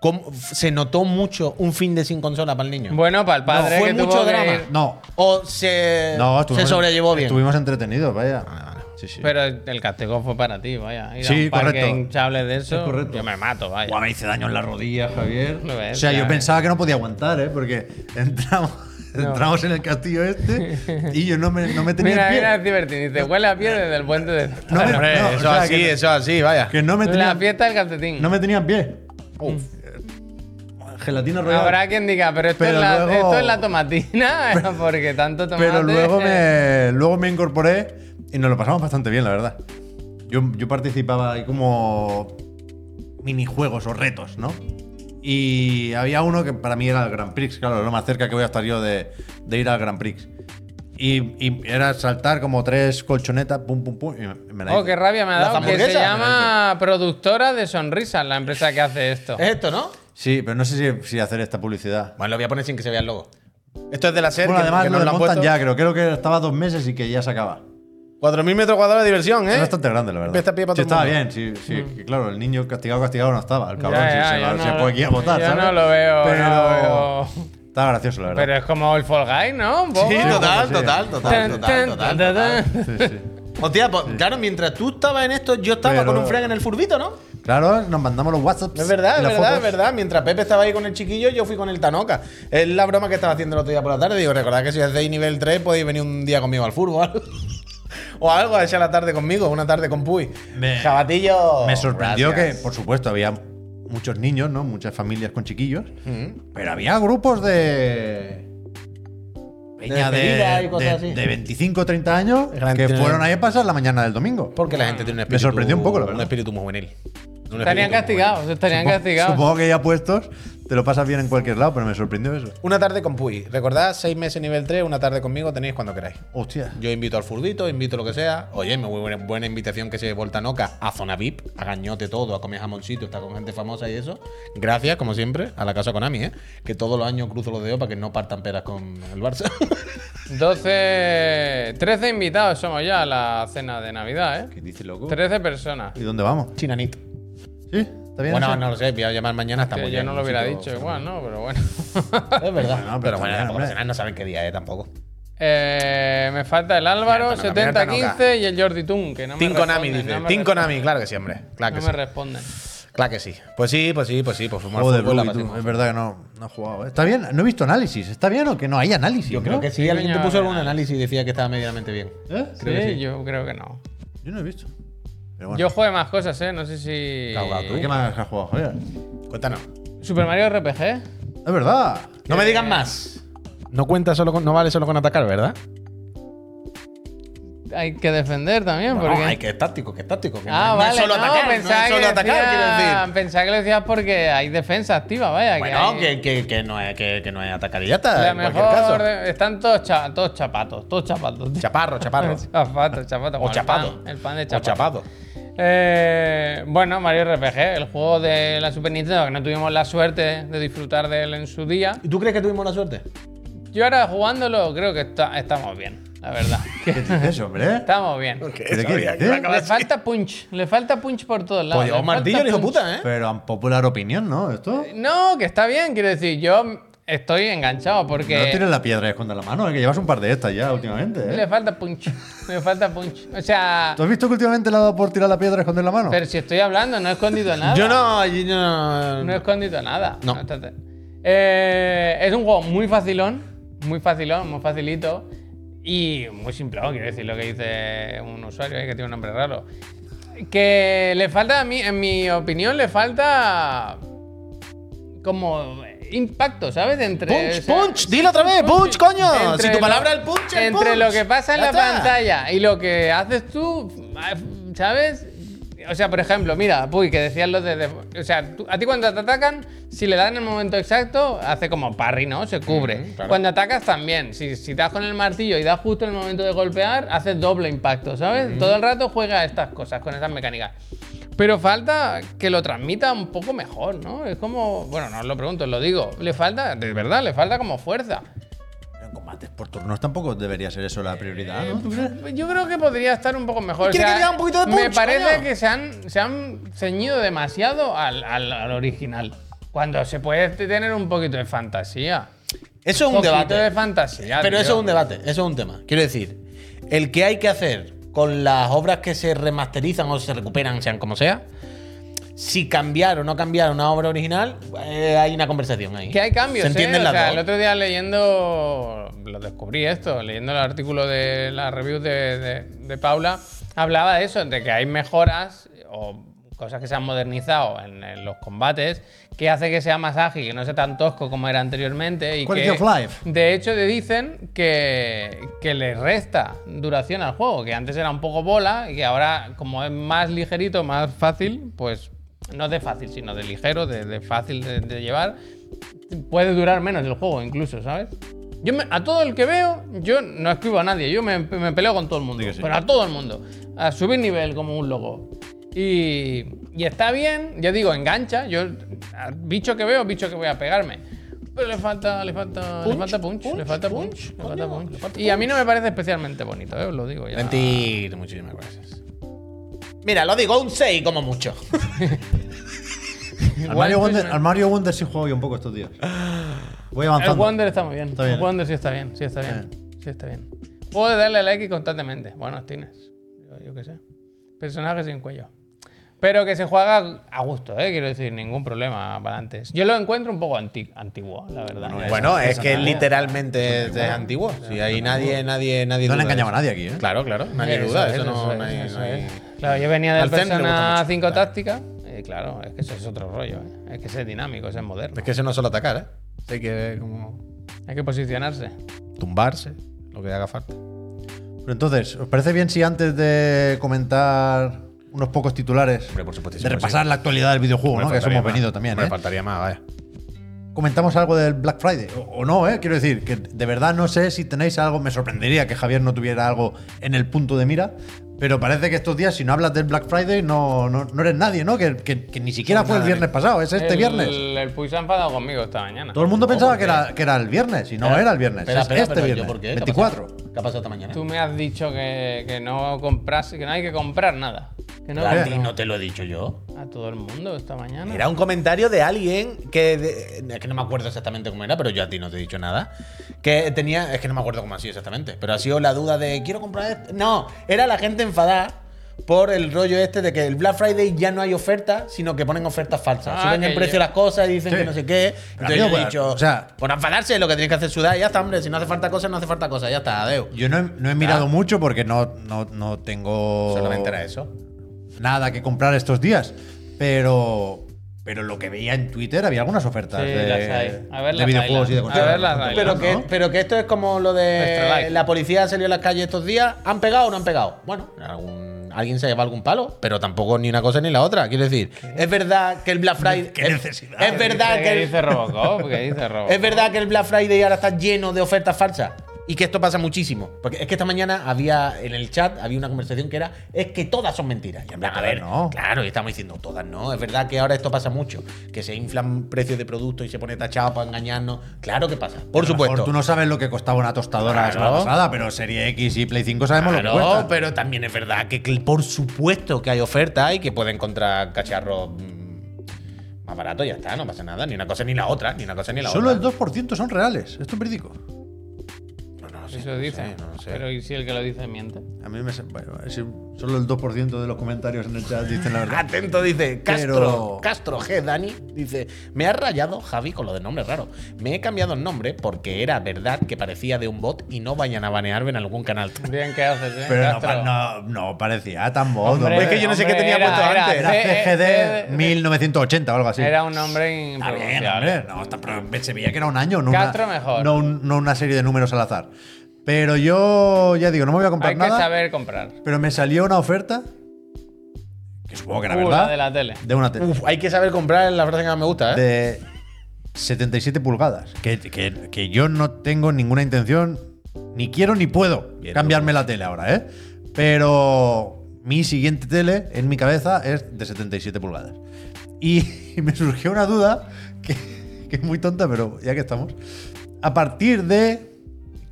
[SPEAKER 3] ¿cómo f- ¿Se notó mucho un fin de sin consola para el niño?
[SPEAKER 1] Bueno, para el padre.
[SPEAKER 3] No, fue
[SPEAKER 1] que tuvo
[SPEAKER 3] mucho
[SPEAKER 1] que
[SPEAKER 3] drama.
[SPEAKER 1] ir-
[SPEAKER 2] No.
[SPEAKER 3] ¿O se,
[SPEAKER 2] No,
[SPEAKER 3] se
[SPEAKER 2] estuvimos-
[SPEAKER 3] sobrellevó bien?
[SPEAKER 2] Estuvimos entretenidos, vaya.
[SPEAKER 3] vale.
[SPEAKER 2] Sí, sí.
[SPEAKER 1] Pero el castigo fue para ti, vaya. Ir a
[SPEAKER 2] Sí,
[SPEAKER 1] un parque
[SPEAKER 2] correcto.
[SPEAKER 1] hinchable de eso,
[SPEAKER 2] Es correcto.
[SPEAKER 1] yo me mato, vaya.
[SPEAKER 2] Buah, me hice daño en la rodilla, Javier.
[SPEAKER 1] Lo ves,
[SPEAKER 2] o sea, yo
[SPEAKER 1] claro.
[SPEAKER 2] pensaba que no podía aguantar, ¿eh? Porque entramos, entramos en el castillo este y yo no me, no me tenía
[SPEAKER 1] Mira,
[SPEAKER 2] el pie.
[SPEAKER 1] mira, es divertido. Dice, huele a pie desde el puente de...
[SPEAKER 2] No me-
[SPEAKER 3] Hombre,
[SPEAKER 2] no, o
[SPEAKER 3] eso
[SPEAKER 2] sea,
[SPEAKER 3] así,
[SPEAKER 2] que-
[SPEAKER 3] eso así, vaya.
[SPEAKER 2] Que no me
[SPEAKER 1] La
[SPEAKER 2] tenían,
[SPEAKER 1] fiesta del calcetín.
[SPEAKER 2] no me tenían pie. Gelatina rollada.
[SPEAKER 1] Habrá quien diga, pero esto,
[SPEAKER 2] Pero
[SPEAKER 1] es, la,
[SPEAKER 2] luego-
[SPEAKER 1] esto es la tomatina, porque tanto tomate...
[SPEAKER 2] Pero luego me, luego me incorporé y nos lo pasamos bastante bien, la verdad. Yo, yo participaba ahí como minijuegos o retos, ¿no? Y había uno que para mí era el Grand Prix, claro, lo más cerca que voy a estar yo de, de ir al Grand Prix. Y, y era saltar como tres colchonetas, pum, pum, pum, y me, me la
[SPEAKER 1] Oh,
[SPEAKER 2] hice.
[SPEAKER 1] qué rabia me ha
[SPEAKER 3] Las
[SPEAKER 1] dado. Que se
[SPEAKER 3] hamburguesas.
[SPEAKER 1] llama Productora de Sonrisas, la empresa que hace esto.
[SPEAKER 3] Es esto, ¿no?
[SPEAKER 2] Sí, pero no sé si, si hacer esta publicidad.
[SPEAKER 3] Bueno, lo voy a poner sin que se vea el logo. Esto es de la serie.
[SPEAKER 2] Bueno,
[SPEAKER 3] que-
[SPEAKER 2] además
[SPEAKER 3] que
[SPEAKER 2] lo
[SPEAKER 3] nos lo han
[SPEAKER 2] desmontan
[SPEAKER 3] puesto.
[SPEAKER 2] ya, creo, creo que estaba dos meses y que ya se acaba.
[SPEAKER 3] 4.000 metros cuadrados de diversión,
[SPEAKER 2] Es
[SPEAKER 3] ¿eh?
[SPEAKER 2] bastante grande, la verdad.
[SPEAKER 3] Está Mm. pie para
[SPEAKER 2] Sí,
[SPEAKER 3] todo el
[SPEAKER 2] estaba
[SPEAKER 3] mundo.
[SPEAKER 2] bien, sí, sí, claro, el niño castigado, castigado no estaba. El cabrón
[SPEAKER 1] Ya, ya,
[SPEAKER 2] sí, se,
[SPEAKER 1] yo
[SPEAKER 2] la-
[SPEAKER 1] no
[SPEAKER 2] se
[SPEAKER 1] lo-
[SPEAKER 2] fue aquí a votar,
[SPEAKER 1] yo
[SPEAKER 2] ¿sabes?
[SPEAKER 1] no lo veo, no
[SPEAKER 2] Pero
[SPEAKER 1] lo veo.
[SPEAKER 2] estaba gracioso, la verdad.
[SPEAKER 1] Pero es como el Fall Guy, ¿no? Un poco.
[SPEAKER 3] Sí, total,
[SPEAKER 2] sí.
[SPEAKER 3] total, total,
[SPEAKER 1] Tan,
[SPEAKER 3] total,
[SPEAKER 1] tan,
[SPEAKER 3] total,
[SPEAKER 1] tan, tan.
[SPEAKER 3] total.
[SPEAKER 2] Sí, sí.
[SPEAKER 3] Hostia, pues claro, mientras tú estabas en esto, yo estaba
[SPEAKER 2] Pero-
[SPEAKER 3] con un fren en el furbito, ¿no?
[SPEAKER 2] Claro, nos mandamos los WhatsApps.
[SPEAKER 3] Es verdad,
[SPEAKER 2] y
[SPEAKER 3] es
[SPEAKER 2] las
[SPEAKER 3] verdad, es
[SPEAKER 2] fotos.
[SPEAKER 3] verdad. Mientras Pepe estaba ahí con el chiquillo, yo fui con el Tanoca. Es la broma que estaba haciendo el otro día por la tarde. Digo, recordad que si hacéis nivel 3 podéis venir un día conmigo al fútbol. o algo, a echar la tarde conmigo, una tarde con Puy.
[SPEAKER 2] Me-
[SPEAKER 3] Jabatillo.
[SPEAKER 1] Oh,
[SPEAKER 2] Me sorprendió
[SPEAKER 3] gracias.
[SPEAKER 2] que, por supuesto, había muchos niños, ¿no? Muchas familias con chiquillos.
[SPEAKER 3] Mm.
[SPEAKER 2] Pero había grupos de. Peña de,
[SPEAKER 3] despedida y cosas
[SPEAKER 2] de-
[SPEAKER 3] así.
[SPEAKER 2] de 25 o 30 años
[SPEAKER 3] Gran
[SPEAKER 2] que
[SPEAKER 3] tiene-
[SPEAKER 2] fueron ahí a pasar la mañana del domingo.
[SPEAKER 3] Porque la gente tiene un espíritu.
[SPEAKER 2] sorprendió un poco, la verdad.
[SPEAKER 3] Un espíritu muy juvenil. Un espíritu
[SPEAKER 1] Estarían
[SPEAKER 3] muy
[SPEAKER 1] castigados, estarían
[SPEAKER 2] Supongo-
[SPEAKER 1] castigados.
[SPEAKER 2] Supongo que ya puestos te lo pasas bien en cualquier lado, pero me sorprendió eso.
[SPEAKER 3] Una tarde con Puy. Recordad, seis meses nivel 3, una tarde conmigo, tenéis cuando queráis.
[SPEAKER 2] Hostia.
[SPEAKER 3] Yo invito al furbito, invito lo que sea. Oye, me buena, buena invitación que se volta noca a zona VIP, a gañote todo, a comer jamoncito, está con gente famosa y eso. Gracias, como siempre, a la casa Konami, ¿eh? Que todos los años cruzo los dedos para que no partan peras con el Barça.
[SPEAKER 1] 12. 13 invitados somos ya a la cena de Navidad, ¿eh?
[SPEAKER 2] dice loco?
[SPEAKER 1] 13 personas.
[SPEAKER 2] ¿Y dónde vamos?
[SPEAKER 3] Chinanito.
[SPEAKER 2] Sí, está bien.
[SPEAKER 3] Bueno,
[SPEAKER 2] sí?
[SPEAKER 3] no lo sé, voy a llamar mañana hasta
[SPEAKER 1] Que yo no lo hubiera dicho igual, ¿no? Pero bueno.
[SPEAKER 3] Es
[SPEAKER 2] Bueno,
[SPEAKER 3] verdad.
[SPEAKER 2] pero
[SPEAKER 3] pero
[SPEAKER 2] también,
[SPEAKER 3] bueno, tampoco
[SPEAKER 2] hombre.
[SPEAKER 3] cenar, no saben qué día es tampoco.
[SPEAKER 1] Eh, me falta el Álvaro,
[SPEAKER 3] Mira, Tanoca, mira,
[SPEAKER 1] 70-15 y el Jordi Tun, que no me
[SPEAKER 3] Team Konami,
[SPEAKER 1] responden,
[SPEAKER 3] dice.
[SPEAKER 1] no me
[SPEAKER 3] Team
[SPEAKER 1] responden,
[SPEAKER 3] Konami, claro que sí, hombre. Claro que
[SPEAKER 1] No
[SPEAKER 3] sí.
[SPEAKER 1] me responden.
[SPEAKER 3] Claro que sí. Pues sí, pues sí, pues sí, pues fuimos al
[SPEAKER 2] Joder,
[SPEAKER 3] fútbol, la
[SPEAKER 2] Rubi, tú,
[SPEAKER 3] pasamos.
[SPEAKER 2] es verdad que no, no he jugado. ¿eh? Está bien, no he visto análisis. ¿Está bien o que no hay análisis?
[SPEAKER 3] Yo creo
[SPEAKER 2] ¿no?
[SPEAKER 3] que sí,
[SPEAKER 1] Sí,
[SPEAKER 3] alguien te
[SPEAKER 1] coño,
[SPEAKER 3] puso
[SPEAKER 1] a ver.
[SPEAKER 3] algún análisis y decía que estaba medianamente bien.
[SPEAKER 2] ¿Eh?
[SPEAKER 3] Creo
[SPEAKER 1] sí,
[SPEAKER 3] que sí.
[SPEAKER 1] yo creo que no.
[SPEAKER 2] Yo no he visto. Pero bueno.
[SPEAKER 1] Yo jugué más cosas, ¿eh? No sé si.
[SPEAKER 3] Claro, claro,
[SPEAKER 2] ¿Qué más has jugado, Javier?
[SPEAKER 3] Cuéntanos.
[SPEAKER 1] Super Mario RPG.
[SPEAKER 2] Es verdad.
[SPEAKER 3] No me
[SPEAKER 1] Eh,
[SPEAKER 3] digan más. No cuenta solo con, no vale solo con atacar, ¿verdad?
[SPEAKER 1] Hay que defender también,
[SPEAKER 3] Bueno,
[SPEAKER 1] porque.
[SPEAKER 3] ay, que es táctico, que es táctico. que
[SPEAKER 1] Ah,
[SPEAKER 3] no,
[SPEAKER 1] vale,
[SPEAKER 3] no es solo
[SPEAKER 1] no,
[SPEAKER 3] atacar,
[SPEAKER 1] pensaba
[SPEAKER 3] no es solo
[SPEAKER 1] que
[SPEAKER 3] atacar,
[SPEAKER 1] decía-
[SPEAKER 3] quiero decir.
[SPEAKER 1] Pensaba que lo decías porque hay defensa activa, vaya.
[SPEAKER 3] Bueno,
[SPEAKER 1] que, hay-
[SPEAKER 3] que, que, que no es, que, que no es atacar y ya está,
[SPEAKER 1] la
[SPEAKER 3] en cualquier
[SPEAKER 1] mejor.
[SPEAKER 3] caso.
[SPEAKER 1] de- Están todos, cha- todos chapatos, todos chapatos. tío.
[SPEAKER 3] Chaparro, chaparro.
[SPEAKER 1] Chapatos, chapatos.
[SPEAKER 3] o
[SPEAKER 1] como el
[SPEAKER 3] chapado.
[SPEAKER 1] pan, El pan de
[SPEAKER 3] O
[SPEAKER 1] chapato.
[SPEAKER 3] chapado.
[SPEAKER 1] Eh, bueno, Mario RPG, el juego de la Super Nintendo, que no tuvimos la suerte de disfrutar de él en su día.
[SPEAKER 3] ¿Y tú crees que tuvimos la suerte?
[SPEAKER 1] Yo ahora jugándolo creo que está- estamos bien, la verdad.
[SPEAKER 2] ¿Qué dices, hombre?
[SPEAKER 1] Estamos bien.
[SPEAKER 2] ¿Pero qué
[SPEAKER 3] Sabía que iba a
[SPEAKER 2] dices?
[SPEAKER 3] acabar.
[SPEAKER 1] Le falta punch, le falta punch por todos lados.
[SPEAKER 3] Pues
[SPEAKER 1] le
[SPEAKER 3] llevó
[SPEAKER 1] falta
[SPEAKER 3] martillo, el hijo
[SPEAKER 1] punch.
[SPEAKER 3] puta, ¿eh?
[SPEAKER 2] Pero en popular opinión, ¿no? Esto.
[SPEAKER 1] Eh, No, que está bien, quiero decir, yo estoy enganchado porque
[SPEAKER 2] No tienes la piedra esconda la mano, es que llevas un par de estas ya últimamente.
[SPEAKER 1] le
[SPEAKER 2] ¿eh?
[SPEAKER 1] falta punch, le falta punch. O sea,
[SPEAKER 2] ¿Tú has visto que últimamente le ha dado por tirar la piedra y esconder la mano?
[SPEAKER 1] pero si estoy hablando, no he escondido nada.
[SPEAKER 3] Yo no, yo no.
[SPEAKER 1] No he escondido nada.
[SPEAKER 3] No.
[SPEAKER 1] Entonces, eh, es un juego muy facilón, muy facilón, muy facilito y muy simplón, quiero decir lo que dice un usuario ahí que tiene un nombre raro. Que le falta a mí, en mi opinión, le falta como impacto, ¿sabes? Entre,
[SPEAKER 3] Punch, punch, dilo otra vez, punch, coño. Si tu
[SPEAKER 1] lo-
[SPEAKER 3] palabra es el punch, el
[SPEAKER 1] Entre
[SPEAKER 3] punch.
[SPEAKER 1] lo que pasa en
[SPEAKER 3] Ya
[SPEAKER 1] la
[SPEAKER 3] está.
[SPEAKER 1] pantalla y lo que haces tú, eh, ¿sabes? O sea, por ejemplo, mira, Puy, que decías lo de. de- o sea, tú- a ti cuando te atacan, si le dan en el momento exacto, hace como parry, ¿no? Se cubre.
[SPEAKER 3] claro.
[SPEAKER 1] Cuando atacas también. Si, si das con el martillo y das justo en el momento de golpear, hace doble impacto, ¿sabes? Todo el rato juega a estas cosas, con esas mecánicas. Pero falta que lo transmita un poco mejor, ¿no? Es como. Bueno, no os lo pregunto, os lo digo. Le falta, de verdad, le falta como fuerza.
[SPEAKER 2] En combates por turnos tampoco debería ser eso la prioridad, ¿no? ¿Tú crees?
[SPEAKER 1] Yo creo que podría estar un poco mejor.
[SPEAKER 3] ¿Quiere que le haga un poquito de
[SPEAKER 1] Me
[SPEAKER 3] punch,
[SPEAKER 1] parece
[SPEAKER 3] coño?
[SPEAKER 1] que se han, se han ceñido demasiado al, al- al original. Cuando se puede tener un poquito de fantasía.
[SPEAKER 3] Eso es un
[SPEAKER 1] poquito
[SPEAKER 3] debate.
[SPEAKER 1] de fantasía.
[SPEAKER 3] Pero
[SPEAKER 1] tío.
[SPEAKER 3] eso es un debate, eso es un tema. Quiero decir, el que hay que hacer con las obras que se remasterizan o se recuperan, sean como sea, si cambiar o no cambiar una obra original, eh, hay una conversación ahí.
[SPEAKER 1] Que hay cambios.
[SPEAKER 3] Se entienden
[SPEAKER 1] ¿eh?
[SPEAKER 3] las
[SPEAKER 1] o sea,
[SPEAKER 3] dos.
[SPEAKER 1] el otro día leyendo, lo descubrí esto, leyendo el artículo de la review de, de- de Paula, hablaba de eso, de que hay mejoras o cosas que se han modernizado en, en los combates que hace que sea más ágil, que no sea tan tosco como era anteriormente. Y
[SPEAKER 2] Quality
[SPEAKER 1] que,
[SPEAKER 2] of life.
[SPEAKER 1] De hecho, te dicen que, que le resta duración al juego, que antes era un poco bola y que ahora, como es más ligerito, más fácil, pues no de fácil, sino de ligero, de, de fácil de, de llevar. Puede durar menos el juego, incluso, ¿sabes? Yo me- a todo el que veo, yo no escribo a nadie, yo me, me peleo con todo el mundo,
[SPEAKER 2] Di que sí.
[SPEAKER 1] pero a todo el mundo. A subir nivel como un loco. Y, y está bien, ya digo, engancha. Yo, a bicho que veo, bicho que voy a pegarme. Pero le falta, le falta, le
[SPEAKER 5] Punch,
[SPEAKER 1] falta punch, le
[SPEAKER 5] punch,
[SPEAKER 1] falta punch,
[SPEAKER 5] punch,
[SPEAKER 1] le
[SPEAKER 5] coño,
[SPEAKER 1] falta punch.
[SPEAKER 5] le falta
[SPEAKER 1] Y a mí no me parece especialmente bonito, eh, os lo digo ya.
[SPEAKER 5] Mentir, muchísimas gracias. Mira, lo digo un 6 como mucho.
[SPEAKER 2] Al
[SPEAKER 1] Wonder-
[SPEAKER 2] Mario, Wonder, al Mario Wonder sí juego yo un poco estos días. Voy
[SPEAKER 1] El
[SPEAKER 2] avanzando.
[SPEAKER 1] Wonder está muy bien.
[SPEAKER 2] Está bien,
[SPEAKER 1] El
[SPEAKER 2] ¿eh?
[SPEAKER 1] Wonder sí está bien, sí está bien. Sí está bien. Puedo darle al X constantemente. Bueno, tienes. Yo, yo qué sé. Personaje sin cuello. Pero que se juega a gusto, ¿eh? quiero decir, ningún problema para antes. Yo lo encuentro un poco anti- antiguo, la verdad.
[SPEAKER 5] Bueno, es que
[SPEAKER 1] personaje.
[SPEAKER 5] literalmente es, es antiguo. Si ahí nadie, nadie, nadie.
[SPEAKER 2] No le han
[SPEAKER 5] duda
[SPEAKER 2] engañado a
[SPEAKER 5] de eso.
[SPEAKER 2] nadie aquí, ¿eh?
[SPEAKER 5] Claro, claro, nadie
[SPEAKER 1] Eso
[SPEAKER 5] duda.
[SPEAKER 1] es,
[SPEAKER 5] Eso no
[SPEAKER 1] es,
[SPEAKER 5] no hay-
[SPEAKER 1] eso
[SPEAKER 5] no hay-
[SPEAKER 1] es. Claro, yo venía del
[SPEAKER 5] Al Zen le gusta
[SPEAKER 1] Persona
[SPEAKER 5] mucho,
[SPEAKER 1] 5
[SPEAKER 5] claro.
[SPEAKER 1] táctica. Y claro, es que eso es otro rollo. ¿eh? Es que ese es dinámico, ese es moderno.
[SPEAKER 5] Es que eso no es solo atacar, ¿eh? Hay que como
[SPEAKER 1] Hay que posicionarse.
[SPEAKER 5] tumbarse, lo que haga falta.
[SPEAKER 2] Pero entonces, ¿os parece bien si antes de comentar unos pocos titulares,
[SPEAKER 5] Hombre, por
[SPEAKER 1] pues,
[SPEAKER 5] supuesto.
[SPEAKER 2] de repasar la actualidad del videojuego, ¿no? Que eso hemos venido también,
[SPEAKER 5] Me
[SPEAKER 2] ¿eh?
[SPEAKER 5] faltaría más, vaya.
[SPEAKER 2] comentamos algo del Black Friday. O, o no, ¿eh? Quiero decir, que de verdad no sé si tenéis algo. Me sorprendería que Javier no tuviera algo en el punto de mira. Pero parece que estos días, si no hablas del Black Friday, no, no, no eres nadie, ¿no? Que, que- que ni siquiera fue el viernes pasado, es este
[SPEAKER 1] El-
[SPEAKER 2] viernes.
[SPEAKER 1] El Puy se ha enfadado conmigo esta mañana.
[SPEAKER 2] Todo el mundo pensaba que era, que era el viernes, y no era el viernes. es
[SPEAKER 3] Ah, Espera, espera,
[SPEAKER 2] este
[SPEAKER 3] pero ¿yo
[SPEAKER 2] viernes.
[SPEAKER 3] por qué? ¿Qué ha
[SPEAKER 2] 24.
[SPEAKER 3] pasado? ¿Qué ha pasado esta mañana?
[SPEAKER 1] Tú me has dicho que, que no compras, que no hay que comprar nada. Que no
[SPEAKER 3] Claro,
[SPEAKER 1] que
[SPEAKER 3] y
[SPEAKER 1] no-
[SPEAKER 3] no te lo he dicho yo.
[SPEAKER 1] a todo el mundo esta mañana.
[SPEAKER 5] Era un comentario de alguien que. de-
[SPEAKER 3] Es que no me acuerdo exactamente cómo era, pero yo a ti no te he dicho nada. Que tenía. Es que no me acuerdo cómo ha sido exactamente. Pero ha sido la duda de. Quiero comprar. este". No, era la gente enfadada por el rollo este de que el Black Friday ya no hay oferta, sino que ponen ofertas falsas.
[SPEAKER 1] Ah,
[SPEAKER 3] Suben
[SPEAKER 1] que
[SPEAKER 3] el precio
[SPEAKER 1] yo-
[SPEAKER 3] de las cosas y dicen
[SPEAKER 2] Sí.
[SPEAKER 3] que no sé qué.
[SPEAKER 2] Pero,
[SPEAKER 3] Entonces
[SPEAKER 2] amigo,
[SPEAKER 3] yo he
[SPEAKER 2] pues,
[SPEAKER 3] dicho.
[SPEAKER 2] o sea-
[SPEAKER 3] por enfadarse, lo que tienes que hacer es sudar y ya está, hombre. Si no hace falta cosa, no hace falta cosa. Ya está, adeo.
[SPEAKER 2] Yo no he, no he mirado mucho porque no, no, no tengo.
[SPEAKER 3] Solamente era eso.
[SPEAKER 2] Nada que comprar estos días. Pero. Pero lo que veía en Twitter había algunas ofertas
[SPEAKER 1] Sí,
[SPEAKER 2] de,
[SPEAKER 1] las hay. A ver
[SPEAKER 2] de
[SPEAKER 1] las bailan.
[SPEAKER 2] videojuegos y de
[SPEAKER 1] A
[SPEAKER 2] consolas.
[SPEAKER 1] ver las bailan.
[SPEAKER 3] Pero
[SPEAKER 2] ¿no?
[SPEAKER 3] que, pero que esto es como lo
[SPEAKER 1] Extra life.
[SPEAKER 3] de la policía salió a las calles estos días. ¿Han pegado o no han pegado? Bueno, algún- alguien se lleva algún palo, pero tampoco ni una cosa ni la otra. Quiero decir, es verdad que el Black Friday.
[SPEAKER 2] ¿Qué
[SPEAKER 3] es-
[SPEAKER 2] necesidad?
[SPEAKER 3] Es, verdad
[SPEAKER 1] ¿Qué
[SPEAKER 3] que
[SPEAKER 1] dice
[SPEAKER 3] el,
[SPEAKER 1] Robocop? ¿Qué dice Robocop?
[SPEAKER 3] es verdad que el Black Friday ahora está lleno de ofertas falsas. Y que esto pasa muchísimo. Porque es que esta mañana había en el chat había una conversación que era es que todas son mentiras. Y en plan, a
[SPEAKER 2] Todas
[SPEAKER 3] ver,
[SPEAKER 2] no.
[SPEAKER 3] claro, y estamos diciendo todas no. Es verdad que ahora esto pasa mucho. Que se inflan precios de productos y se pone tachado para engañarnos. Claro que pasa. Por
[SPEAKER 2] A lo mejor
[SPEAKER 3] supuesto.
[SPEAKER 2] Tú no sabes lo que costaba una tostadora la semana
[SPEAKER 3] Claro.
[SPEAKER 2] pasada, pero Serie X y Play 5 sabemos
[SPEAKER 3] Claro,
[SPEAKER 2] lo que cuesta.
[SPEAKER 3] pero también es verdad que, que por supuesto que hay ofertas y que puede encontrar cacharros mm, más baratos, ya está, no pasa nada, ni una cosa ni la otra, ni una cosa ni la
[SPEAKER 2] Solo el
[SPEAKER 3] otra.
[SPEAKER 2] 2% son reales. Esto es verídico.
[SPEAKER 3] No, no lo sé, no
[SPEAKER 1] Eso
[SPEAKER 3] lo
[SPEAKER 1] dice.
[SPEAKER 3] sé, no lo sé.
[SPEAKER 1] Pero ¿y si el que lo dice miente?
[SPEAKER 2] A mí me. se- Bueno, es- solo el 2% de los comentarios en el chat dicen la verdad.
[SPEAKER 3] Atento, dice Castro,
[SPEAKER 2] Pero-
[SPEAKER 3] Castro G. Dani dice: Me ha rayado Javi con lo de nombre raro. Me he cambiado el nombre porque era verdad que parecía de un bot y no vayan a banearme en algún canal.
[SPEAKER 1] Bien, ¿qué haces, eh,
[SPEAKER 2] Pero no,
[SPEAKER 1] Castro?
[SPEAKER 2] pa- no, no parecía tan bobo.
[SPEAKER 1] Hombre,
[SPEAKER 2] hombre.
[SPEAKER 5] Es que yo no sé qué
[SPEAKER 1] hombre,
[SPEAKER 5] tenía
[SPEAKER 1] era-
[SPEAKER 5] puesto
[SPEAKER 1] era
[SPEAKER 5] antes.
[SPEAKER 2] Era
[SPEAKER 1] C- eh,
[SPEAKER 2] CGD
[SPEAKER 1] C-
[SPEAKER 2] 1980 o algo así.
[SPEAKER 1] Era un nombre
[SPEAKER 2] Está bien,
[SPEAKER 1] impronunciable.
[SPEAKER 2] hombre. No, está- pero se veía que era un año, no,
[SPEAKER 1] Castro
[SPEAKER 2] una,
[SPEAKER 1] mejor.
[SPEAKER 2] no un- no una serie de números al azar. Pero yo ya digo, no me voy a comprar
[SPEAKER 1] Hay que
[SPEAKER 2] nada.
[SPEAKER 1] saber comprar.
[SPEAKER 2] Pero me salió una oferta que supongo que era
[SPEAKER 1] Uh,
[SPEAKER 2] verdad.
[SPEAKER 1] la de la tele.
[SPEAKER 2] de una tele.
[SPEAKER 3] Uf, hay que saber comprar la frase que más me gusta, ¿eh?
[SPEAKER 2] de 77 pulgadas. Que, que- que yo no tengo ninguna intención, ni quiero ni puedo cambiarme la tele ahora, ¿eh? Pero mi siguiente tele en mi cabeza es de 77 pulgadas. Y, me surgió una duda que, que es muy tonta, pero ya que estamos. A partir de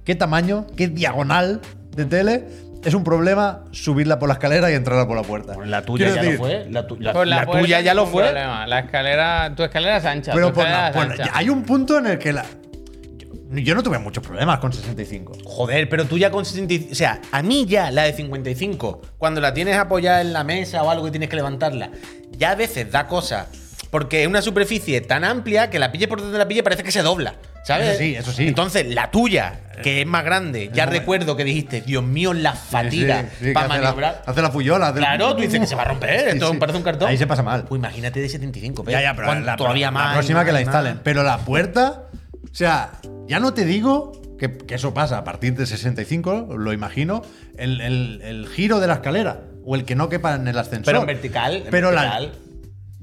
[SPEAKER 2] qué tamaño, qué diagonal de tele es un problema subirla por la escalera y entrarla por la puerta.
[SPEAKER 3] Pues la tuya
[SPEAKER 2] Quiero
[SPEAKER 3] ya
[SPEAKER 2] decir,
[SPEAKER 3] lo fue. La, tu- la-
[SPEAKER 1] Por
[SPEAKER 3] la
[SPEAKER 1] puerta
[SPEAKER 3] tuya ya lo
[SPEAKER 1] ningún
[SPEAKER 3] fue.
[SPEAKER 1] problema. La escalera, tu escalera es ancha.
[SPEAKER 2] Pero
[SPEAKER 1] tu
[SPEAKER 2] por
[SPEAKER 1] escalera
[SPEAKER 2] la-
[SPEAKER 1] es
[SPEAKER 2] por-
[SPEAKER 1] ancha.
[SPEAKER 2] hay un punto en el que la. Yo, yo no tuve muchos problemas con 65.
[SPEAKER 3] Joder, pero tú ya con 65. O sea, a mí ya la de 55, cuando la tienes apoyada en la mesa o algo y tienes que levantarla, ya a veces da cosa. Porque es una superficie tan amplia que la pille por donde la pille parece que se dobla. ¿Sabes?
[SPEAKER 2] Eso sí, eso sí. Eh,
[SPEAKER 3] Entonces, la tuya, que es más grande, ya recuerdo que dijiste, Dios mío, la fatiga
[SPEAKER 2] Sí, sí, que
[SPEAKER 3] para
[SPEAKER 2] hace la-
[SPEAKER 3] maniobrar.
[SPEAKER 2] Hace la fuyola. hace-
[SPEAKER 3] Claro, tú dices que se va a romper, esto
[SPEAKER 2] Sí, sí.
[SPEAKER 3] parece un cartón.
[SPEAKER 2] Ahí se pasa mal.
[SPEAKER 3] Pues imagínate de 75, pero,
[SPEAKER 2] ya, ya, pero
[SPEAKER 3] ¿cuánto
[SPEAKER 2] la,
[SPEAKER 3] todavía
[SPEAKER 2] la
[SPEAKER 3] más.
[SPEAKER 2] próxima que la
[SPEAKER 3] más, más?
[SPEAKER 2] instalen. Pero la puerta. O sea, ya no te digo que, que eso pasa a partir de 65, lo imagino. El, el- el giro de la escalera. O el que no quepa en el ascensor.
[SPEAKER 3] Pero en vertical. en
[SPEAKER 2] Pero la-
[SPEAKER 3] vertical.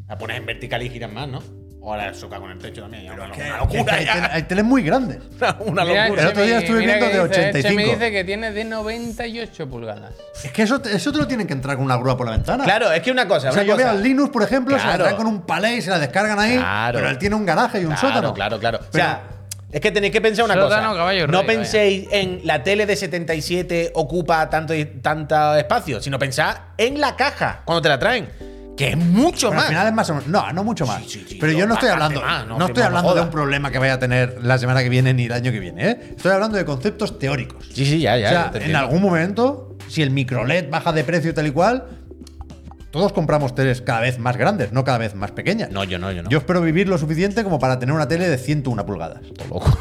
[SPEAKER 3] La pones en vertical y giras más, ¿no? O la soca con el techo también. ya, una, una
[SPEAKER 2] Es que
[SPEAKER 3] locura
[SPEAKER 2] hay,
[SPEAKER 3] ya.
[SPEAKER 2] tele- hay teles muy grandes.
[SPEAKER 3] Una
[SPEAKER 1] Mira,
[SPEAKER 3] locura.
[SPEAKER 2] El otro
[SPEAKER 1] Chemi-
[SPEAKER 2] día estuve
[SPEAKER 1] mira
[SPEAKER 2] viendo
[SPEAKER 1] que
[SPEAKER 2] de
[SPEAKER 1] dice,
[SPEAKER 2] 85.
[SPEAKER 1] Chemi dice que tiene de 98 pulgadas.
[SPEAKER 2] Es que eso, eso te lo tienen que entrar con una grúa por la ventana.
[SPEAKER 3] Claro, es que una cosa.
[SPEAKER 2] O sea,
[SPEAKER 3] una
[SPEAKER 2] yo veo
[SPEAKER 3] cosa.
[SPEAKER 2] al Linux, por ejemplo, se
[SPEAKER 3] Claro.
[SPEAKER 2] la traen con un palé y se la descargan ahí.
[SPEAKER 3] Claro.
[SPEAKER 2] Pero él tiene un garaje y un
[SPEAKER 3] claro,
[SPEAKER 2] sótano.
[SPEAKER 3] Claro, claro.
[SPEAKER 2] Pero-
[SPEAKER 3] o sea, es que tenéis que pensar una
[SPEAKER 1] Sótano,
[SPEAKER 3] cosa.
[SPEAKER 1] caballo,
[SPEAKER 3] no
[SPEAKER 1] rey,
[SPEAKER 3] penséis en la tele de 77 ocupa tanto, y- tanto espacio, sino pensad en la caja cuando te la traen, que es mucho
[SPEAKER 2] Pero
[SPEAKER 3] más.
[SPEAKER 2] al final es más o menos. No, no mucho más.
[SPEAKER 3] Sí, sí, sí,
[SPEAKER 2] pero
[SPEAKER 3] no,
[SPEAKER 2] yo no estoy
[SPEAKER 3] bastante
[SPEAKER 2] hablando,
[SPEAKER 3] más, no,
[SPEAKER 2] no,
[SPEAKER 3] que
[SPEAKER 2] estoy
[SPEAKER 3] no me
[SPEAKER 2] hablando de
[SPEAKER 3] jodas.
[SPEAKER 2] un problema que vaya a tener la semana que viene ni el año que viene. ¿eh? Estoy hablando de conceptos teóricos.
[SPEAKER 3] Sí, sí, ya, ya.
[SPEAKER 2] o sea,
[SPEAKER 3] te
[SPEAKER 2] en
[SPEAKER 3] entiendo.
[SPEAKER 2] algún momento, si el micro LED baja de precio y tal y cual, todos compramos teles cada vez más grandes, no cada vez más pequeñas.
[SPEAKER 3] No, yo no, yo no.
[SPEAKER 2] Yo espero vivir lo suficiente como para tener una tele de 101 pulgadas.
[SPEAKER 3] Todo loco.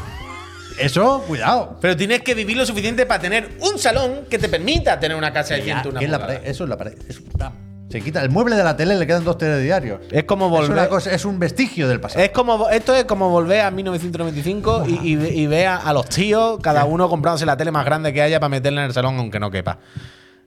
[SPEAKER 2] Eso, cuidado.
[SPEAKER 3] Pero tienes que vivir lo suficiente para tener un salón que te permita tener una casa de
[SPEAKER 2] Ya,
[SPEAKER 3] 101
[SPEAKER 2] ¿qué es la
[SPEAKER 3] pulgadas.
[SPEAKER 2] pared? eso es la pared. Eso, pam. se quita el mueble de la tele, le quedan dos telediarios.
[SPEAKER 3] Es como
[SPEAKER 2] Es,
[SPEAKER 3] volver-
[SPEAKER 2] una cosa- es un vestigio del pasado.
[SPEAKER 3] Es como, esto es como volver a 1995 y, y, ve- y ve a, a los tíos, cada uno comprándose la tele más grande que haya para meterla en el salón, aunque no quepa.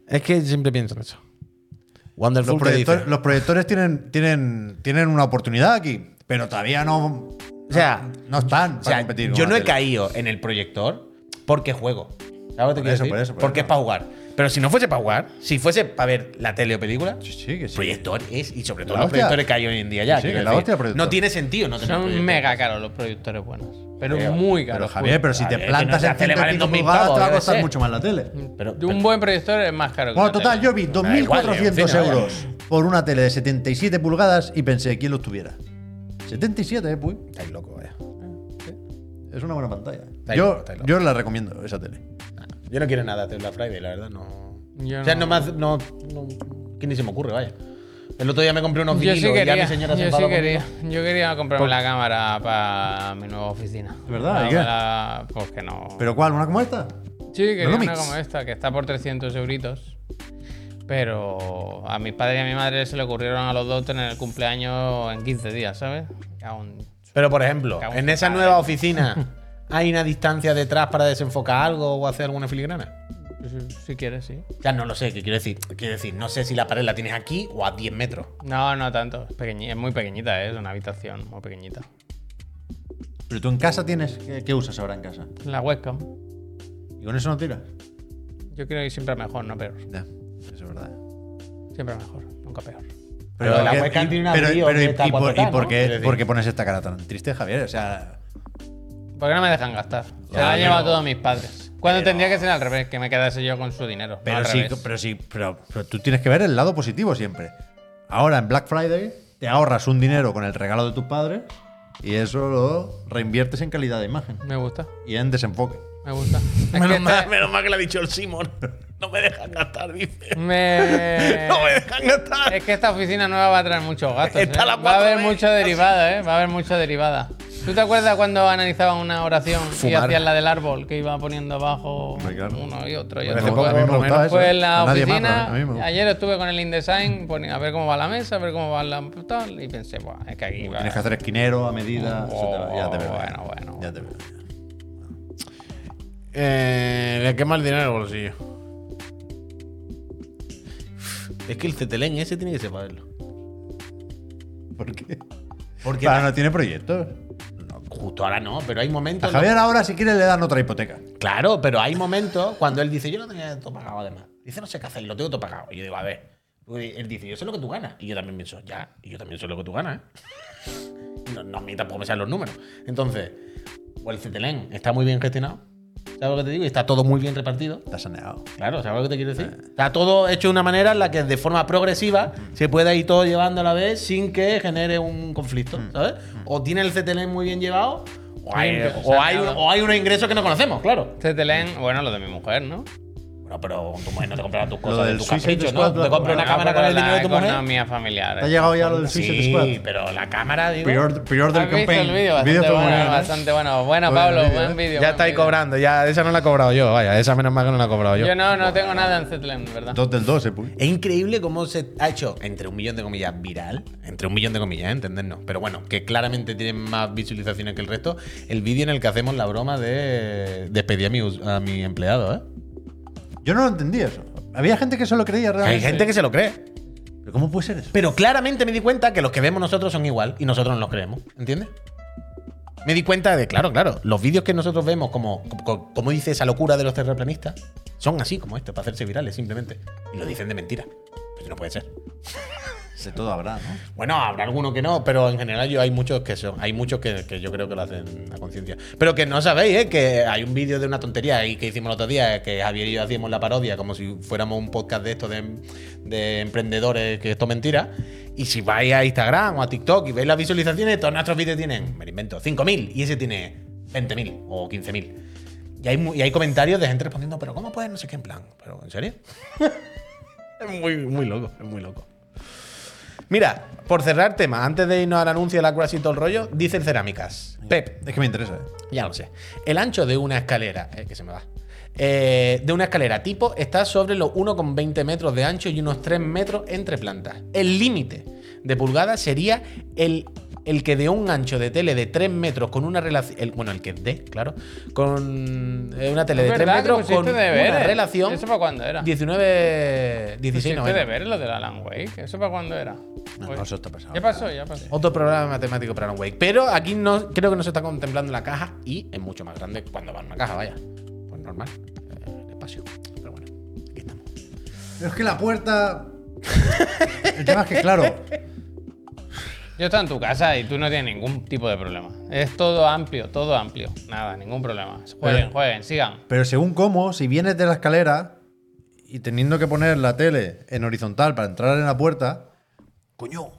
[SPEAKER 3] Es que siempre pienso en eso.
[SPEAKER 2] Los,
[SPEAKER 3] Wonderful ¿qué dice?
[SPEAKER 2] proyector- los proyectores tienen, tienen, tienen una oportunidad aquí, pero todavía no,
[SPEAKER 3] O sea,
[SPEAKER 2] no están Ah, para
[SPEAKER 3] o sea,
[SPEAKER 2] competir. con
[SPEAKER 3] yo
[SPEAKER 2] la
[SPEAKER 3] no he
[SPEAKER 2] tele.
[SPEAKER 3] caído en el proyector porque juego. ¿Sabes lo que
[SPEAKER 2] Por
[SPEAKER 3] quiero
[SPEAKER 2] eso,
[SPEAKER 3] decir?
[SPEAKER 2] por eso, por
[SPEAKER 3] porque
[SPEAKER 2] eso.
[SPEAKER 3] es para jugar. Pero si no fuese para jugar, si fuese para ver la tele o película,
[SPEAKER 2] Sí, sí, que sí.
[SPEAKER 3] proyector es, y sobre todo
[SPEAKER 2] La
[SPEAKER 3] los
[SPEAKER 2] hostia.
[SPEAKER 3] proyectores que hay hoy en día ya.
[SPEAKER 2] Sí,
[SPEAKER 3] quiero
[SPEAKER 2] que la
[SPEAKER 3] decir.
[SPEAKER 2] hostia, proyector.
[SPEAKER 3] no tiene sentido no tener
[SPEAKER 1] Son
[SPEAKER 3] proyector.
[SPEAKER 1] mega caros los proyectores buenos. Pero
[SPEAKER 3] Pero-
[SPEAKER 1] muy
[SPEAKER 2] Pero
[SPEAKER 1] caros.
[SPEAKER 2] Javier, pero si
[SPEAKER 3] Joder,
[SPEAKER 2] te
[SPEAKER 3] pues, que
[SPEAKER 2] plantas
[SPEAKER 3] no
[SPEAKER 2] en
[SPEAKER 3] se te le valen
[SPEAKER 2] 105
[SPEAKER 3] 2.000
[SPEAKER 2] pulgadas,
[SPEAKER 3] pavos,
[SPEAKER 2] te va a
[SPEAKER 3] debe
[SPEAKER 2] costar
[SPEAKER 3] ser.
[SPEAKER 2] mucho más la tele.
[SPEAKER 3] Pero-
[SPEAKER 1] un buen proyector es más caro que
[SPEAKER 2] Bueno,
[SPEAKER 1] una
[SPEAKER 2] total,
[SPEAKER 1] tele.
[SPEAKER 2] yo vi
[SPEAKER 3] da igual, ¿eh?
[SPEAKER 2] 2.400
[SPEAKER 3] en fin,
[SPEAKER 2] euros por una tele de 77 pulgadas y pensé, ¿quién los tuviera? 77, eh, puy.
[SPEAKER 3] Estáis locos, vaya.
[SPEAKER 2] Es una buena pantalla. ¿eh?
[SPEAKER 3] Está
[SPEAKER 2] Yo,
[SPEAKER 3] loco, está loco.
[SPEAKER 2] yo la recomiendo, esa tele.
[SPEAKER 3] Yo no quiero nada de Black Friday, la verdad, no.
[SPEAKER 1] Yo
[SPEAKER 3] o sea,
[SPEAKER 1] no.
[SPEAKER 3] no, me hace- no, no- que ni se me ocurre, vaya. El otro día me compré unos
[SPEAKER 1] Yo
[SPEAKER 3] vinilos
[SPEAKER 1] sí
[SPEAKER 3] y ya
[SPEAKER 1] quería,
[SPEAKER 3] mi señora se
[SPEAKER 1] yo sí
[SPEAKER 3] enfadó
[SPEAKER 1] quería,
[SPEAKER 3] conmigo.
[SPEAKER 1] yo quería comprarme la cámara para mi nueva oficina.
[SPEAKER 2] ¿De verdad? ¿Y
[SPEAKER 1] La-
[SPEAKER 2] qué?
[SPEAKER 1] la- pues que no.
[SPEAKER 2] ¿Pero cuál? ¿Una como esta?
[SPEAKER 1] sí, quería
[SPEAKER 2] lo
[SPEAKER 1] una
[SPEAKER 2] mix.
[SPEAKER 1] como esta, que está por 300 euritos. Pero a mis padres y a mi madre se le ocurrieron a los dos tener el cumpleaños en 15 días, ¿sabes? Aún-
[SPEAKER 3] Pero por ejemplo,
[SPEAKER 1] Cago en
[SPEAKER 3] en esa
[SPEAKER 1] padre.
[SPEAKER 3] nueva oficina, ¿hay una distancia detrás para desenfocar algo o hacer alguna filigrana?
[SPEAKER 1] si- si quieres, sí.
[SPEAKER 3] Ya no lo sé, ¿qué quiero decir? Quiero decir, no sé si la pared la tienes aquí o a 10 metros.
[SPEAKER 1] No, no tanto. Es, pequeñi- es muy pequeñita, ¿eh? es una habitación muy pequeñita.
[SPEAKER 2] Pero tú en casa tienes. ¿Qué, qué usas ahora en casa?
[SPEAKER 1] La webcam.
[SPEAKER 2] ¿Y con eso no tiras?
[SPEAKER 1] Yo creo que siempre mejor, no peor.
[SPEAKER 2] Ya, eso es verdad.
[SPEAKER 1] Siempre mejor, nunca peor.
[SPEAKER 3] Pero la
[SPEAKER 2] ¿qué-
[SPEAKER 3] webcam
[SPEAKER 2] y-
[SPEAKER 3] tiene una
[SPEAKER 2] pero-
[SPEAKER 3] brillo
[SPEAKER 2] pero
[SPEAKER 3] que
[SPEAKER 2] ¿y-
[SPEAKER 3] está
[SPEAKER 2] ¿Y por, y
[SPEAKER 3] guapota,
[SPEAKER 2] por
[SPEAKER 3] ¿no?
[SPEAKER 2] qué,
[SPEAKER 3] Quiero decir.
[SPEAKER 2] por qué pones esta cara tan triste, Javier? O sea,
[SPEAKER 1] ¿Por qué no me dejan gastar? Se la han llevado todos mis padres. Cuando tendría que ser al revés, que me quedase yo con su dinero.
[SPEAKER 2] pero
[SPEAKER 1] no al
[SPEAKER 2] sí,
[SPEAKER 1] revés.
[SPEAKER 2] pero sí, pero, pero tú tienes que ver el lado positivo siempre. Ahora en Black Friday te ahorras un dinero con el regalo de tus padres y eso lo reinviertes en calidad de imagen
[SPEAKER 1] Me gusta,
[SPEAKER 2] y en desenfoque.
[SPEAKER 1] me gusta. Es que
[SPEAKER 3] Menos mal,
[SPEAKER 1] este-
[SPEAKER 3] menos mal que le ha dicho el Simon. No me dejan gastar, dice.
[SPEAKER 1] me-
[SPEAKER 3] No me dejan gastar.
[SPEAKER 1] Es que esta oficina nueva va a traer muchos gastos.
[SPEAKER 3] Está
[SPEAKER 1] ¿eh?
[SPEAKER 3] la
[SPEAKER 1] Va a haber
[SPEAKER 3] 4B.
[SPEAKER 1] mucha derivada, ¿eh? Va a haber mucha derivada. ¿Tú te acuerdas cuando analizaban una oración y
[SPEAKER 3] Fumar.
[SPEAKER 1] hacías la del árbol, que iba poniendo abajo
[SPEAKER 2] claro.
[SPEAKER 1] uno y otro y
[SPEAKER 2] Hace
[SPEAKER 1] otro?
[SPEAKER 2] poco a mí me
[SPEAKER 1] Pues-
[SPEAKER 2] gustaba eso,
[SPEAKER 1] Pues
[SPEAKER 2] ¿eh?
[SPEAKER 1] en la
[SPEAKER 2] A nadie más,
[SPEAKER 1] oficina,
[SPEAKER 2] pero a mí me gusta.
[SPEAKER 1] ayer estuve con el InDesign, poni- a ver cómo va la mesa, a ver cómo va la tal, y pensé, Buah, es que aquí va...
[SPEAKER 2] Tienes que hacer esquinero a medida. eso te va- ya te veo.
[SPEAKER 1] Oh, Bueno, bueno,
[SPEAKER 2] Ya te veo.
[SPEAKER 3] Eh, le quema el dinero en el bolsillo. Es que el Cetelén ese tiene que separarlo.
[SPEAKER 2] ¿Por qué?
[SPEAKER 3] Porque
[SPEAKER 2] Claro, no tiene proyectos.
[SPEAKER 3] no, justo ahora no, pero hay
[SPEAKER 2] A
[SPEAKER 3] momentos.
[SPEAKER 2] Javier ahora, si quiere, le dan otra hipoteca.
[SPEAKER 3] Claro, pero hay momentos cuando él dice, yo lo tenía todo pagado además. Dice, no sé qué hacéis, lo tengo todo pagado. Y yo digo, a ver. Uy, Él dice, yo sé lo que tú ganas. Y yo también pienso, ya, y yo también sé lo que tú ganas. ¿eh? no, no, a mí tampoco me salen los números. Entonces, o el Cetelén está muy bien gestionado. ¿Sabes lo que te digo? Y está todo muy bien repartido.
[SPEAKER 2] Está saneado.
[SPEAKER 3] Claro, ¿sabes lo que te quiero decir? Está todo hecho de una manera en la que de forma progresiva se pueda ir todo llevando a la vez sin que genere un conflicto, ¿sabes? O tiene el CTLM Mm. muy pues, bien llevado, o hay,
[SPEAKER 1] Limpio,
[SPEAKER 3] o hay,
[SPEAKER 1] saneado.
[SPEAKER 3] o hay unos ingresos que no conocemos, claro.
[SPEAKER 1] Este Telén, bueno, lo de mi mujer, ¿no?
[SPEAKER 3] Bueno, pero con tu mujer no te comprará tus
[SPEAKER 2] Lo
[SPEAKER 3] cosas de
[SPEAKER 2] del
[SPEAKER 3] tu
[SPEAKER 2] Suicide
[SPEAKER 3] capricho,
[SPEAKER 2] Squad,
[SPEAKER 3] ¿no? Te compras una
[SPEAKER 1] No,
[SPEAKER 3] cámara
[SPEAKER 1] pero
[SPEAKER 3] con el
[SPEAKER 1] la
[SPEAKER 3] dinero de tu mujer.
[SPEAKER 1] economía familiar. ¿eh?
[SPEAKER 2] ¿Te ha llegado ya lo del Suicide Squad?
[SPEAKER 3] Sí, pero la cámara, digo.
[SPEAKER 2] Prior- Pre-order
[SPEAKER 1] ¿Has visto el vídeo?
[SPEAKER 2] El vídeo
[SPEAKER 1] Bastante,
[SPEAKER 2] fue
[SPEAKER 1] bueno,
[SPEAKER 2] muy bueno, ¿eh?
[SPEAKER 1] bastante bueno. Bueno,
[SPEAKER 2] Bueno,
[SPEAKER 1] Pablo,
[SPEAKER 2] el vídeo,
[SPEAKER 1] buen
[SPEAKER 2] ¿eh?
[SPEAKER 1] vídeo.
[SPEAKER 3] Ya
[SPEAKER 1] buen
[SPEAKER 3] estáis
[SPEAKER 1] vídeo.
[SPEAKER 3] cobrando, ya esa no la he cobrado yo, vaya, esa menos mal que no la he cobrado yo.
[SPEAKER 1] Yo no, no tengo nada en Zetlem, ¿verdad?
[SPEAKER 2] Dos del dos, eh, puy.
[SPEAKER 3] Es increíble cómo se ha hecho, entre un millón de comillas, viral. Entre un millón de comillas, ¿eh? entendernos. Pero bueno, que claramente tienen más visualizaciones que el resto. El vídeo en el que hacemos la broma de despedir a mi, us- a mi empleado, ¿eh?
[SPEAKER 2] Yo no lo entendí eso. Había gente que se lo creía
[SPEAKER 3] Hay
[SPEAKER 2] realmente.
[SPEAKER 3] gente que se lo cree.
[SPEAKER 2] ¿Pero cómo puede ser eso?
[SPEAKER 3] Pero claramente me di cuenta que los que vemos nosotros son igual y nosotros no los creemos, ¿entiendes? Me di cuenta de, claro, claro, los vídeos que nosotros vemos, como, como, como dice esa locura de los terraplanistas, son así como este, para hacerse virales simplemente. Y lo dicen de mentira. Pero no puede ser.
[SPEAKER 2] De todo habrá, ¿no?
[SPEAKER 3] Bueno, habrá alguno que no, pero en general yo hay muchos que son, hay muchos que, que yo creo que lo hacen a conciencia. Pero que no sabéis, ¿eh? Que hay un vídeo de una tontería ahí que hicimos el otro día, que Javier y yo hacíamos la parodia, como si fuéramos un podcast de esto de, de emprendedores, que esto es mentira. Y si vais a Instagram o a TikTok y veis las visualizaciones, todos nuestros vídeos tienen, me lo invento, 5.000 y ese tiene 20.000 o 15.000. Y hay, mu- y hay comentarios de gente respondiendo, pero ¿cómo pueden? No sé qué, en plan, ¿pero en serio? es muy, muy loco, es muy loco. Mira, por cerrar tema, antes de irnos al anuncio de la Crash y todo el rollo, dice el Cerámicas. Pep,
[SPEAKER 2] Es que me interesa. ¿eh?
[SPEAKER 3] ya lo sé. El ancho de una escalera, eh, que se me va. eh, de una escalera tipo está sobre los 1,20 metros de ancho y unos 3 metros entre plantas. El límite de pulgadas sería el, el que de un ancho de tele de 3 metros con una relación. bueno, el que de, claro. Con eh, una tele de 3
[SPEAKER 1] ¿Verdad que
[SPEAKER 3] metros
[SPEAKER 1] pusiste
[SPEAKER 3] con
[SPEAKER 1] deberes?
[SPEAKER 3] una relación.
[SPEAKER 1] ¿Eso para cuándo era?
[SPEAKER 3] 19. 16,
[SPEAKER 1] ¿Pusiste
[SPEAKER 3] 90.
[SPEAKER 1] deberes lo de la Alan Wake? ¿Eso para cuándo era? Hoy.
[SPEAKER 2] No, eso está pasado.
[SPEAKER 1] ya pasó, ya pasó.
[SPEAKER 3] Otro programa matemático para Alan Wake. Pero aquí no, creo que no se está contemplando la caja y es mucho más grande cuando va en una caja, vaya. Pues normal. eh, el espacio. Pero bueno, aquí estamos.
[SPEAKER 2] Pero es que la puerta. El tema es que, claro.
[SPEAKER 1] Yo estaba en tu casa y tú no tienes ningún tipo de problema. Es todo amplio, todo amplio. Nada, ningún problema. Jueguen,
[SPEAKER 3] Eh.
[SPEAKER 2] Pero-
[SPEAKER 1] jueguen, sigan.
[SPEAKER 2] Pero según cómo, si vienes de la escalera y teniendo que poner la tele en horizontal para entrar en la puerta. Coño.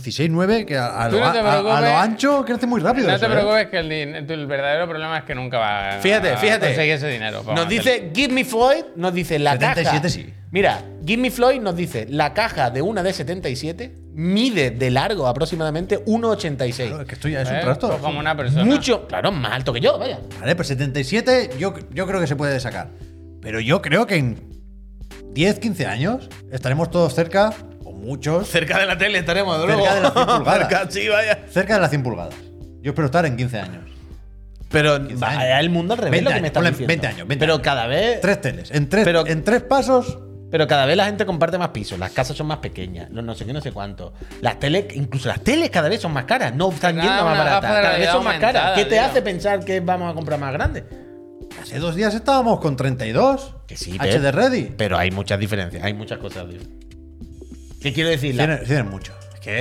[SPEAKER 2] 16-9, que a, a
[SPEAKER 1] Tú
[SPEAKER 2] lo,
[SPEAKER 1] no te
[SPEAKER 2] a- a- a
[SPEAKER 1] preocupes.
[SPEAKER 2] lo ancho crece muy rápido.
[SPEAKER 1] No
[SPEAKER 2] eso,
[SPEAKER 1] te
[SPEAKER 2] ¿eh?
[SPEAKER 1] preocupes que el, din- el verdadero problema es que nunca va a-
[SPEAKER 3] Fíjate,
[SPEAKER 1] a
[SPEAKER 3] fíjate.
[SPEAKER 1] conseguir ese dinero. ¿Eh? para
[SPEAKER 3] Nos
[SPEAKER 1] mantener.
[SPEAKER 3] dice Give Me Floyd, nos dice la
[SPEAKER 2] 77
[SPEAKER 3] caja.
[SPEAKER 2] sí.
[SPEAKER 3] Mira, Give Me Floyd nos dice la caja de una de 77 mide de largo aproximadamente
[SPEAKER 2] Claro, es
[SPEAKER 3] 1,86.
[SPEAKER 2] que esto ya es un
[SPEAKER 1] ¿Eh?
[SPEAKER 2] trasto.
[SPEAKER 1] Pues como una persona.
[SPEAKER 3] Mucho, claro, más alto que yo, vaya.
[SPEAKER 2] Vale, pues pero 77 yo, yo creo que se puede sacar. Pero yo creo que en 10, 15 años estaremos todos cerca, o muchos,
[SPEAKER 3] Cerca de la tele estaremos, de
[SPEAKER 2] Cerca
[SPEAKER 3] luego.
[SPEAKER 2] de las cien pulgadas.
[SPEAKER 3] Cerca, sí, vaya.
[SPEAKER 2] cerca de las 100 pulgadas. Yo espero estar en 15 años.
[SPEAKER 3] Pero
[SPEAKER 2] Quizá
[SPEAKER 3] va,
[SPEAKER 2] años.
[SPEAKER 3] el mundo al revés
[SPEAKER 2] 20
[SPEAKER 3] lo que
[SPEAKER 2] años,
[SPEAKER 3] me estás
[SPEAKER 2] ponle
[SPEAKER 3] diciendo.
[SPEAKER 2] 20 años, 20
[SPEAKER 3] Pero
[SPEAKER 2] años.
[SPEAKER 3] cada vez
[SPEAKER 2] Tres teles. En tres,
[SPEAKER 3] Pero-
[SPEAKER 2] en tres pasos.
[SPEAKER 3] Pero cada vez la gente comparte más pisos, las casas son más pequeñas, los no sé qué, no sé cuánto. Las teles, incluso las teles cada vez son más caras, no están
[SPEAKER 1] Nada,
[SPEAKER 3] yendo más
[SPEAKER 1] una
[SPEAKER 3] baratas,
[SPEAKER 1] gafa de
[SPEAKER 3] cada vez
[SPEAKER 1] realidad
[SPEAKER 3] son más caras.
[SPEAKER 1] aumentada,
[SPEAKER 3] ¿Qué te
[SPEAKER 1] tío.
[SPEAKER 3] hace pensar que vamos a comprar más grandes?
[SPEAKER 2] Hace dos días estábamos con 32.
[SPEAKER 3] Que sí,
[SPEAKER 2] HD
[SPEAKER 3] Pep.
[SPEAKER 2] Ready.
[SPEAKER 3] Pero hay muchas diferencias, hay muchas cosas. tío. ¿Qué quiero decir? La-
[SPEAKER 2] Tienen, tienen mucho.
[SPEAKER 3] es que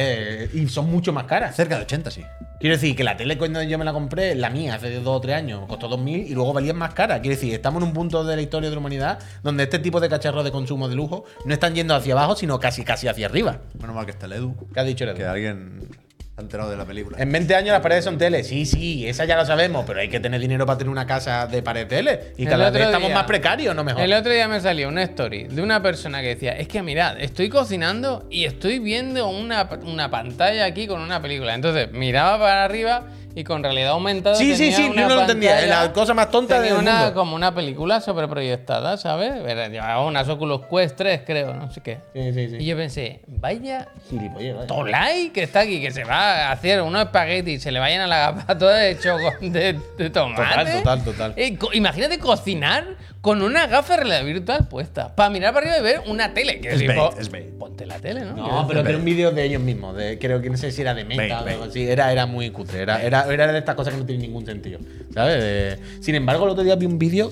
[SPEAKER 3] eh, y son mucho más caras.
[SPEAKER 2] Cerca de 80, sí.
[SPEAKER 3] Quiero decir que la tele cuando yo me la compré, la mía, hace dos o tres años, costó 2.000 y luego valía más cara. Quiero decir, estamos en un punto de la historia de la humanidad donde este tipo de cacharros de consumo de lujo no están yendo hacia abajo, sino casi casi hacia arriba.
[SPEAKER 2] Menos mal que está el Edu.
[SPEAKER 3] ¿Qué ha dicho Edu?
[SPEAKER 2] Que alguien se ha enterado de la película.
[SPEAKER 3] En 20 años las paredes son tele. Sí, sí, esa ya lo sabemos, pero hay que tener dinero para tener una casa de pared tele. Y
[SPEAKER 1] El
[SPEAKER 3] cada
[SPEAKER 1] otro
[SPEAKER 3] vez estamos
[SPEAKER 1] día-
[SPEAKER 3] más precarios, no mejor.
[SPEAKER 1] El otro día me salió una story de una persona que decía, es que mirad, estoy cocinando y estoy viendo una, una pantalla aquí con una película. Entonces miraba para arriba y con realidad aumentada.
[SPEAKER 3] Sí, sí,
[SPEAKER 1] tenía
[SPEAKER 3] sí,
[SPEAKER 1] una
[SPEAKER 3] yo no lo entendía,
[SPEAKER 1] pantalla-
[SPEAKER 3] la cosa más tonta
[SPEAKER 1] tenía
[SPEAKER 3] del
[SPEAKER 1] una-
[SPEAKER 3] mundo.
[SPEAKER 1] Como una película sobreproyectada, ¿sabes? Era- Llevaba unas Oculus Quest 3, creo, no sé qué.
[SPEAKER 3] Sí, sí, sí.
[SPEAKER 1] Y yo pensé, vaya
[SPEAKER 3] Gilipollez, vaya.
[SPEAKER 1] Tolai que está aquí, que se va a hacer unos espaguetis y se le vayan a la gapa todo de, choco- de, de tomate.
[SPEAKER 3] Total, total, total.
[SPEAKER 1] Eh, co- imagínate cocinar con una gafa de realidad virtual puesta para mirar para arriba y ver una tele. Que
[SPEAKER 2] Es
[SPEAKER 1] tipo,
[SPEAKER 2] bait, es bait.
[SPEAKER 1] Ponte la tele, ¿no?
[SPEAKER 3] No, pero que era un vídeo de ellos mismos. De, creo que no sé si era de
[SPEAKER 2] Ven,
[SPEAKER 3] Meta o
[SPEAKER 2] ven.
[SPEAKER 3] algo así. Era, era muy cutre. Era, era, era de estas cosas que no tienen ningún sentido. ¿Sabes? De- sin embargo, el otro día vi un vídeo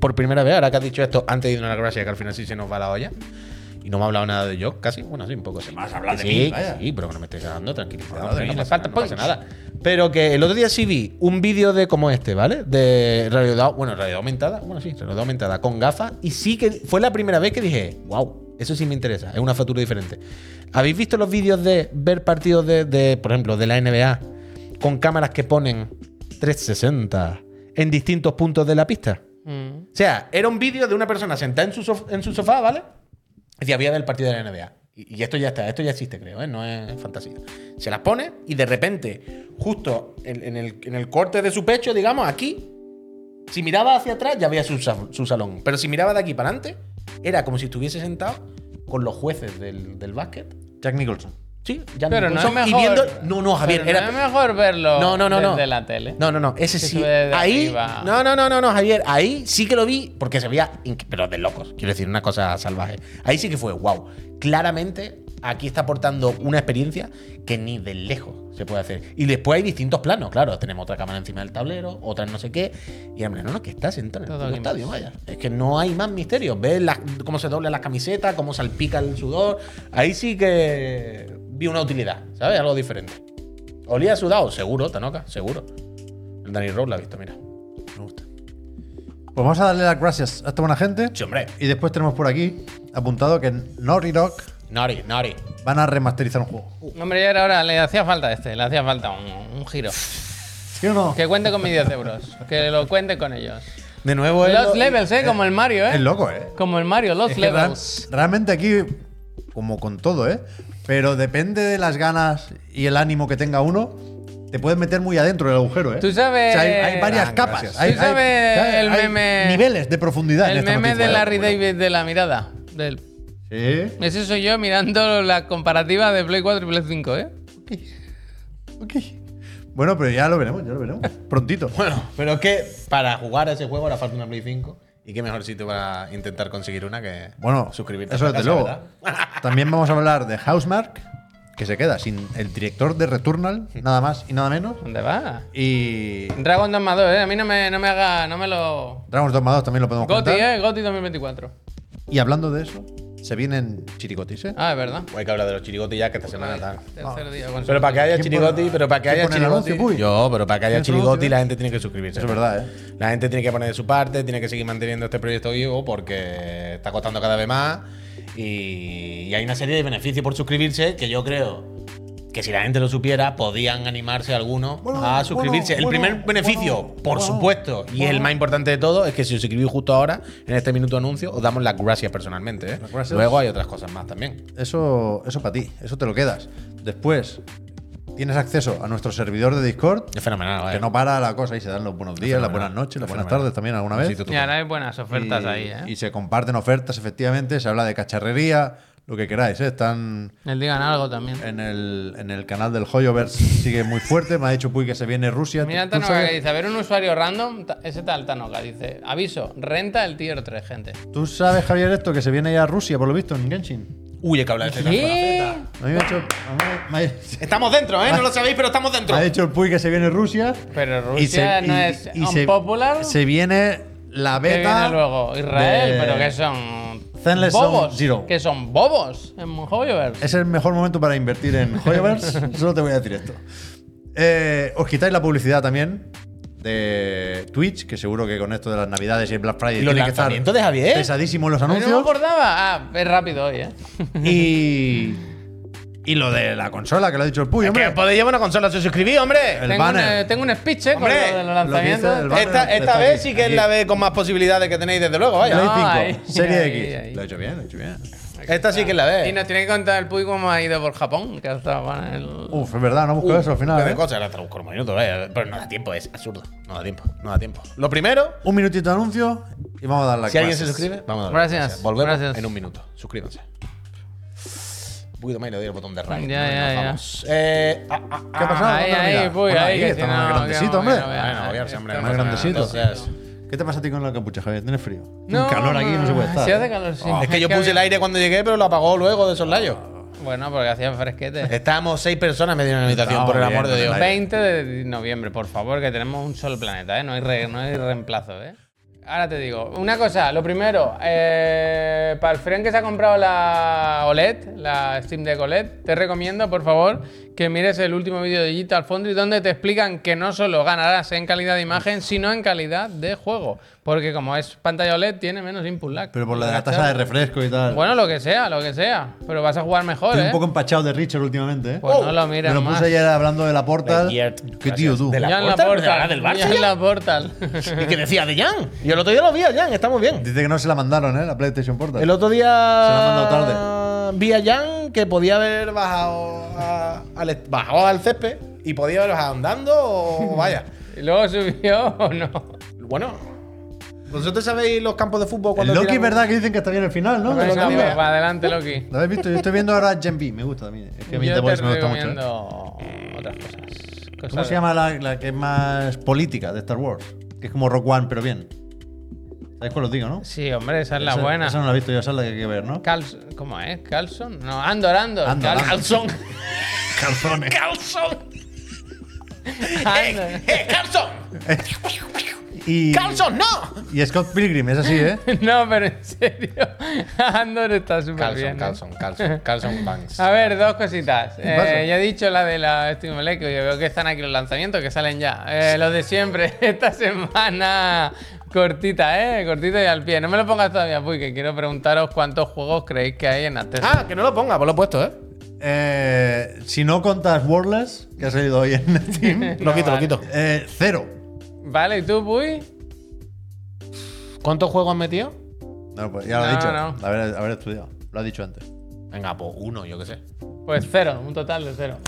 [SPEAKER 3] por primera vez. Ahora que has dicho esto, antes de irnos a la gracia, que al final sí se nos va la olla. Y no me ha hablado nada de yo, casi. Bueno, sí, un poco. Sí,
[SPEAKER 2] Me has hablado de
[SPEAKER 3] Sí,
[SPEAKER 2] mí, vaya.
[SPEAKER 3] Sí, pero que no me estés dando, tranquilo.
[SPEAKER 2] hablado
[SPEAKER 3] no,
[SPEAKER 2] de mí,
[SPEAKER 3] no
[SPEAKER 2] no
[SPEAKER 3] pasa,
[SPEAKER 1] falta
[SPEAKER 3] no pasa
[SPEAKER 1] punch.
[SPEAKER 3] nada. Pero que el otro día sí vi un vídeo de como este, ¿vale? De realidad, bueno, realidad aumentada, bueno, sí, realidad aumentada, con gafas. Y sí que fue la primera vez que dije, wow, eso sí me interesa, es una factura diferente. ¿Habéis visto los vídeos de ver partidos de, de, por ejemplo, de la NBA con cámaras que ponen 360 en distintos puntos de la pista?
[SPEAKER 1] Mm.
[SPEAKER 3] O sea, era un vídeo de una persona sentada en su, sof- en su sofá, ¿vale? Decía, voy a ver el partido de la NBA. Y, y esto ya está, esto ya existe, creo, ¿eh? No es fantasía. Se las pone y de repente, justo en, en el, en el corte de su pecho, digamos, aquí, si miraba hacia atrás, ya veía su, sa- su salón. Pero si miraba de aquí para adelante, era como si estuviese sentado con los jueces del, del básquet.
[SPEAKER 2] Jack Nicholson.
[SPEAKER 3] Sí, ya
[SPEAKER 1] Pero no
[SPEAKER 3] Nicholson,
[SPEAKER 1] es mejor.
[SPEAKER 3] Y viendo, no, no, Javier,
[SPEAKER 1] Pero
[SPEAKER 3] era,
[SPEAKER 1] no es mejor verlo
[SPEAKER 3] no, no, no, no.
[SPEAKER 1] desde la tele.
[SPEAKER 3] No, no, no. Ese
[SPEAKER 1] Se
[SPEAKER 3] sí.
[SPEAKER 1] sube de
[SPEAKER 3] ahí.
[SPEAKER 1] arriba.
[SPEAKER 3] No, no, no, no, no, Javier. Ahí sí que lo vi porque se veía. inc- Pero de locos. Quiero decir, una cosa salvaje. Ahí sí que fue, wow. Claramente aquí está aportando una experiencia que ni de lejos se puede hacer. Y después hay distintos planos, claro. Tenemos otra cámara encima del tablero, otra no sé qué. Y hombre, no, no, que está sentado en el
[SPEAKER 1] Todo
[SPEAKER 3] puto
[SPEAKER 1] aquí
[SPEAKER 3] estadio, vaya. Es que no hay más misterios. Ves las- cómo se dobla la camiseta, cómo salpica el sudor. Ahí sí que vi una utilidad, ¿sabes? Algo diferente. Olía sudado, seguro, Tanoka, seguro. El Danny Rose la ha visto, mira. Me gusta.
[SPEAKER 2] Pues vamos a darle las gracias a esta buena gente.
[SPEAKER 3] Sí, hombre.
[SPEAKER 2] Y después tenemos por aquí apuntado que en Naughty Dog
[SPEAKER 3] Nori, Nori.
[SPEAKER 2] van a remasterizar un juego.
[SPEAKER 1] Hombre, ya era hora, le hacía falta a este, le hacía falta un, un giro.
[SPEAKER 2] ¿Sí o no?
[SPEAKER 1] Que cuente con mis 10 euros, que lo cuente con ellos.
[SPEAKER 3] De nuevo, es
[SPEAKER 1] Los
[SPEAKER 3] Pues lo-
[SPEAKER 1] levels, eh, como el Mario, eh.
[SPEAKER 2] Es loco, ¿eh?
[SPEAKER 1] Como el Mario, los
[SPEAKER 2] Es que real-
[SPEAKER 1] levels.
[SPEAKER 2] realmente aquí, como con todo, ¿eh? Pero depende de las ganas y el ánimo que tenga uno, te puedes meter muy adentro del agujero, ¿eh?
[SPEAKER 1] Tú sabes-
[SPEAKER 2] O sea, hay, hay varias
[SPEAKER 3] Ah,
[SPEAKER 2] capas.
[SPEAKER 3] gracias.
[SPEAKER 2] Hay,
[SPEAKER 1] Tú sabes
[SPEAKER 2] hay-
[SPEAKER 1] el
[SPEAKER 2] hay
[SPEAKER 1] meme-
[SPEAKER 2] Niveles de profundidad. en
[SPEAKER 1] El
[SPEAKER 2] esta
[SPEAKER 1] meme
[SPEAKER 2] noticia,
[SPEAKER 1] de
[SPEAKER 2] ¿eh?
[SPEAKER 1] Larry David de la mirada. Del,
[SPEAKER 2] Sí.
[SPEAKER 1] ese soy yo mirando la comparativa de Play 4 y Play 5, eh.
[SPEAKER 2] Ok. Bueno, pero ya lo veremos, ya lo veremos. Prontito.
[SPEAKER 3] Bueno, pero es que para jugar a ese juego ahora falta una Play 5. Y qué mejor sitio para intentar conseguir una que
[SPEAKER 2] Bueno,
[SPEAKER 3] suscribirte.
[SPEAKER 2] Eso
[SPEAKER 3] a la
[SPEAKER 2] desde
[SPEAKER 3] casa,
[SPEAKER 2] luego.
[SPEAKER 3] ¿verdad?
[SPEAKER 2] También vamos a hablar de Housemark, que se queda sin el director de Returnal, nada más y nada menos.
[SPEAKER 1] ¿Dónde va?
[SPEAKER 2] Y
[SPEAKER 1] Dragon Dogma 2, eh. A mí no me, no me haga, no me lo.
[SPEAKER 2] Dragon's Dogma 2 también lo podemos
[SPEAKER 1] Goti,
[SPEAKER 2] contar.
[SPEAKER 1] eh. Goti 2024.
[SPEAKER 2] Y hablando de eso, se vienen chiricotis, ¿eh?
[SPEAKER 1] Ah, es verdad.
[SPEAKER 3] Hay que hablar de los chirigotis ya que esta semana está.
[SPEAKER 2] Ah.
[SPEAKER 1] Tercer día con
[SPEAKER 3] Pero para que haya
[SPEAKER 2] ¿Quién
[SPEAKER 3] chirigoti,
[SPEAKER 2] pone-
[SPEAKER 3] pero para que
[SPEAKER 2] quién
[SPEAKER 3] haya
[SPEAKER 2] pone el
[SPEAKER 3] chirigoti.
[SPEAKER 2] anuncio, Puy?
[SPEAKER 3] Yo, pero para que haya
[SPEAKER 2] ¿Quién pone el
[SPEAKER 3] chirigoti
[SPEAKER 2] anuncio? ¿eh?
[SPEAKER 3] la gente tiene que suscribirse.
[SPEAKER 2] Eso es verdad, ¿eh?
[SPEAKER 3] La gente tiene que poner de su parte, tiene que seguir manteniendo este proyecto vivo porque está costando cada vez más. Y, y hay una serie de beneficios por suscribirse que yo creo que si la gente lo supiera, podían animarse algunos
[SPEAKER 2] Bueno,
[SPEAKER 3] a suscribirse.
[SPEAKER 2] bueno,
[SPEAKER 3] el primer
[SPEAKER 2] bueno,
[SPEAKER 3] beneficio,
[SPEAKER 2] bueno,
[SPEAKER 3] por
[SPEAKER 2] bueno,
[SPEAKER 3] supuesto, y el
[SPEAKER 2] bueno.
[SPEAKER 3] más importante de todo, es que si os suscribís justo ahora, en este minuto de anuncio, os damos las gracias personalmente. ¿eh?
[SPEAKER 2] Las gracias.
[SPEAKER 3] Luego hay otras cosas más también.
[SPEAKER 2] Eso, eso para ti, eso te lo quedas. Después, tienes acceso a nuestro servidor de Discord,
[SPEAKER 3] Es fenomenal,
[SPEAKER 2] que
[SPEAKER 3] ¿eh?
[SPEAKER 2] no para la cosa y se dan los buenos días, las
[SPEAKER 3] fenomenal.
[SPEAKER 2] buenas noches, las
[SPEAKER 3] Es
[SPEAKER 2] buenas
[SPEAKER 3] fenomenal.
[SPEAKER 2] tardes también alguna
[SPEAKER 3] Un
[SPEAKER 2] vez.
[SPEAKER 3] sitio
[SPEAKER 1] Y ahora hay buenas ofertas
[SPEAKER 2] Y-
[SPEAKER 1] ahí, eh.
[SPEAKER 2] Y se comparten ofertas, efectivamente, se habla de cacharrería, lo que queráis, ¿eh? Están
[SPEAKER 1] Les digan algo también.
[SPEAKER 2] en el, en el canal del Hoyoverse, sigue muy fuerte. Me ha dicho Puy que se viene Rusia.
[SPEAKER 1] Mira
[SPEAKER 2] ¿Tú-
[SPEAKER 1] el
[SPEAKER 2] tú
[SPEAKER 1] Tanoka
[SPEAKER 2] sabes-
[SPEAKER 1] que dice, a ver un usuario random, ta- ese tal Tanoka dice, aviso, renta el tier 3, gente.
[SPEAKER 2] ¿Tú sabes, Javier, esto? Que se viene ya a Rusia, por lo visto, en Genshin.
[SPEAKER 3] Uy, hay que hablar de esta
[SPEAKER 1] ¿Qué?
[SPEAKER 2] A mí me ha hecho. a mí me- me ha-
[SPEAKER 3] Estamos dentro, ¿eh? No lo sabéis, pero estamos dentro.
[SPEAKER 2] me ha dicho el Puy que se viene Rusia.
[SPEAKER 1] Pero
[SPEAKER 2] y
[SPEAKER 1] Rusia
[SPEAKER 2] se-
[SPEAKER 1] no
[SPEAKER 2] y-
[SPEAKER 1] es
[SPEAKER 2] y se-
[SPEAKER 1] popular.
[SPEAKER 2] Se viene la
[SPEAKER 1] ¿Qué
[SPEAKER 2] beta.
[SPEAKER 1] viene luego? Israel,
[SPEAKER 2] de-
[SPEAKER 1] pero que son
[SPEAKER 2] Zenless Zone
[SPEAKER 1] bobos.
[SPEAKER 2] Zero.
[SPEAKER 1] Que son bobos en Hoyoverse.
[SPEAKER 2] Es el mejor momento para invertir en Hoyoverse. Solo te voy a decir esto. Eh, os quitáis la publicidad también de Twitch, que seguro que con esto de las Navidades y el Black Friday
[SPEAKER 3] Y los
[SPEAKER 2] tiene que estar
[SPEAKER 3] lanzamientos de Javier.
[SPEAKER 2] pesadísimo los
[SPEAKER 1] Ay,
[SPEAKER 2] anuncios.
[SPEAKER 1] no me acordaba. Ah, es rápido hoy, eh.
[SPEAKER 2] Y. Y lo de la consola, que lo ha dicho el Puy,
[SPEAKER 3] Que
[SPEAKER 2] hombre.
[SPEAKER 3] podéis llevar una consola si os suscribís, hombre.
[SPEAKER 2] El
[SPEAKER 1] tengo,
[SPEAKER 2] banner.
[SPEAKER 1] Un, tengo un speech, eh, con
[SPEAKER 3] Hombre,
[SPEAKER 1] lo de los
[SPEAKER 2] lo que dice
[SPEAKER 1] lanzamientos.
[SPEAKER 2] el banner.
[SPEAKER 3] Esta, esta
[SPEAKER 2] Está
[SPEAKER 3] vez
[SPEAKER 2] aquí,
[SPEAKER 3] sí que
[SPEAKER 2] aquí.
[SPEAKER 3] es la vez con más posibilidades que tenéis, desde luego, ¿eh?
[SPEAKER 2] Play
[SPEAKER 3] vaya.
[SPEAKER 1] No,
[SPEAKER 2] 5,
[SPEAKER 1] ahí,
[SPEAKER 2] Serie
[SPEAKER 1] ahí,
[SPEAKER 2] X.
[SPEAKER 1] ahí.
[SPEAKER 2] Lo ha hecho bien, lo ha hecho bien.
[SPEAKER 3] Esta sí que es la
[SPEAKER 1] Y
[SPEAKER 3] vez.
[SPEAKER 1] nos tiene que contar el Puy cómo ha ido por Japón, que ha estado con el...
[SPEAKER 2] Uf, es verdad, no busco eso al final.
[SPEAKER 3] de
[SPEAKER 2] ¿eh?
[SPEAKER 3] cosas, ahora te la busco en un minuto, vaya. Pero no da tiempo, es absurdo. No da tiempo, no da tiempo. Lo primero,
[SPEAKER 2] Un minutito de anuncio y vamos a dar la
[SPEAKER 3] si alguien se suscribe, vamos a dar
[SPEAKER 1] Gracias,
[SPEAKER 3] Volvemos
[SPEAKER 1] gracias.
[SPEAKER 3] en un minuto. Suscríbanse. Un poquito más y le doy el botón de radio.
[SPEAKER 1] Ya, ya,
[SPEAKER 3] Nos
[SPEAKER 1] ya.
[SPEAKER 3] vamos. Eh, ah, ah,
[SPEAKER 2] ¿Qué ha pasado?
[SPEAKER 1] Ahí,
[SPEAKER 2] ¿Dónde
[SPEAKER 1] ahí,
[SPEAKER 2] mira?
[SPEAKER 1] Puy,
[SPEAKER 2] Bueno,
[SPEAKER 1] ahí,
[SPEAKER 2] ahí,
[SPEAKER 1] que
[SPEAKER 2] está
[SPEAKER 1] si
[SPEAKER 2] más
[SPEAKER 1] no,
[SPEAKER 2] grandecito,
[SPEAKER 1] que no,
[SPEAKER 2] hombre.
[SPEAKER 1] que no veas.
[SPEAKER 3] Bueno, voy a ver si, hombre,
[SPEAKER 1] Está
[SPEAKER 2] Más
[SPEAKER 3] no pasa nada.
[SPEAKER 2] grandecito.
[SPEAKER 3] Entonces,
[SPEAKER 2] ¿Qué te pasa a ti con la capucha, Javier? ¿Tienes frío? Con calor aquí no se puede estar.
[SPEAKER 1] Si hace
[SPEAKER 2] ¿eh?
[SPEAKER 1] calor, sí.
[SPEAKER 3] Es que yo puse el aire cuando llegué, pero lo apagó luego de esos layos.
[SPEAKER 1] Bueno, porque hacía fresquete.
[SPEAKER 3] Estábamos seis personas medio en la habitación,
[SPEAKER 2] Estábamos
[SPEAKER 3] por el
[SPEAKER 2] bien,
[SPEAKER 3] amor de
[SPEAKER 2] con el
[SPEAKER 3] Dios.
[SPEAKER 2] aire.
[SPEAKER 1] 20 de noviembre, por favor, que tenemos un solo planeta, ¿eh? No hay, re- no hay reemplazo, ¿eh? Ahora te digo, una cosa, lo primero, eh, para el friend que se ha comprado la OLED, la Steam Deck OLED, te recomiendo, por favor, que mires el último vídeo de Digital Foundry donde te explican que no solo ganarás en calidad de imagen, sino en calidad de juego. Porque como es pantalla OLED, tiene menos input lag.
[SPEAKER 2] Pero por la de la taza de refresco y tal.
[SPEAKER 1] Bueno, lo que sea, lo que sea. Pero vas a jugar mejor,
[SPEAKER 2] Estoy
[SPEAKER 1] ¿eh?
[SPEAKER 2] un poco empachado de Richard últimamente, ¿eh?
[SPEAKER 1] Pues no lo mires
[SPEAKER 2] Me lo
[SPEAKER 1] más.
[SPEAKER 2] puse ayer hablando de la Portal.
[SPEAKER 3] De Yert.
[SPEAKER 2] Qué tío tú.
[SPEAKER 3] De la-
[SPEAKER 1] Ya en la
[SPEAKER 3] Portal, pero ahora
[SPEAKER 1] portal.
[SPEAKER 3] del Barça
[SPEAKER 1] ya
[SPEAKER 3] ya.
[SPEAKER 1] en la portal.
[SPEAKER 3] Y que decía de Jan. Y el otro día lo vi a Jan, está muy bien.
[SPEAKER 2] Dice que no se la mandaron, ¿eh? La PlayStation Portal.
[SPEAKER 3] El otro día.
[SPEAKER 2] mandado tarde.
[SPEAKER 3] Vi a Jan que podía haber bajado, a- al, est- bajado al césped y podía haber bajado andando o vaya.
[SPEAKER 1] ¿Y luego subió o no?
[SPEAKER 3] Bueno, vosotros sabéis los campos de fútbol
[SPEAKER 2] El
[SPEAKER 3] cuando.
[SPEAKER 2] Loki,
[SPEAKER 3] tiran-
[SPEAKER 2] ¿verdad? Que dicen que está bien el final, ¿no? De
[SPEAKER 1] Venga,
[SPEAKER 2] Loki.
[SPEAKER 1] pues, para adelante, Loki.
[SPEAKER 2] ¿Lo habéis visto? Yo estoy viendo ahora Gen B. Me gusta también. Es que a mí
[SPEAKER 1] Yo
[SPEAKER 2] The
[SPEAKER 1] te
[SPEAKER 2] Voice me gusta mucho. ¿eh?
[SPEAKER 1] recomiendo otras cosas. Cosas
[SPEAKER 2] ¿Cómo se
[SPEAKER 1] de-
[SPEAKER 2] llama la, la que es más política de Star Wars? Que es como Rock One, pero bien. ¿Sabéis cuál os digo, no?
[SPEAKER 1] Sí, hombre, esa es la
[SPEAKER 2] Esa-
[SPEAKER 1] buena.
[SPEAKER 2] Esa no la he visto yo, esa es la que hay que ver, ¿no?
[SPEAKER 1] Carls- ¿Cómo es? ¿Carlson? No, Andor, Andor.
[SPEAKER 2] Andor,
[SPEAKER 1] Cal-
[SPEAKER 2] Andor.
[SPEAKER 1] Carlson.
[SPEAKER 2] Calzones.
[SPEAKER 5] ¡Carlson!
[SPEAKER 1] Andor.
[SPEAKER 5] ¡Eh, Carlson!
[SPEAKER 2] Y,
[SPEAKER 5] ¡Carlson, no!
[SPEAKER 2] y Scott Pilgrim, es así, ¿eh?
[SPEAKER 1] No, pero en serio. Andor está súper bien.
[SPEAKER 3] Carlson,
[SPEAKER 1] ¿eh?
[SPEAKER 3] Carlson, Carlson, Carlson Banks.
[SPEAKER 1] A ver, dos cositas. Eh,
[SPEAKER 2] pasa?
[SPEAKER 1] ya he dicho la de la Steam Lake, que veo que están aquí los lanzamientos que salen ya. Eh, los de siempre, esta semana cortita, ¿eh? Cortita y al pie. No me lo pongas todavía, Puy, que quiero preguntaros cuántos juegos creéis que hay en Access.
[SPEAKER 5] Ah, que no lo ponga, pues lo he puesto, ¿eh?
[SPEAKER 2] Eh, si no contas Wordless, que ha salido hoy en Steam,
[SPEAKER 5] Lo quito,
[SPEAKER 1] vale.
[SPEAKER 5] lo quito.
[SPEAKER 2] eh, cero.
[SPEAKER 1] Vale, ¿y tú, Puy?
[SPEAKER 5] ¿Cuántos juegos has metido?
[SPEAKER 2] No, pues ya lo he
[SPEAKER 1] No,
[SPEAKER 2] dicho.
[SPEAKER 1] no.
[SPEAKER 2] Haber, haber estudiado. Lo ha dicho antes.
[SPEAKER 5] Venga, pues uno, yo qué sé.
[SPEAKER 1] Pues cero, un total de cero.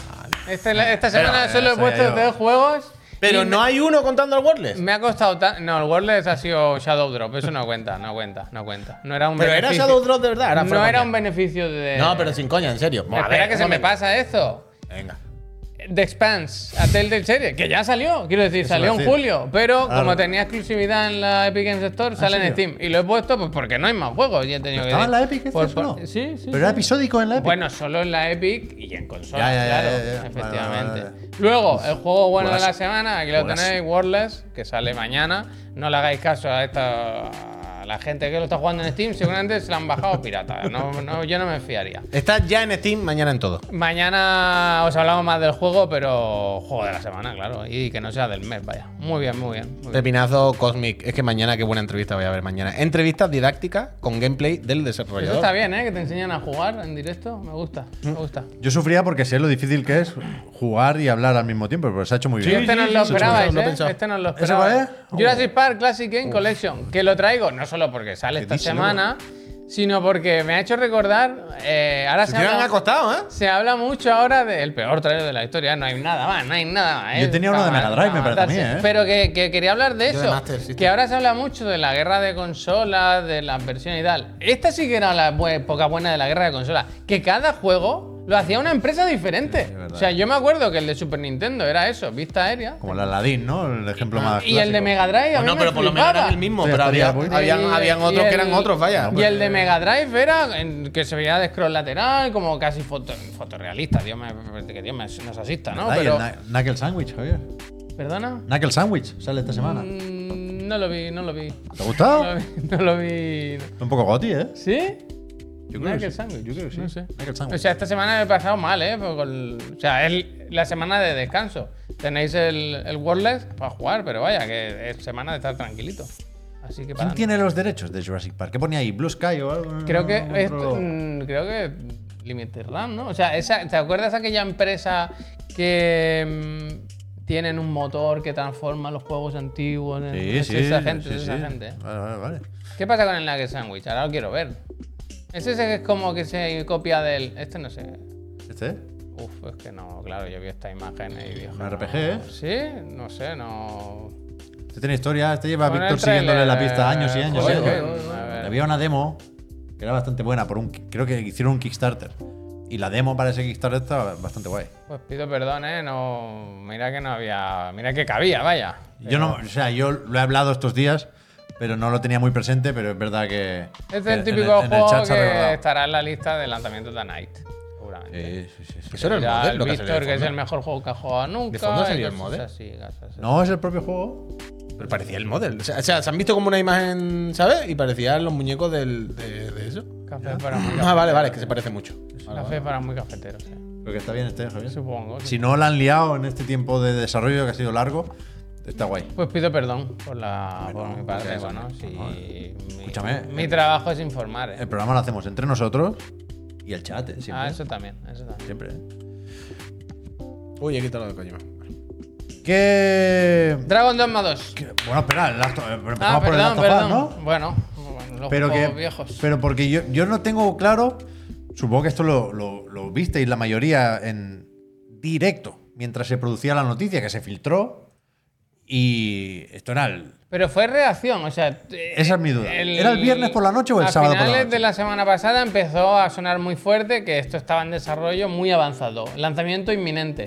[SPEAKER 1] Este- esta semana
[SPEAKER 5] eh,
[SPEAKER 2] Pero,
[SPEAKER 1] solo he
[SPEAKER 2] eso ya
[SPEAKER 1] puesto
[SPEAKER 2] yo-
[SPEAKER 1] dos juegos.
[SPEAKER 5] Pero
[SPEAKER 1] y
[SPEAKER 5] no hay uno contando al Wordless.
[SPEAKER 1] Me ha costado tan... No, el Wordless ha sido Shadow Drop. Eso no cuenta, no cuenta, no cuenta. No era un
[SPEAKER 5] Pero era
[SPEAKER 1] beneficio.
[SPEAKER 5] Shadow Drop de verdad. Era
[SPEAKER 1] No
[SPEAKER 5] fuera
[SPEAKER 1] era
[SPEAKER 5] coña.
[SPEAKER 1] un beneficio de...
[SPEAKER 3] No, pero sin coña, en serio. Bueno, a
[SPEAKER 1] Espera
[SPEAKER 3] ver,
[SPEAKER 1] que
[SPEAKER 3] un
[SPEAKER 1] se me
[SPEAKER 3] momento.
[SPEAKER 1] pasa esto.
[SPEAKER 3] Venga.
[SPEAKER 1] The Expanse, a Telltale Series, que ya salió, quiero decir, salió en
[SPEAKER 2] decir.
[SPEAKER 1] julio, pero
[SPEAKER 2] Claro. Ah,
[SPEAKER 1] como tenía exclusividad en la Epic Games Store, sale en
[SPEAKER 2] serio?
[SPEAKER 1] Steam. Y lo he puesto pues, porque no hay más juegos. Ya he tenido que
[SPEAKER 2] ¿Estaba en la
[SPEAKER 1] decir.
[SPEAKER 2] Epic?
[SPEAKER 1] Por-
[SPEAKER 2] ¿Este solo?
[SPEAKER 1] por- Sí, sí.
[SPEAKER 2] Pero era
[SPEAKER 1] sí.
[SPEAKER 2] episódico en la Epic.
[SPEAKER 1] Bueno, solo en la Epic y en consola,
[SPEAKER 2] Ya, ya, ya,
[SPEAKER 1] claro,
[SPEAKER 2] ya, ya.
[SPEAKER 1] efectivamente.
[SPEAKER 2] Vale, vale, vale.
[SPEAKER 1] Luego, el juego bueno de la
[SPEAKER 2] Juegazo.
[SPEAKER 1] semana, aquí lo
[SPEAKER 2] Juegazo.
[SPEAKER 1] tenéis, Wordless, que sale mañana. No le hagáis caso a esta a la gente que lo está jugando en Steam, seguramente se la han bajado pirata. No, no, yo no me fiaría.
[SPEAKER 5] Está ya en Steam, mañana en todo.
[SPEAKER 1] Mañana os hablamos más del juego, pero juego de la semana, claro. Y que no sea del mes, vaya. Muy bien, muy bien. muy bien.
[SPEAKER 5] Pepinazo Cosmic. Es que mañana, qué buena entrevista voy a ver mañana. Entrevistas didácticas con gameplay del desarrollador.
[SPEAKER 1] Eso está bien, ¿eh? Que te enseñan a jugar en directo. Me gusta, me gusta.
[SPEAKER 2] Yo sufría porque sé lo difícil que es jugar y hablar al mismo tiempo, pero se ha hecho muy
[SPEAKER 1] Y
[SPEAKER 2] bien.
[SPEAKER 1] este no os lo
[SPEAKER 2] Se ha hecho muy
[SPEAKER 1] esperabais,
[SPEAKER 2] bien.
[SPEAKER 1] ¿eh? Este no os lo
[SPEAKER 2] ¿Ese
[SPEAKER 1] esperabais.
[SPEAKER 2] cuál es?
[SPEAKER 1] Jurassic Park Classic Game Collection, que lo traigo no solo porque sale esta
[SPEAKER 2] dice,
[SPEAKER 1] semana, sino porque me ha hecho recordar. eh, ahora se
[SPEAKER 5] Me han
[SPEAKER 1] habla,
[SPEAKER 5] acostado, ¿eh?
[SPEAKER 1] se habla mucho ahora del peor trailer de la historia. No hay nada más, no hay nada más.
[SPEAKER 2] Yo
[SPEAKER 1] ¿eh?
[SPEAKER 2] tenía uno de
[SPEAKER 1] Para-
[SPEAKER 2] Mega Drive,
[SPEAKER 1] para
[SPEAKER 2] me parece a mí,
[SPEAKER 1] matarse.
[SPEAKER 2] ¿eh?
[SPEAKER 1] Pero que, que quería hablar de
[SPEAKER 5] de
[SPEAKER 1] eso.
[SPEAKER 5] Master System.
[SPEAKER 1] que ahora se habla mucho de la guerra de consolas, de las versiones y tal. Esta sí que era la bu- época buena de la guerra de consolas. Que cada juego lo hacía una empresa diferente. o sea, yo me acuerdo que el de Super Nintendo era eso, vista aérea.
[SPEAKER 2] Como el Aladdin, ¿no? El ejemplo más.
[SPEAKER 1] Y el de
[SPEAKER 2] clásico.
[SPEAKER 1] Mega Drive, a mí
[SPEAKER 3] Pues No,
[SPEAKER 1] me
[SPEAKER 3] pero por lo menos
[SPEAKER 1] flipaba.
[SPEAKER 3] era el mismo.
[SPEAKER 2] Sí,
[SPEAKER 3] Pero
[SPEAKER 2] estaría
[SPEAKER 3] había,
[SPEAKER 2] bueno.
[SPEAKER 3] habían, habían
[SPEAKER 1] Y
[SPEAKER 3] otros que eran
[SPEAKER 1] el-
[SPEAKER 3] otros, vaya.
[SPEAKER 1] Y el de Mega Drive era en- que se veía de scroll lateral, como casi foto, fotorrealista. Dios me, que Dios me, nos asista, ¿no?
[SPEAKER 2] Ah, y el
[SPEAKER 1] Pero,
[SPEAKER 2] Kna- Knuckle Sandwich, Javier.
[SPEAKER 1] ¿Perdona?
[SPEAKER 2] Knuckle Sandwich sale esta semana.
[SPEAKER 1] Mm, No lo vi, no lo vi.
[SPEAKER 2] ¿Te ha
[SPEAKER 1] No
[SPEAKER 2] gustado?
[SPEAKER 1] lo vi. No lo vi.
[SPEAKER 2] Un poco goti, ¿eh?
[SPEAKER 1] ¿Sí?
[SPEAKER 2] Yo creo
[SPEAKER 1] Knuckle
[SPEAKER 2] que sí.
[SPEAKER 1] Sandwich.
[SPEAKER 2] Yo creo que sí.
[SPEAKER 1] No sé.
[SPEAKER 2] Knuckle Sandwich.
[SPEAKER 1] O sea, esta semana he pasado mal, ¿eh? Porque el- o sea, es la semana de descanso. Tenéis el, el Wordless para jugar, pero vaya, que es semana de estar tranquilito. Así que para
[SPEAKER 2] ¿Quién tiene los derechos de Jurassic Park? ¿Qué ponía ahí? ¿Blue Sky o algo?
[SPEAKER 1] Creo que
[SPEAKER 2] Otro-
[SPEAKER 1] esto- mm, creo que Limited Run, ¿no? O sea, esa, ¿te acuerdas aquella empresa que mm, tienen un motor que transforma los juegos antiguos? en-
[SPEAKER 2] Sí,
[SPEAKER 1] es
[SPEAKER 2] sí.
[SPEAKER 1] esa gente,
[SPEAKER 2] sí,
[SPEAKER 1] es esa
[SPEAKER 2] sí.
[SPEAKER 1] gente. ¿eh?
[SPEAKER 2] Vale, vale, vale.
[SPEAKER 1] ¿Qué pasa con el Nugget Sandwich? Ahora lo quiero ver. Es ese que es como que se copia del. Este no sé.
[SPEAKER 2] ¿Este?
[SPEAKER 1] Uf, es que no, claro, yo vi esta imagen y dije.
[SPEAKER 2] Un
[SPEAKER 1] no.
[SPEAKER 2] RPG, ¿eh?
[SPEAKER 1] Sí, no sé, no.
[SPEAKER 2] Este tiene historia. Este lleva a
[SPEAKER 1] Pon el
[SPEAKER 2] Víctor siguiéndole la
[SPEAKER 1] trailer,
[SPEAKER 2] pista años y años. y
[SPEAKER 1] joder,
[SPEAKER 2] años.
[SPEAKER 1] joder, a ver.
[SPEAKER 2] Había una demo que era bastante buena. Por un, creo que hicieron un Kickstarter. Y la demo para ese Kickstarter estaba bastante guay.
[SPEAKER 1] Pues pido perdón, ¿eh? No. Mira que no había. Mira que cabía, vaya.
[SPEAKER 2] Yo no, o sea, yo lo he hablado estos días, pero no lo tenía muy presente, pero es verdad que.
[SPEAKER 1] Es
[SPEAKER 2] que en
[SPEAKER 1] el típico
[SPEAKER 2] en el
[SPEAKER 1] juego
[SPEAKER 2] chat se ha recordado.
[SPEAKER 1] que estará en la lista de lanzamientos de Night, seguramente.
[SPEAKER 2] Sí, sí, sí, sí.
[SPEAKER 3] Eso era el
[SPEAKER 1] Ya
[SPEAKER 3] modelo
[SPEAKER 1] el
[SPEAKER 3] que
[SPEAKER 1] Víctor, que,
[SPEAKER 3] salió de
[SPEAKER 1] es
[SPEAKER 3] fondo.
[SPEAKER 1] el mejor juego que ha jugado nunca.
[SPEAKER 3] ¿De fondo
[SPEAKER 1] y
[SPEAKER 3] salió el
[SPEAKER 1] cosas
[SPEAKER 3] model?
[SPEAKER 1] así, cosas así.
[SPEAKER 2] No, es el propio juego.
[SPEAKER 3] Pero parecía el model. O sea, o sea, se han visto como una imagen, ¿sabes? Y parecían los muñecos del, de, de eso.
[SPEAKER 1] Café para muy
[SPEAKER 3] Ah, vale, vale, es que se parece mucho.
[SPEAKER 1] Café para muy cafeteros, eh.
[SPEAKER 2] Pero que está bien este, Javier.
[SPEAKER 1] supongo.
[SPEAKER 2] Si no la han liado en este tiempo de desarrollo que ha sido largo, está guay.
[SPEAKER 1] Pues pido perdón por la por mi parte, bueno, si mi,
[SPEAKER 2] Escúchame. eh,
[SPEAKER 1] mi trabajo es informar, eh.
[SPEAKER 2] El programa lo hacemos entre nosotros y el chat, eh,
[SPEAKER 1] Ah,
[SPEAKER 2] siempre.
[SPEAKER 1] eso también, eso también.
[SPEAKER 2] Siempre, eh.
[SPEAKER 3] Uy, he quitado lo de Kojima.
[SPEAKER 2] Que.
[SPEAKER 1] Dragon Dogma 2.
[SPEAKER 2] que- Bueno, espera, el Last of- eh, empezamos
[SPEAKER 1] Ah,
[SPEAKER 2] por el
[SPEAKER 1] perdón,
[SPEAKER 2] Last of Us,
[SPEAKER 1] perdón.
[SPEAKER 2] ¿no?
[SPEAKER 1] Bueno, bueno, los
[SPEAKER 2] Pero que.
[SPEAKER 1] juegos viejos.
[SPEAKER 2] Pero porque yo, yo no tengo claro. Supongo que esto lo, lo, lo visteis la mayoría en directo, mientras se producía la noticia que se filtró. Y esto era el.
[SPEAKER 1] Pero fue reacción, o sea. eh,
[SPEAKER 2] Esa es mi duda. ¿Era el viernes por la noche o el
[SPEAKER 1] a
[SPEAKER 2] sábado por la
[SPEAKER 1] finales
[SPEAKER 2] noche?
[SPEAKER 1] de la semana pasada empezó a sonar muy fuerte que esto estaba en desarrollo muy avanzado, lanzamiento inminente.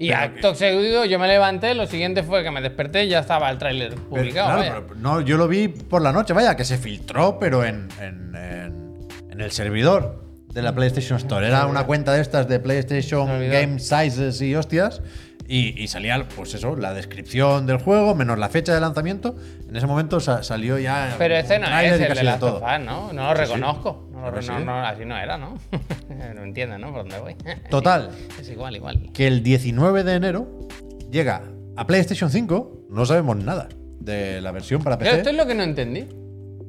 [SPEAKER 1] Y acto seguido yo me levanté, lo siguiente fue que me desperté y ya estaba el tráiler
[SPEAKER 2] Pero,
[SPEAKER 1] publicado.
[SPEAKER 2] claro,
[SPEAKER 1] vaya.
[SPEAKER 2] pero no, yo lo vi por la noche, vaya, que se filtró, pero en, en- en- en el servidor de la PlayStation Store. Era una cuenta de estas de PlayStation
[SPEAKER 1] Servidor.
[SPEAKER 2] Game Sizes y hostias. Y, y salía, pues eso, la descripción del juego, menos la fecha de lanzamiento. En ese momento sa- salió ya.
[SPEAKER 1] Pero este no
[SPEAKER 2] un tráiler
[SPEAKER 1] es
[SPEAKER 2] y
[SPEAKER 1] el
[SPEAKER 2] casi
[SPEAKER 1] de Last
[SPEAKER 2] todo.
[SPEAKER 1] of Us, ¿no? No lo reconozco. No lo
[SPEAKER 2] Ahora
[SPEAKER 1] re- no-
[SPEAKER 2] sí.
[SPEAKER 1] no, así no era, ¿no? no entiendes, ¿no? Por dónde voy.
[SPEAKER 2] Total,
[SPEAKER 1] es igual, igual.
[SPEAKER 2] que el 19 de enero llega a PlayStation 5. No sabemos nada de la versión para
[SPEAKER 1] Pero
[SPEAKER 2] PC.
[SPEAKER 1] esto es lo que no entendí.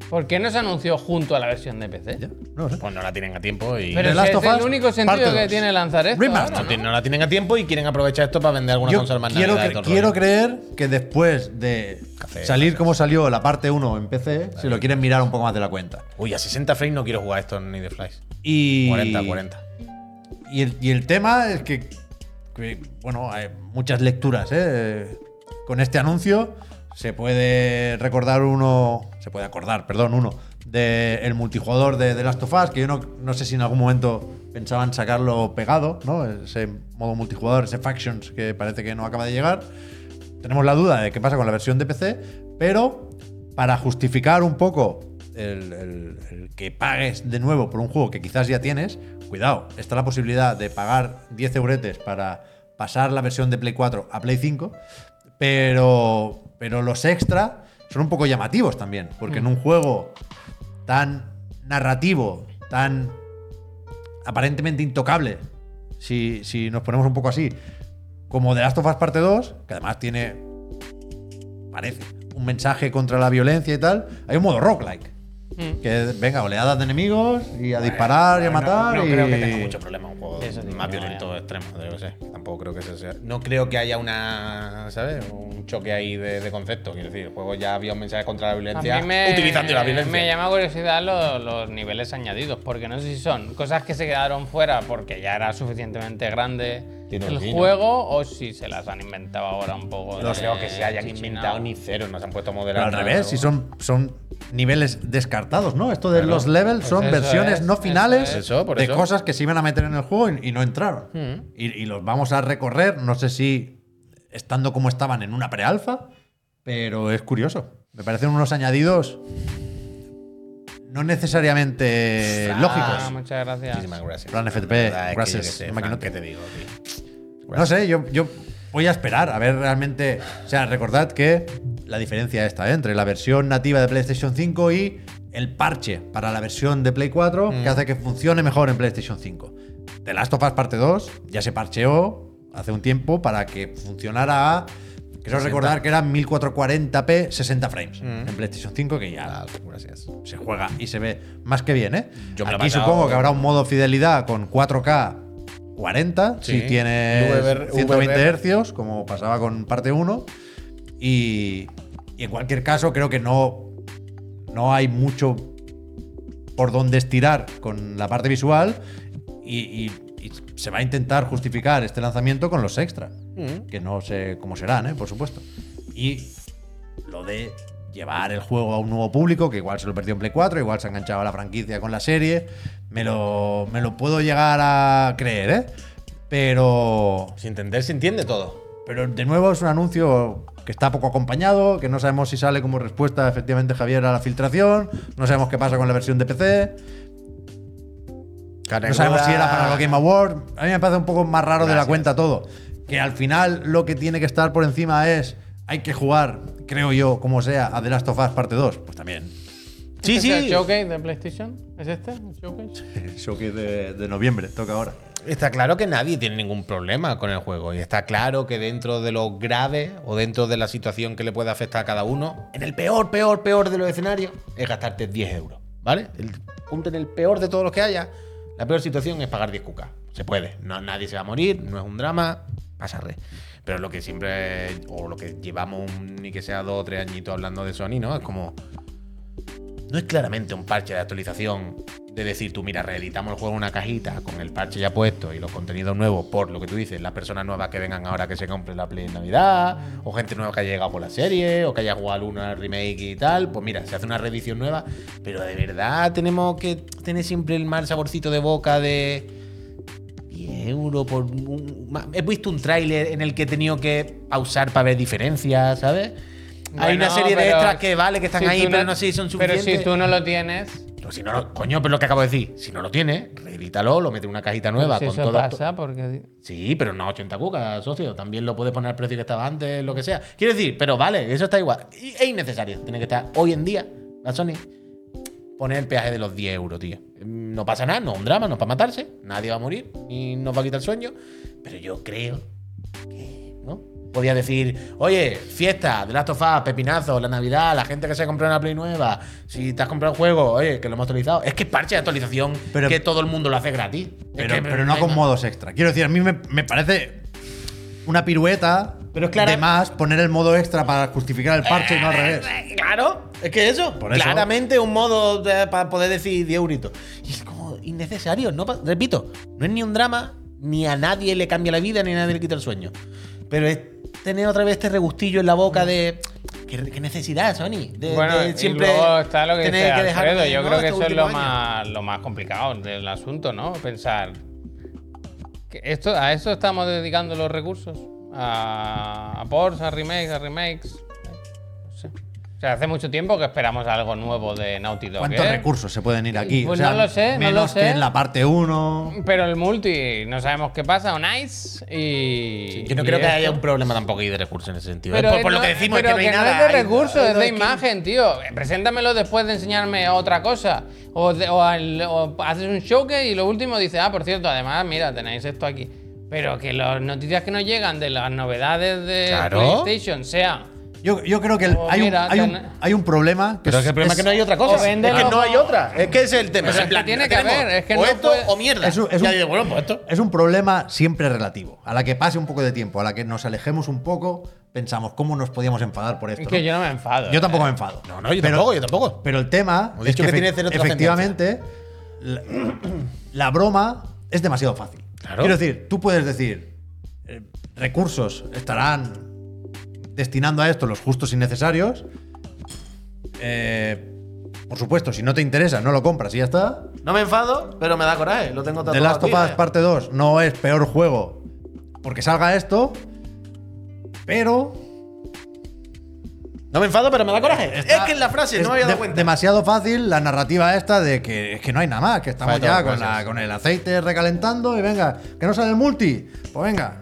[SPEAKER 1] ¿Por qué no se anunció junto a la versión de PC?
[SPEAKER 2] Ya, no lo sé.
[SPEAKER 3] Pues no la tienen a tiempo y.
[SPEAKER 1] Pero
[SPEAKER 2] The
[SPEAKER 1] si
[SPEAKER 2] Last
[SPEAKER 1] es
[SPEAKER 2] of
[SPEAKER 1] el
[SPEAKER 2] Us,
[SPEAKER 1] único
[SPEAKER 2] parte
[SPEAKER 1] sentido que
[SPEAKER 2] dos.
[SPEAKER 1] tiene lanzar esto.
[SPEAKER 2] Remastered.
[SPEAKER 1] ahora,
[SPEAKER 3] no,
[SPEAKER 1] ¿no?
[SPEAKER 3] ti- no la tienen a tiempo y quieren aprovechar esto para vender alguna
[SPEAKER 2] Yo
[SPEAKER 3] consola más
[SPEAKER 2] quiero,
[SPEAKER 3] navidad y
[SPEAKER 2] cre-
[SPEAKER 3] todo el
[SPEAKER 2] quiero
[SPEAKER 3] rollo.
[SPEAKER 2] creer que después de
[SPEAKER 3] Café,
[SPEAKER 2] salir como salió la parte 1 en PC, se lo quieren mirar un poco más de la cuenta.
[SPEAKER 3] Uy, a 60 frames no quiero jugar esto ni de flies.
[SPEAKER 2] Y,
[SPEAKER 3] 40, 40.
[SPEAKER 2] Y el, y el tema es que, que, bueno, hay muchas lecturas. ¿eh? Con este anuncio se puede recordar uno, se puede acordar, perdón, uno, del el multijugador de, The Last of Us, que yo no, no sé si en algún momento pensaban sacarlo pegado, ¿no? Ese modo multijugador, ese factions que parece que no acaba de llegar. Tenemos la duda de qué pasa con la versión de PC, pero para justificar un poco el, el- el que pagues de nuevo por un juego que quizás ya tienes, cuidado, está la posibilidad de pagar 10 euretes para pasar la versión de Play 4 a Play 5, pero, pero los extra son un poco llamativos también, porque en un juego tan narrativo, tan aparentemente intocable, si, si nos ponemos un poco así, como The Last of Us Parte 2, que además tiene, parece, un mensaje contra la violencia y tal, hay un modo roguelike.
[SPEAKER 3] Mm.
[SPEAKER 2] Que es, venga, oleadas de enemigos y a disparar y a
[SPEAKER 3] No,
[SPEAKER 2] matar.
[SPEAKER 3] No,
[SPEAKER 2] y...
[SPEAKER 3] creo que tenga mucho problema un juego
[SPEAKER 1] Eso digo,
[SPEAKER 3] más
[SPEAKER 1] no,
[SPEAKER 3] violento extremo, yo qué sé. Tampoco creo que ese sea. No creo que haya una, ¿sabes? Un choque ahí de, de concepto. Quiero decir, el juego ya había un mensaje contra la
[SPEAKER 1] A
[SPEAKER 3] violencia
[SPEAKER 1] mí me,
[SPEAKER 3] utilizando la violencia.
[SPEAKER 1] Me llama curiosidad lo- los niveles añadidos, porque no sé si son cosas que se quedaron fuera porque ya era suficientemente grande
[SPEAKER 3] Tiene
[SPEAKER 1] el
[SPEAKER 3] orgullo.
[SPEAKER 1] juego o si se las han inventado ahora un poco.
[SPEAKER 3] No
[SPEAKER 1] de
[SPEAKER 3] creo que se hayan
[SPEAKER 1] chichinao.
[SPEAKER 3] inventado ni cero, nos han puesto a
[SPEAKER 2] Pero
[SPEAKER 3] modelar.
[SPEAKER 2] al
[SPEAKER 3] nada
[SPEAKER 2] revés,
[SPEAKER 3] nuevo.
[SPEAKER 2] si son, son niveles descartados, ¿no? Esto de los levels
[SPEAKER 1] Pues
[SPEAKER 2] son
[SPEAKER 1] eso
[SPEAKER 2] versiones
[SPEAKER 1] es,
[SPEAKER 2] no
[SPEAKER 1] eso Hmm.
[SPEAKER 2] finales
[SPEAKER 1] es.
[SPEAKER 3] Eso, por
[SPEAKER 2] de
[SPEAKER 3] eso.
[SPEAKER 2] cosas que se iban a meter en el juego y, y no entraron. Y, y los vamos a recorrer, no sé si estando como estaban en una prealfa, pero es curioso. Me parecen unos añadidos no
[SPEAKER 3] Eh,
[SPEAKER 2] necesariamente
[SPEAKER 1] Ah,
[SPEAKER 2] lógicos.
[SPEAKER 1] muchas gracias.
[SPEAKER 3] Muchísimas gracias.
[SPEAKER 2] Plan FTP,
[SPEAKER 3] La verdad es que yo
[SPEAKER 2] gracias,
[SPEAKER 3] qué sé,
[SPEAKER 2] no me
[SPEAKER 3] Fran,
[SPEAKER 2] quinote.
[SPEAKER 3] ¿qué te digo, tío?
[SPEAKER 2] No sé, yo, yo voy a esperar a ver realmente. O sea, recordad que la diferencia esta ¿eh? entre la versión nativa de PlayStation 5 y el parche para la versión de Play 4
[SPEAKER 3] Mm.
[SPEAKER 2] que hace que funcione mejor en PlayStation 5. The Last of Us Parte 2 ya se parcheó hace un tiempo para que funcionara a. Quiero recordar que eran 1440p 60 frames
[SPEAKER 3] Mm.
[SPEAKER 2] en PlayStation 5, que ya
[SPEAKER 3] Ah, Gracias.
[SPEAKER 2] se juega y se ve más que bien, ¿eh?
[SPEAKER 3] Yo me lo he
[SPEAKER 2] Aquí
[SPEAKER 3] pasado.
[SPEAKER 2] supongo que habrá un modo fidelidad con 4K 40,
[SPEAKER 3] Sí.
[SPEAKER 2] si tienes
[SPEAKER 3] VRR.
[SPEAKER 2] 120 hercios, como pasaba con parte 1. Y, y en cualquier caso, creo que no, no hay mucho por dónde estirar con la parte visual y, y- y se va a intentar justificar este lanzamiento con los extra,
[SPEAKER 3] Mm.
[SPEAKER 2] que no sé cómo serán, ¿eh? por supuesto. Y lo de llevar el juego a un nuevo público, que igual se lo perdió en Play 4, igual se ha enganchado a la franquicia con la serie, me lo, me lo puedo llegar a creer, ¿eh? Pero,
[SPEAKER 3] Sin entender, se entiende todo.
[SPEAKER 2] pero de nuevo es un anuncio que está poco acompañado, que no sabemos si sale como respuesta efectivamente Javier a la filtración, no sabemos qué pasa con la versión de PC, no sabemos si era para los Game Awards. A mí me parece un poco más raro de la
[SPEAKER 3] Gracias.
[SPEAKER 2] cuenta todo. Que al final lo que tiene que estar por encima es hay que jugar, creo yo, como sea, a The Last of Us parte 2. Pues también.
[SPEAKER 1] ¿Este
[SPEAKER 3] Sí,
[SPEAKER 1] es el
[SPEAKER 3] sí.
[SPEAKER 1] showcase de PlayStation? ¿Es este? ¿El showcase?
[SPEAKER 2] El showcase de, de noviembre toca ahora.
[SPEAKER 3] Está claro que nadie tiene ningún problema con el juego y está claro que dentro de lo grave o dentro de la situación que le puede afectar a cada uno, en el peor, peor, peor de los escenarios es gastarte 10 euros, ¿vale? El punto en el peor de todos los que haya, la peor situación es pagar 10 cucas. Se puede, no, nadie se va a morir, no es un drama, pasa re. Pero lo que siempre, o lo que llevamos ni que sea dos o tres añitos hablando de Sony, ¿no? Es como, no es claramente un parche de actualización de decir tú, mira, reeditamos el juego en una cajita con el parche ya puesto y los contenidos nuevos por lo que tú dices, las personas nuevas que vengan ahora que se compren la Play en Navidad, o gente nueva que haya llegado por la serie, o que haya jugado una remake y tal, pues mira, se hace una reedición nueva, pero de verdad tenemos que tener siempre el mal saborcito de boca de 10 euros por un, un, he visto un tráiler en el que he tenido que pausar para ver diferencias, ¿sabes? Hay
[SPEAKER 1] Bueno,
[SPEAKER 3] una serie de
[SPEAKER 1] pero
[SPEAKER 3] extras que vale, que están
[SPEAKER 1] si
[SPEAKER 3] ahí,
[SPEAKER 1] tú
[SPEAKER 3] pero no sé si son suficientes.
[SPEAKER 1] Pero si tú no lo tienes,
[SPEAKER 3] Pero si no lo- coño, pero lo que acabo de decir, si no lo tiene, reedítalo, lo mete en una cajita nueva
[SPEAKER 1] si
[SPEAKER 3] con
[SPEAKER 1] eso
[SPEAKER 3] todo.
[SPEAKER 1] pasa, porque...
[SPEAKER 3] Sí, pero no a 80 cucas, socio. También lo puedes poner al precio que estaba antes, lo que sea. Quiero decir, pero vale, eso está igual. Y- Es innecesario. Tiene que estar hoy en día la Sony. Poner el peaje de los 10 euros, tío. Mm, No pasa nada, no es un drama, no es para matarse. Nadie va a morir y nos va a quitar el sueño. Pero yo creo que, ¿no? Podías decir, oye, fiesta, The Last of Us, pepinazo, la Navidad, la gente que se ha comprado una Play nueva, si te has comprado el juego, oye, que lo hemos actualizado. Es que es parche de actualización
[SPEAKER 2] Pero-
[SPEAKER 3] que todo el mundo lo hace gratis. Es
[SPEAKER 2] Pero,
[SPEAKER 3] que-
[SPEAKER 2] pero no
[SPEAKER 3] hay
[SPEAKER 2] con
[SPEAKER 3] más.
[SPEAKER 2] modos extra. Quiero decir, a mí me, me parece una pirueta
[SPEAKER 3] Pero es clara-
[SPEAKER 2] de más poner el modo extra para justificar el parche
[SPEAKER 1] Eh,
[SPEAKER 2] y no al revés.
[SPEAKER 3] Claro, es que eso.
[SPEAKER 2] Por eso.
[SPEAKER 3] Claramente un modo de- para poder decir 10 euritos. Y es como innecesario. No, pa- repito, no es ni un drama, ni a nadie le cambia la vida, ni a nadie le quita el sueño. Pero es tener otra vez este regustillo en la boca de. ¿Qué, qué necesidad, Sony? De,
[SPEAKER 1] bueno,
[SPEAKER 3] Eh, de
[SPEAKER 1] y luego está lo que
[SPEAKER 3] tener
[SPEAKER 1] dice
[SPEAKER 3] dejar-
[SPEAKER 1] Alfredo. Yo
[SPEAKER 3] no,
[SPEAKER 1] creo que
[SPEAKER 3] este
[SPEAKER 1] eso es lo
[SPEAKER 3] último año.
[SPEAKER 1] más, lo más complicado del asunto, ¿no? Pensar. Que esto, a eso estamos dedicando los recursos. A, a ports, a remakes, a remakes. ¿eh? No sé. O sea, hace mucho tiempo que esperamos algo nuevo de Naughty Dog.
[SPEAKER 2] ¿Cuántos
[SPEAKER 1] ¿eh?
[SPEAKER 2] recursos se pueden ir aquí?
[SPEAKER 1] Pues no lo sé, no lo
[SPEAKER 2] menos
[SPEAKER 1] sé.
[SPEAKER 2] que en la parte 1.
[SPEAKER 1] Pero el multi, no sabemos qué pasa, o nice. Y.
[SPEAKER 3] Yo no
[SPEAKER 1] y
[SPEAKER 3] creo que
[SPEAKER 1] esto.
[SPEAKER 3] haya un problema tampoco ahí de recursos en ese sentido.
[SPEAKER 1] Pero
[SPEAKER 3] Es por, por
[SPEAKER 1] no-
[SPEAKER 3] lo que decimos,
[SPEAKER 1] pero
[SPEAKER 3] es que no hay nada.
[SPEAKER 1] es de
[SPEAKER 3] ahí.
[SPEAKER 1] recursos, es
[SPEAKER 3] Pero
[SPEAKER 1] de
[SPEAKER 3] que-
[SPEAKER 1] imagen, tío. Eh, Preséntamelo después de enseñarme otra cosa. O, de- o al- o haces un showcase y lo último dices, ah, por cierto, además, mira, tenéis esto aquí. Pero que las noticias que nos llegan de las novedades de
[SPEAKER 3] Claro.
[SPEAKER 1] PlayStation sea.
[SPEAKER 2] Yo, yo creo que el-
[SPEAKER 1] Oh,
[SPEAKER 2] hay,
[SPEAKER 1] mira,
[SPEAKER 2] un, hay, un,
[SPEAKER 1] tan-
[SPEAKER 2] hay un problema. Que
[SPEAKER 3] Pero es que el problema es, que no hay otra cosa.
[SPEAKER 1] o véndelo.
[SPEAKER 3] Es que no hay otra. Es que ese es el tema.
[SPEAKER 1] Pero
[SPEAKER 3] en
[SPEAKER 1] es que
[SPEAKER 3] plan,
[SPEAKER 1] tiene que
[SPEAKER 3] tenemos
[SPEAKER 1] haber, es que
[SPEAKER 3] o
[SPEAKER 1] no
[SPEAKER 3] esto
[SPEAKER 1] puede-
[SPEAKER 3] o mierda.
[SPEAKER 2] Es un- es
[SPEAKER 3] Ya
[SPEAKER 2] un-
[SPEAKER 3] digo, bueno, pues esto.
[SPEAKER 2] Es un problema siempre relativo. A la que pase un poco de tiempo, a la que nos alejemos un poco, pensamos cómo nos podíamos enfadar por esto.
[SPEAKER 1] Es que
[SPEAKER 2] ¿no?
[SPEAKER 1] yo no me enfado.
[SPEAKER 2] Yo tampoco
[SPEAKER 1] eh.
[SPEAKER 2] me enfado.
[SPEAKER 3] No, no, yo
[SPEAKER 2] Pero-
[SPEAKER 3] tampoco, yo tampoco.
[SPEAKER 2] Pero el tema
[SPEAKER 3] Hemos
[SPEAKER 2] es
[SPEAKER 3] dicho
[SPEAKER 2] que,
[SPEAKER 3] que
[SPEAKER 2] efe-
[SPEAKER 3] tiene cero
[SPEAKER 2] efectivamente la, la broma es demasiado fácil.
[SPEAKER 3] Claro.
[SPEAKER 2] Quiero decir, tú puedes decir eh, recursos estarán destinando a esto los justos y necesarios. Eh, por supuesto, si no te interesa, no lo compras y ya está.
[SPEAKER 5] No me enfado, pero me da coraje. Lo tengo
[SPEAKER 2] The
[SPEAKER 5] tatuado
[SPEAKER 2] Last of
[SPEAKER 5] aquí,
[SPEAKER 2] Us
[SPEAKER 5] eh.
[SPEAKER 2] parte 2 no es peor juego porque salga esto, pero
[SPEAKER 3] No me enfado, pero me da coraje.
[SPEAKER 5] Es que es la frase,
[SPEAKER 2] es
[SPEAKER 5] no me había dado
[SPEAKER 2] de-
[SPEAKER 5] cuenta.
[SPEAKER 2] demasiado fácil la narrativa esta de que es que no hay nada más, que estamos
[SPEAKER 3] Falta
[SPEAKER 2] ya
[SPEAKER 3] de
[SPEAKER 2] con,
[SPEAKER 3] cosas.
[SPEAKER 2] la- con el aceite recalentando y venga, que no sale el multi. Pues venga,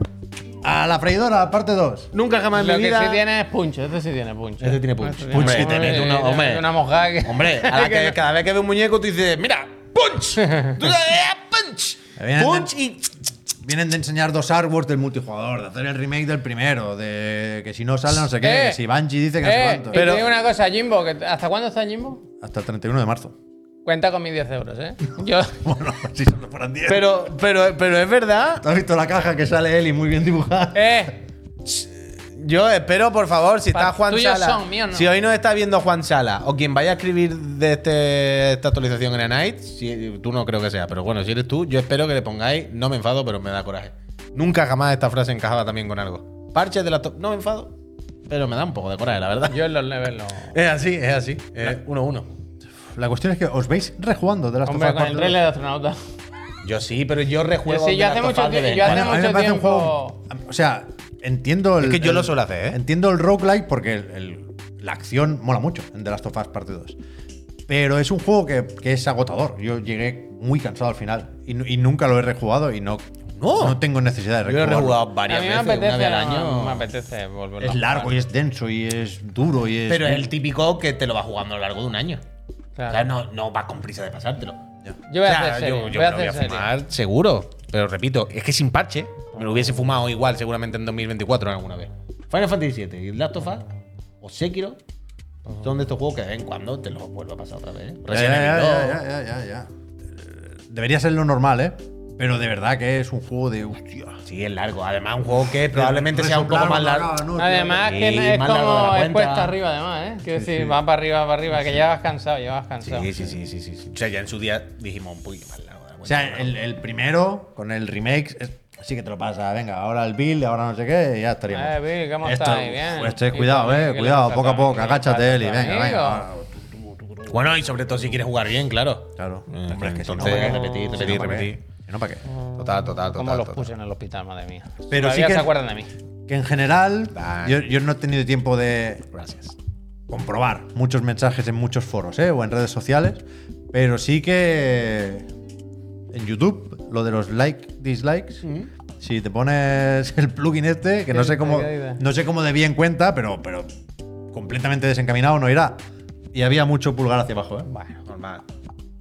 [SPEAKER 2] a la freidora, parte 2.
[SPEAKER 5] Nunca jamás en
[SPEAKER 1] Lo
[SPEAKER 5] mi
[SPEAKER 1] que
[SPEAKER 5] vida.
[SPEAKER 1] sí tiene es puncho, este sí tiene puncho.
[SPEAKER 3] Este tiene punch.
[SPEAKER 1] Este
[SPEAKER 3] Punch,
[SPEAKER 1] tiene
[SPEAKER 3] te mete una-
[SPEAKER 1] te mete
[SPEAKER 3] hombre.
[SPEAKER 1] una mojada que-
[SPEAKER 3] Hombre, a la que, cada vez que ve un muñeco, tú dices, mira, punch. Tú dices, "Eh, punch.
[SPEAKER 2] Bien,
[SPEAKER 3] Punch y.
[SPEAKER 2] Vienen de enseñar dos artworks del multijugador, de hacer el remake del primero, de que si no sale no sé qué,
[SPEAKER 1] Eh,
[SPEAKER 2] que si Bungie dice que no sé
[SPEAKER 1] Eh,
[SPEAKER 2] cuánto.
[SPEAKER 1] y te digo una cosa, Jimbo, que- ¿hasta cuándo está Jimbo?
[SPEAKER 2] Hasta el 31 de marzo.
[SPEAKER 1] Cuenta con mis 10 euros, ¿eh? Yo,
[SPEAKER 2] Bueno, si solo fueran 10.
[SPEAKER 3] Pero, pero, pero es verdad.
[SPEAKER 2] ¿Tú has visto la caja que sale Eli muy bien dibujada?
[SPEAKER 1] eh,
[SPEAKER 3] Yo espero, por favor, si
[SPEAKER 1] Pa-
[SPEAKER 3] está Juan
[SPEAKER 1] tuyos
[SPEAKER 3] Sala.
[SPEAKER 1] son, míos no.
[SPEAKER 3] Si hoy nos está viendo Juan Sala o quien vaya a escribir de este- esta actualización en A Night, si, tú no creo que sea, pero bueno, si eres tú, yo espero que le pongáis, no me enfado, pero me da coraje. Nunca jamás esta frase encajaba también con algo. Parches de la top. No me enfado, pero me da un poco de coraje, la verdad.
[SPEAKER 1] yo en los levels no.
[SPEAKER 3] Es así, es así. Es Eh, uno, uno.
[SPEAKER 2] La cuestión es que os veis rejugando de las
[SPEAKER 1] Hombre, con el trailer de astronauta.
[SPEAKER 3] Yo sí, pero yo rejuego.
[SPEAKER 1] Yo sí, yo
[SPEAKER 3] The Last
[SPEAKER 1] hace
[SPEAKER 3] of
[SPEAKER 1] mucho
[SPEAKER 3] Us de
[SPEAKER 1] tie-
[SPEAKER 3] vez en
[SPEAKER 1] yo hace
[SPEAKER 3] cuando.
[SPEAKER 2] a mí me
[SPEAKER 1] mucho
[SPEAKER 2] parece un juego.
[SPEAKER 1] tiempo-
[SPEAKER 2] O sea, entiendo el.
[SPEAKER 3] que yo
[SPEAKER 2] el-
[SPEAKER 3] lo suelo hacer, ¿eh?
[SPEAKER 2] Entiendo el roguelike porque el- el- la acción mola mucho en The Last of Us Parte 2. Pero es un juego que, que es agotador. Yo llegué muy cansado al final y, nu- y nunca lo he rejugado y no,
[SPEAKER 3] No.
[SPEAKER 2] tengo necesidad de
[SPEAKER 3] Yo lo he
[SPEAKER 2] rejugarlo.
[SPEAKER 3] rejugado
[SPEAKER 1] A
[SPEAKER 3] varias
[SPEAKER 1] mí me
[SPEAKER 3] veces, una
[SPEAKER 1] apetece,
[SPEAKER 3] vez al
[SPEAKER 1] no, me
[SPEAKER 3] año.
[SPEAKER 1] apetece volverlo.
[SPEAKER 2] Es largo y es denso y es duro y es.
[SPEAKER 3] Pero es el típico que te lo vas jugando a lo largo de un año.
[SPEAKER 1] Claro.
[SPEAKER 3] O sea, no, no vas con prisa de pasártelo.
[SPEAKER 1] Yo voy a
[SPEAKER 3] O sea,
[SPEAKER 1] hacer serie,
[SPEAKER 3] yo, yo
[SPEAKER 1] voy a
[SPEAKER 3] me lo
[SPEAKER 1] hacer serie.
[SPEAKER 3] fumar seguro. Pero repito, es que sin parche me lo hubiese fumado igual seguramente en 2024 alguna vez. Final Fantasy VII y Last of Us o Sekiro son de estos juegos que de vez en cuando te los vuelvo a pasar otra vez. ¿eh?
[SPEAKER 2] Ya,
[SPEAKER 3] Resident
[SPEAKER 2] ya,
[SPEAKER 3] Evil
[SPEAKER 2] ya, ya,
[SPEAKER 3] 2.
[SPEAKER 2] ya, ya, ya. Eh, Debería ser lo normal, ¿eh? Pero de verdad que es un juego de. Hostia.
[SPEAKER 3] Sí, es largo. Además, un juego que probablemente sea un poco
[SPEAKER 2] Resoplar, no
[SPEAKER 3] más largo.
[SPEAKER 2] acaba, no, tío.
[SPEAKER 1] Además, que
[SPEAKER 3] Sí,
[SPEAKER 1] es
[SPEAKER 3] más largo de la
[SPEAKER 1] como es
[SPEAKER 3] cuenta.
[SPEAKER 1] cuesta arriba, además, ¿eh? Quiero decir, va para arriba, para arriba, que ya vas cansado, ya vas cansado.
[SPEAKER 3] Sí, sí, sí, sí, sí, eh, sí. O sea, ya en su día dijimos un poquito más largo. de la
[SPEAKER 2] O
[SPEAKER 3] cuenta,
[SPEAKER 2] sea,
[SPEAKER 3] ¿no?
[SPEAKER 2] el, el primero, con el remake, es- sí que te lo pasa. Venga, ahora el build, ahora no sé qué, y ya estaríamos.
[SPEAKER 1] Eh, Bill, ¿cómo
[SPEAKER 2] Esto-
[SPEAKER 1] estás? Bien.
[SPEAKER 2] Pues, che,
[SPEAKER 1] ¿Y
[SPEAKER 2] cuidado,
[SPEAKER 1] por qué?
[SPEAKER 2] eh,
[SPEAKER 1] ¿Qué le
[SPEAKER 2] cuidado,
[SPEAKER 1] pasa
[SPEAKER 2] poco
[SPEAKER 1] a
[SPEAKER 2] a
[SPEAKER 1] tu
[SPEAKER 2] poco,
[SPEAKER 1] amigo?
[SPEAKER 2] agáchate,
[SPEAKER 1] ¿Qué
[SPEAKER 2] Eli,
[SPEAKER 1] le pasa a tu
[SPEAKER 2] venga,
[SPEAKER 1] amigo?
[SPEAKER 2] venga.
[SPEAKER 3] Bueno, y sobre todo si quieres jugar bien, claro.
[SPEAKER 2] Claro.
[SPEAKER 3] Eh,
[SPEAKER 2] Hombre, es que si no,
[SPEAKER 3] entonces,
[SPEAKER 2] ¿para qué?
[SPEAKER 3] repetir,
[SPEAKER 2] Si no,
[SPEAKER 3] repetir,
[SPEAKER 2] ¿para qué?
[SPEAKER 3] repetir.
[SPEAKER 2] Si no, ¿para qué?
[SPEAKER 5] total, total,
[SPEAKER 1] Como
[SPEAKER 5] total.
[SPEAKER 1] los
[SPEAKER 5] total.
[SPEAKER 1] puse en el hospital, madre mía.
[SPEAKER 2] Pero sí
[SPEAKER 1] Todavía
[SPEAKER 2] que-
[SPEAKER 1] se acuerdan de mí.
[SPEAKER 2] Que en general,
[SPEAKER 5] Vale.
[SPEAKER 2] yo, yo no he tenido tiempo de
[SPEAKER 5] Gracias.
[SPEAKER 2] comprobar muchos mensajes en muchos foros ¿eh? o en redes sociales, pero sí que en YouTube, lo de los like, dislikes, si te pones el plugin este, que no
[SPEAKER 1] Sí,
[SPEAKER 2] sé cómo,
[SPEAKER 1] ahí, ahí.
[SPEAKER 2] no sé cómo de bien cuenta, pero, pero completamente desencaminado no irá. Y había mucho pulgar hacia abajo. ¿eh?
[SPEAKER 1] Bueno,
[SPEAKER 5] Normal.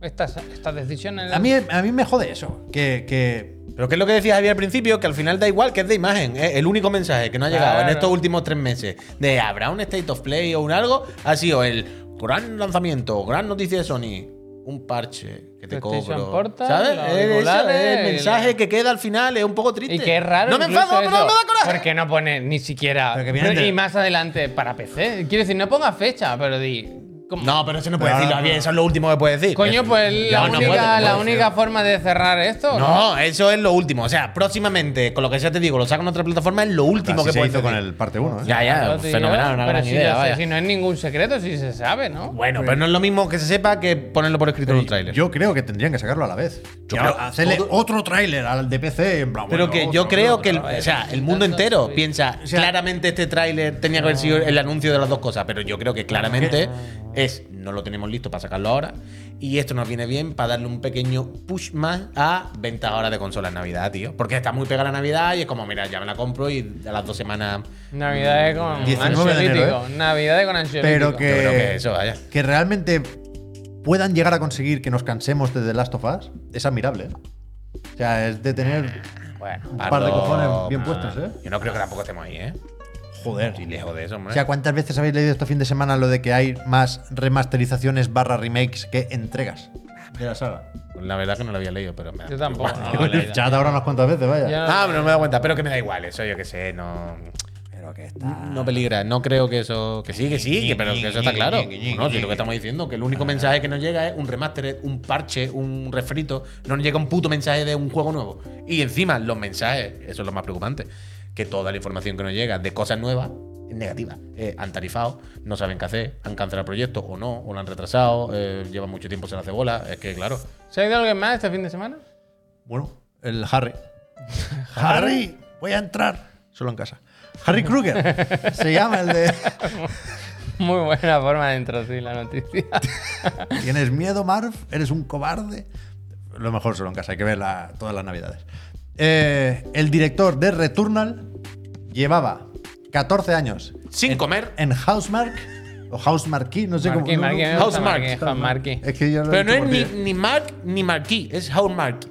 [SPEAKER 1] estas, estas decisiones.
[SPEAKER 2] A mí, a mí me jode eso, que, que
[SPEAKER 3] Pero que es lo que decía Javier al principio, que al final da igual, que es de imagen. ¿eh? El único mensaje que no ha llegado
[SPEAKER 1] Claro.
[SPEAKER 3] en estos últimos tres meses de habrá un State of Play o un algo, ha sido el gran lanzamiento, gran noticia de Sony, un parche que te
[SPEAKER 1] PlayStation
[SPEAKER 3] cobro.
[SPEAKER 1] Portal,
[SPEAKER 3] ¿Sabes?
[SPEAKER 1] los
[SPEAKER 3] Es eso,
[SPEAKER 1] auriculares,
[SPEAKER 3] es el
[SPEAKER 1] el-
[SPEAKER 3] mensaje que queda al final, es un poco triste.
[SPEAKER 1] Y que es raro.
[SPEAKER 3] No me
[SPEAKER 1] incluso
[SPEAKER 3] enfado, pero
[SPEAKER 1] eso,
[SPEAKER 3] me da coraje.
[SPEAKER 1] Porque no pone ni siquiera.
[SPEAKER 2] Pero que vienen
[SPEAKER 1] pero-
[SPEAKER 2] de-
[SPEAKER 1] Y más adelante para PC. Quiero decir, no ponga fecha, pero di. ¿cómo?
[SPEAKER 3] No, pero eso no
[SPEAKER 2] Pero
[SPEAKER 3] puede decirlo,
[SPEAKER 2] ahora-
[SPEAKER 3] Javier, eso es lo último que puede decir.
[SPEAKER 1] Coño, pues la
[SPEAKER 3] no
[SPEAKER 1] única,
[SPEAKER 3] puede, no puede
[SPEAKER 1] la
[SPEAKER 3] ser.
[SPEAKER 1] única forma de cerrar esto.
[SPEAKER 3] No, eso es lo último. O sea, próximamente, con lo que ya te digo, lo sacan en otra plataforma, es lo último
[SPEAKER 2] así
[SPEAKER 3] que
[SPEAKER 2] se
[SPEAKER 3] puede
[SPEAKER 2] hizo con
[SPEAKER 3] decir.
[SPEAKER 2] el parte ¿eh? 1.
[SPEAKER 3] Ya, ya,
[SPEAKER 1] Claro, te
[SPEAKER 3] fenomenal,
[SPEAKER 1] digo,
[SPEAKER 3] una
[SPEAKER 1] ¿eh? pero
[SPEAKER 3] gran
[SPEAKER 1] si
[SPEAKER 3] idea.
[SPEAKER 1] ya sé,
[SPEAKER 3] vaya.
[SPEAKER 1] si no es ningún secreto, si se sabe, ¿no?
[SPEAKER 3] Bueno, pero no es lo mismo que se sepa que ponerlo por escrito en un tráiler.
[SPEAKER 2] Yo creo que tendrían que sacarlo a la vez.
[SPEAKER 3] Yo
[SPEAKER 2] Y
[SPEAKER 3] creo-
[SPEAKER 2] a- hacerle otro tráiler al de PC en plan,
[SPEAKER 3] Pero
[SPEAKER 2] bueno,
[SPEAKER 3] que
[SPEAKER 2] otro,
[SPEAKER 3] yo creo
[SPEAKER 2] otro,
[SPEAKER 3] que el,
[SPEAKER 2] otro.
[SPEAKER 3] o sea, el mundo entero piensa, claramente este tráiler tenía que haber sido el anuncio de las dos cosas, pero yo creo que claramente es, no lo tenemos listo para sacarlo ahora, y esto nos viene bien para darle un pequeño push más a ventas ahora de consolas Navidad, tío. Porque está muy pegada la Navidad y es como, mira, ya me la compro y a las dos semanas...
[SPEAKER 1] Navidades con
[SPEAKER 2] 19 de enero,
[SPEAKER 1] ansiolítico. Navidades con ansiolítico.
[SPEAKER 2] Pero
[SPEAKER 3] Yo
[SPEAKER 2] que-
[SPEAKER 3] creo ¿eh? que eso, vaya.
[SPEAKER 2] Que realmente puedan llegar a conseguir que nos cansemos de The Last of Us es admirable. ¿eh? O sea, es de tener
[SPEAKER 1] Bueno.
[SPEAKER 2] un par de
[SPEAKER 3] Pardo,
[SPEAKER 2] cojones bien
[SPEAKER 3] ah,
[SPEAKER 2] puestos, ¿eh?
[SPEAKER 3] Yo no creo que tampoco estemos ahí, ¿eh?
[SPEAKER 2] Joder.
[SPEAKER 3] Y lejos de eso, hombre.
[SPEAKER 2] O sea, ¿cuántas veces habéis leído este fin de semana lo de que hay más remasterizaciones barra remakes que entregas de la saga?
[SPEAKER 3] la verdad que no lo había leído, pero me da
[SPEAKER 1] Yo tampoco.
[SPEAKER 3] igual.
[SPEAKER 1] no,
[SPEAKER 2] Digo,
[SPEAKER 1] la idea.
[SPEAKER 2] ya te habrá unas cuantas veces, vaya.
[SPEAKER 1] Ya-
[SPEAKER 3] Ah, pero no me he dado cuenta. Pero que me da igual, eso yo que sé, no.
[SPEAKER 2] Pero que está.
[SPEAKER 3] No peligra, no creo que eso. Que sí, que sí, que, pero que eso está claro. No, si lo que estamos diciendo, que el
[SPEAKER 2] Ah.
[SPEAKER 3] único mensaje que nos llega es un remaster, un parche, un refrito. No nos llega un puto mensaje de un juego nuevo. Y encima, los mensajes, eso es lo más preocupante, que toda la información que nos llega de cosas nuevas es negativa. Eh, han tarifado, no saben qué hacer, han cancelado proyectos o no, o lo han retrasado, eh, lleva mucho tiempo sin hacer bola. Es que, claro.
[SPEAKER 1] ¿Se ha ido alguien más este fin de semana?
[SPEAKER 2] Bueno, el Harry. Harry, voy a entrar. Solo en casa. Harry Kruger. se llama el de.
[SPEAKER 1] Muy buena forma de introducir la noticia.
[SPEAKER 2] ¿Tienes miedo, Marv? ¿Eres un cobarde? Lo mejor solo en casa, hay que ver la- todas las navidades. Eh, el director de Returnal llevaba 14 años
[SPEAKER 3] Sin comer.
[SPEAKER 2] en Housemark o Housemarque, no sé
[SPEAKER 1] Marquí,
[SPEAKER 2] cómo.
[SPEAKER 1] Marquí, me
[SPEAKER 2] no-
[SPEAKER 1] gusta
[SPEAKER 3] House Mark.
[SPEAKER 1] Marquí, Juan Marquí.
[SPEAKER 2] Es que yo lo he
[SPEAKER 3] Pero no
[SPEAKER 2] dicho
[SPEAKER 3] es
[SPEAKER 2] por
[SPEAKER 3] ni,
[SPEAKER 2] ti.
[SPEAKER 3] ni Mark ni Marquis, es Housemark.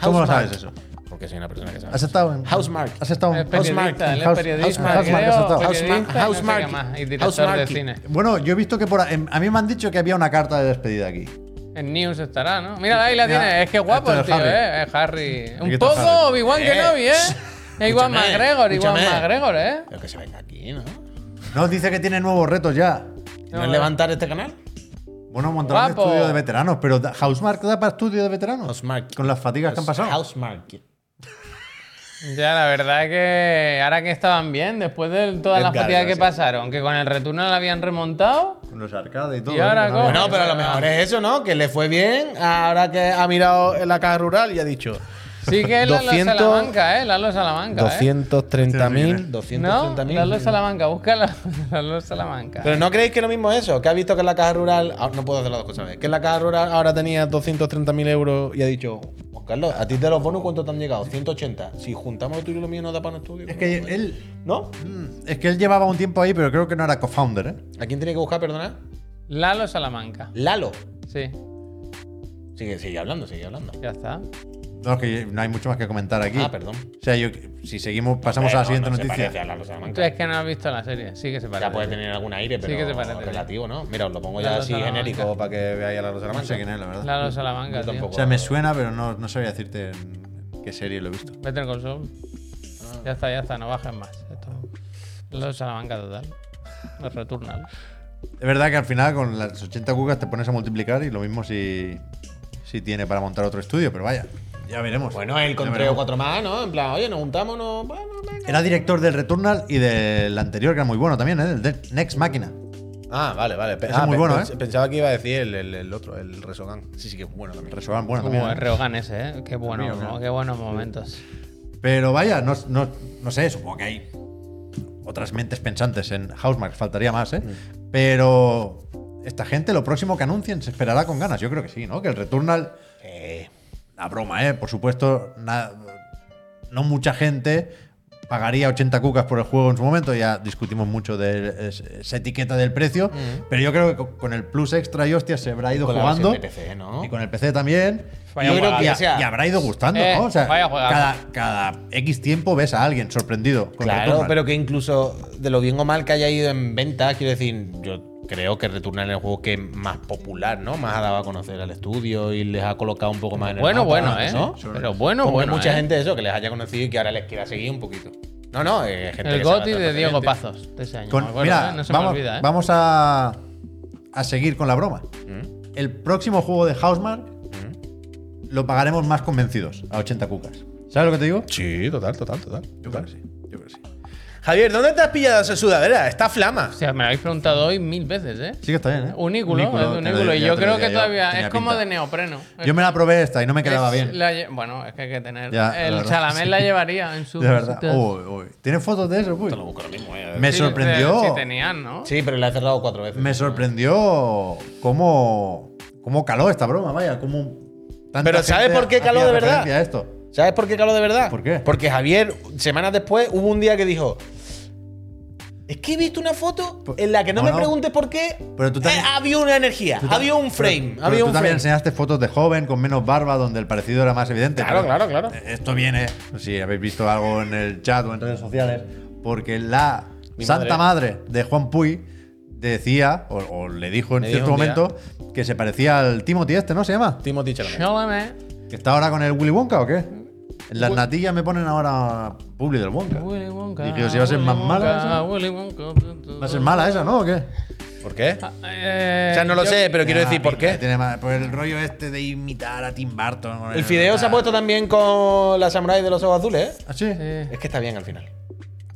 [SPEAKER 2] ¿Cómo lo sabes eso?
[SPEAKER 3] Porque soy una persona que sabe.
[SPEAKER 2] ¿Has estado en.
[SPEAKER 3] Housemark.
[SPEAKER 2] Has estado
[SPEAKER 1] Es
[SPEAKER 2] en.
[SPEAKER 3] House Mark.
[SPEAKER 1] periodista, él es
[SPEAKER 2] House-
[SPEAKER 1] periodista.
[SPEAKER 2] House Mark,
[SPEAKER 1] creo,
[SPEAKER 2] has estado.
[SPEAKER 1] periodista
[SPEAKER 3] House Mark,
[SPEAKER 1] y no
[SPEAKER 3] House
[SPEAKER 1] sé
[SPEAKER 3] Mark.
[SPEAKER 1] qué más, y
[SPEAKER 3] House
[SPEAKER 1] director de
[SPEAKER 3] Mark.
[SPEAKER 1] cine.
[SPEAKER 2] Bueno, yo he visto que por. a- en- a mí me han dicho que había una carta de despedida aquí.
[SPEAKER 1] En News estará, ¿no? Mira, ahí la
[SPEAKER 2] Mira,
[SPEAKER 1] tiene. Es que guapo
[SPEAKER 2] este
[SPEAKER 1] el
[SPEAKER 2] es
[SPEAKER 1] tío,
[SPEAKER 2] Harry.
[SPEAKER 1] ¿eh? Es Harry.
[SPEAKER 2] Aquí
[SPEAKER 1] Un
[SPEAKER 2] está
[SPEAKER 1] poco
[SPEAKER 2] Harry.
[SPEAKER 1] Obi-Wan
[SPEAKER 3] Eh,
[SPEAKER 1] Kenobi, ¿eh? Es igual
[SPEAKER 3] escúchame,
[SPEAKER 1] McGregor, igual
[SPEAKER 3] escúchame.
[SPEAKER 1] McGregor, ¿eh?
[SPEAKER 3] Lo que se venga aquí, ¿no? ¿No,
[SPEAKER 2] No, dice que tiene nuevos retos ya.
[SPEAKER 1] No, no.
[SPEAKER 3] es levantar este canal?
[SPEAKER 2] Bueno, montar un
[SPEAKER 1] Guapo.
[SPEAKER 2] estudio de veteranos, pero da- Housemark da para estudio de veteranos.
[SPEAKER 3] Housemarque.
[SPEAKER 2] Con las fatigas que han pasado.
[SPEAKER 3] Housemarque.
[SPEAKER 1] Ya, la verdad es que ahora que estaban bien, después de todas las
[SPEAKER 3] Edgar,
[SPEAKER 1] partidas que
[SPEAKER 3] gracias.
[SPEAKER 1] pasaron, que con el retorno la habían remontado.
[SPEAKER 2] Con los arcades y todo.
[SPEAKER 1] Y ahora
[SPEAKER 2] ¿eh?
[SPEAKER 1] con-
[SPEAKER 3] Bueno, pero a lo mejor es eso, ¿no? Que le fue bien ahora que ha mirado en la caja rural y ha dicho
[SPEAKER 1] Sí que es Lalo
[SPEAKER 3] 200,
[SPEAKER 1] Salamanca, ¿eh? Lalo Salamanca, ¿eh?
[SPEAKER 3] 230.000,
[SPEAKER 1] No,
[SPEAKER 3] 230.000.
[SPEAKER 1] Lalo Salamanca, busca la- Lalo Salamanca.
[SPEAKER 3] Pero no creéis que lo mismo es eso, que ha visto que en la caja rural. ah, No puedo hacer las dos cosas, a la vez. Que en la caja rural ahora tenía 230.000 euros y ha dicho, Juan Carlos, ¿a ti de los bonus cuánto te han llegado? 180. Si juntamos lo tuyo y lo mío, no da para un estudio.
[SPEAKER 2] Es que él.
[SPEAKER 3] ¿No?
[SPEAKER 2] mm, Es que él llevaba un tiempo ahí, pero creo que no era co-founder, ¿eh?
[SPEAKER 3] ¿A quién tenía que buscar, perdona?
[SPEAKER 1] Lalo Salamanca.
[SPEAKER 3] Lalo.
[SPEAKER 1] Sí,
[SPEAKER 3] Sigue, sigue hablando, sigue hablando.
[SPEAKER 1] ya está.
[SPEAKER 2] No, es que no hay mucho más que comentar aquí.
[SPEAKER 3] Ah, perdón. Eh,
[SPEAKER 2] O sea, yo, si seguimos, pasamos a la siguiente noticia.
[SPEAKER 1] Tú es que no has visto la serie, sí que se parece.
[SPEAKER 3] Ya puede tener algún aire, pero
[SPEAKER 1] que se parece.
[SPEAKER 3] relativo, ¿no? Mira, os lo pongo ya
[SPEAKER 1] Lalo
[SPEAKER 3] así
[SPEAKER 1] Salamanca.
[SPEAKER 3] genérico para que veáis a Lalo
[SPEAKER 2] no sé
[SPEAKER 3] Salamanca.
[SPEAKER 2] quién es, la verdad.
[SPEAKER 1] Lalo Salamanca,
[SPEAKER 3] Yo
[SPEAKER 1] tío.
[SPEAKER 2] O
[SPEAKER 3] tampoco.
[SPEAKER 2] sea, me suena, pero no, no sabía decirte en qué serie lo he visto.
[SPEAKER 1] Better Call Saul.
[SPEAKER 3] Ah.
[SPEAKER 1] Ya está, ya está, no bajes más. Esto. Lalo Salamanca total. Los Returnal.
[SPEAKER 2] Es verdad que al final con las 80 cucas te pones a multiplicar y lo mismo si, si tiene para montar otro estudio, pero vaya, ya veremos.
[SPEAKER 3] Bueno, él con
[SPEAKER 2] Ya
[SPEAKER 3] tres o
[SPEAKER 2] veremos.
[SPEAKER 3] cuatro más, ¿no? En plan, oye, nos juntamos, no. Bueno, venga.
[SPEAKER 2] Era director del Returnal y del anterior, que era muy bueno también, ¿eh? Del de- Next Máquina.
[SPEAKER 5] Ah, vale, vale. Pe-
[SPEAKER 2] Ese
[SPEAKER 5] ah,
[SPEAKER 2] es muy
[SPEAKER 5] pe-
[SPEAKER 2] bueno,
[SPEAKER 5] pens-
[SPEAKER 2] ¿eh?
[SPEAKER 5] Pensaba que iba a decir el, el- el otro, el Resogan. Sí, sí, que es bueno también.
[SPEAKER 2] Resogan,
[SPEAKER 3] Ah,
[SPEAKER 2] bueno también.
[SPEAKER 1] Como
[SPEAKER 2] ¿eh?
[SPEAKER 1] Uh, el Reogan ese, ¿eh? Qué bueno,
[SPEAKER 2] Mío, mío.
[SPEAKER 1] ¿no? qué buenos momentos.
[SPEAKER 2] Pero vaya, no, no, no sé, supongo que hay otras mentes pensantes en Housemark, faltaría más,
[SPEAKER 3] Mm.
[SPEAKER 2] ¿eh? Pero esta gente, lo próximo que anuncien, se esperará con ganas. Yo creo que sí, ¿no? Que el Returnal. eh, la broma, ¿eh? Por supuesto, na- no mucha gente pagaría 80 cucas por el juego en su momento. Ya discutimos mucho de es- esa etiqueta del precio. Pero yo creo que co- con el plus extra y hostia se habrá ido
[SPEAKER 3] Mm. Con la
[SPEAKER 2] jugando.
[SPEAKER 3] versión de PC, ¿no?
[SPEAKER 2] Y con el PC también.
[SPEAKER 1] Vaya
[SPEAKER 2] Y-
[SPEAKER 1] juegazo.
[SPEAKER 2] y a-
[SPEAKER 1] O sea,
[SPEAKER 2] y habrá ido gustando,
[SPEAKER 1] eh,
[SPEAKER 2] ¿no? O sea,
[SPEAKER 1] vaya juegazo.
[SPEAKER 2] cada, cada X tiempo ves a alguien sorprendido. Con
[SPEAKER 3] Claro,
[SPEAKER 2] Returnal.
[SPEAKER 3] pero que incluso de lo bien o mal que haya ido en venta, quiero decir, yo creo que Returnal es el juego que es más popular, ¿no? Más ha dado a conocer al estudio y les ha colocado un poco más en el
[SPEAKER 1] Bueno,
[SPEAKER 3] mapa,
[SPEAKER 1] bueno, ¿eh?
[SPEAKER 3] ¿no?
[SPEAKER 1] Pero bueno,
[SPEAKER 3] Como que
[SPEAKER 1] bueno.
[SPEAKER 3] mucha
[SPEAKER 1] ¿eh?
[SPEAKER 3] gente eso, que les haya conocido y que ahora les quiera seguir un poquito. No, no, eh, gente
[SPEAKER 1] El
[SPEAKER 3] que sabe
[SPEAKER 1] Goti de
[SPEAKER 3] tratar
[SPEAKER 1] Diego
[SPEAKER 3] gente.
[SPEAKER 1] Pazos de ese año.
[SPEAKER 2] Con-
[SPEAKER 1] me acuerdo,
[SPEAKER 2] mira,
[SPEAKER 1] ¿eh? No se
[SPEAKER 2] vamos,
[SPEAKER 1] me olvida, ¿eh?
[SPEAKER 2] vamos a, a seguir con la broma.
[SPEAKER 1] Mm.
[SPEAKER 2] El próximo juego de Housemark lo pagaremos más convencidos, a 80 cucas. ¿Sabes lo que te digo?
[SPEAKER 5] Sí, total, total, total.
[SPEAKER 2] Yo creo que sí. Yo creo que sí.
[SPEAKER 5] Javier, ¿dónde te has pillado esa sudadera? Está flama.
[SPEAKER 1] O sea, me lo habéis preguntado hoy mil veces, ¿eh?
[SPEAKER 2] Sí que está bien, ¿eh?
[SPEAKER 1] Unículo, es de
[SPEAKER 2] te lo
[SPEAKER 1] unículo.
[SPEAKER 2] di-
[SPEAKER 1] Y
[SPEAKER 2] ya
[SPEAKER 1] yo
[SPEAKER 2] te lo
[SPEAKER 1] creo
[SPEAKER 2] diría
[SPEAKER 1] que
[SPEAKER 2] yo,
[SPEAKER 1] todavía
[SPEAKER 2] tenía
[SPEAKER 1] es como
[SPEAKER 2] pinta.
[SPEAKER 1] de neopreno.
[SPEAKER 2] Yo me la probé esta y no me quedaba
[SPEAKER 1] Es
[SPEAKER 2] bien.
[SPEAKER 1] la lle- bueno, es que hay que tener.
[SPEAKER 2] Ya, la
[SPEAKER 1] el
[SPEAKER 2] verdad,
[SPEAKER 1] Chalamet
[SPEAKER 2] sí.
[SPEAKER 1] la llevaría en su.
[SPEAKER 2] De verdad.
[SPEAKER 1] cosita.
[SPEAKER 2] Uy, uy. ¿Tienes fotos de eso? Uy. Me
[SPEAKER 1] Sí,
[SPEAKER 2] sorprendió.
[SPEAKER 1] Sí, tenían, ¿no?
[SPEAKER 3] eh, Sí, pero le ha cerrado cuatro veces.
[SPEAKER 2] Me sorprendió cómo, cómo caló esta broma, vaya, cómo. tanta
[SPEAKER 3] Pero ¿sabes
[SPEAKER 2] gente
[SPEAKER 3] por qué caló
[SPEAKER 2] hacía
[SPEAKER 3] de verdad?
[SPEAKER 2] referencia a esto.
[SPEAKER 3] ¿Sabes por qué Carlos de verdad?
[SPEAKER 2] ¿Por qué?
[SPEAKER 3] Porque Javier, semanas después, hubo un día que dijo. Es que he visto una foto en la que no
[SPEAKER 2] Bueno,
[SPEAKER 3] me preguntes por qué.
[SPEAKER 2] pero tú también-
[SPEAKER 3] eh, había una energía, había un frame.
[SPEAKER 2] Pero
[SPEAKER 3] había
[SPEAKER 2] tú
[SPEAKER 3] un
[SPEAKER 2] también
[SPEAKER 3] frame.
[SPEAKER 2] enseñaste fotos de joven con menos barba, donde el parecido era más evidente.
[SPEAKER 3] Claro,
[SPEAKER 2] pero eh,
[SPEAKER 3] claro, claro.
[SPEAKER 2] Esto viene, si habéis visto algo en el chat o en redes sociales, porque la santa madre. de Juan Puy decía, o, o le dijo en
[SPEAKER 5] Le dijo
[SPEAKER 2] cierto
[SPEAKER 5] un día.
[SPEAKER 2] momento, que se parecía al Timothy este, ¿no se llama?
[SPEAKER 5] Timothy Chalamet.
[SPEAKER 1] Chalamet.
[SPEAKER 2] ¿Que está ahora con el Willy Wonka o qué? En las natillas me ponen ahora Publi del Wonka.
[SPEAKER 1] Willy Wonka.
[SPEAKER 2] Dije yo, si va a ser
[SPEAKER 1] Willy
[SPEAKER 2] más
[SPEAKER 1] Wonka,
[SPEAKER 2] mala esa.
[SPEAKER 1] Willy Wonka.
[SPEAKER 2] Va a ser mala esa, ¿no? ¿O qué?
[SPEAKER 5] ¿Por qué?
[SPEAKER 1] Eh,
[SPEAKER 5] O sea, no lo
[SPEAKER 1] yo-
[SPEAKER 5] sé, pero
[SPEAKER 2] Tiene
[SPEAKER 5] quiero decir
[SPEAKER 2] mala
[SPEAKER 5] por
[SPEAKER 2] pinta,
[SPEAKER 5] qué.
[SPEAKER 2] Tiene mala- por el rollo este de imitar a Tim Burton. con
[SPEAKER 3] El fideo se ha puesto también con la samurai de los ojos azules, ¿eh?
[SPEAKER 2] ¿Ah, sí?
[SPEAKER 1] Sí,
[SPEAKER 3] Es que está bien al final.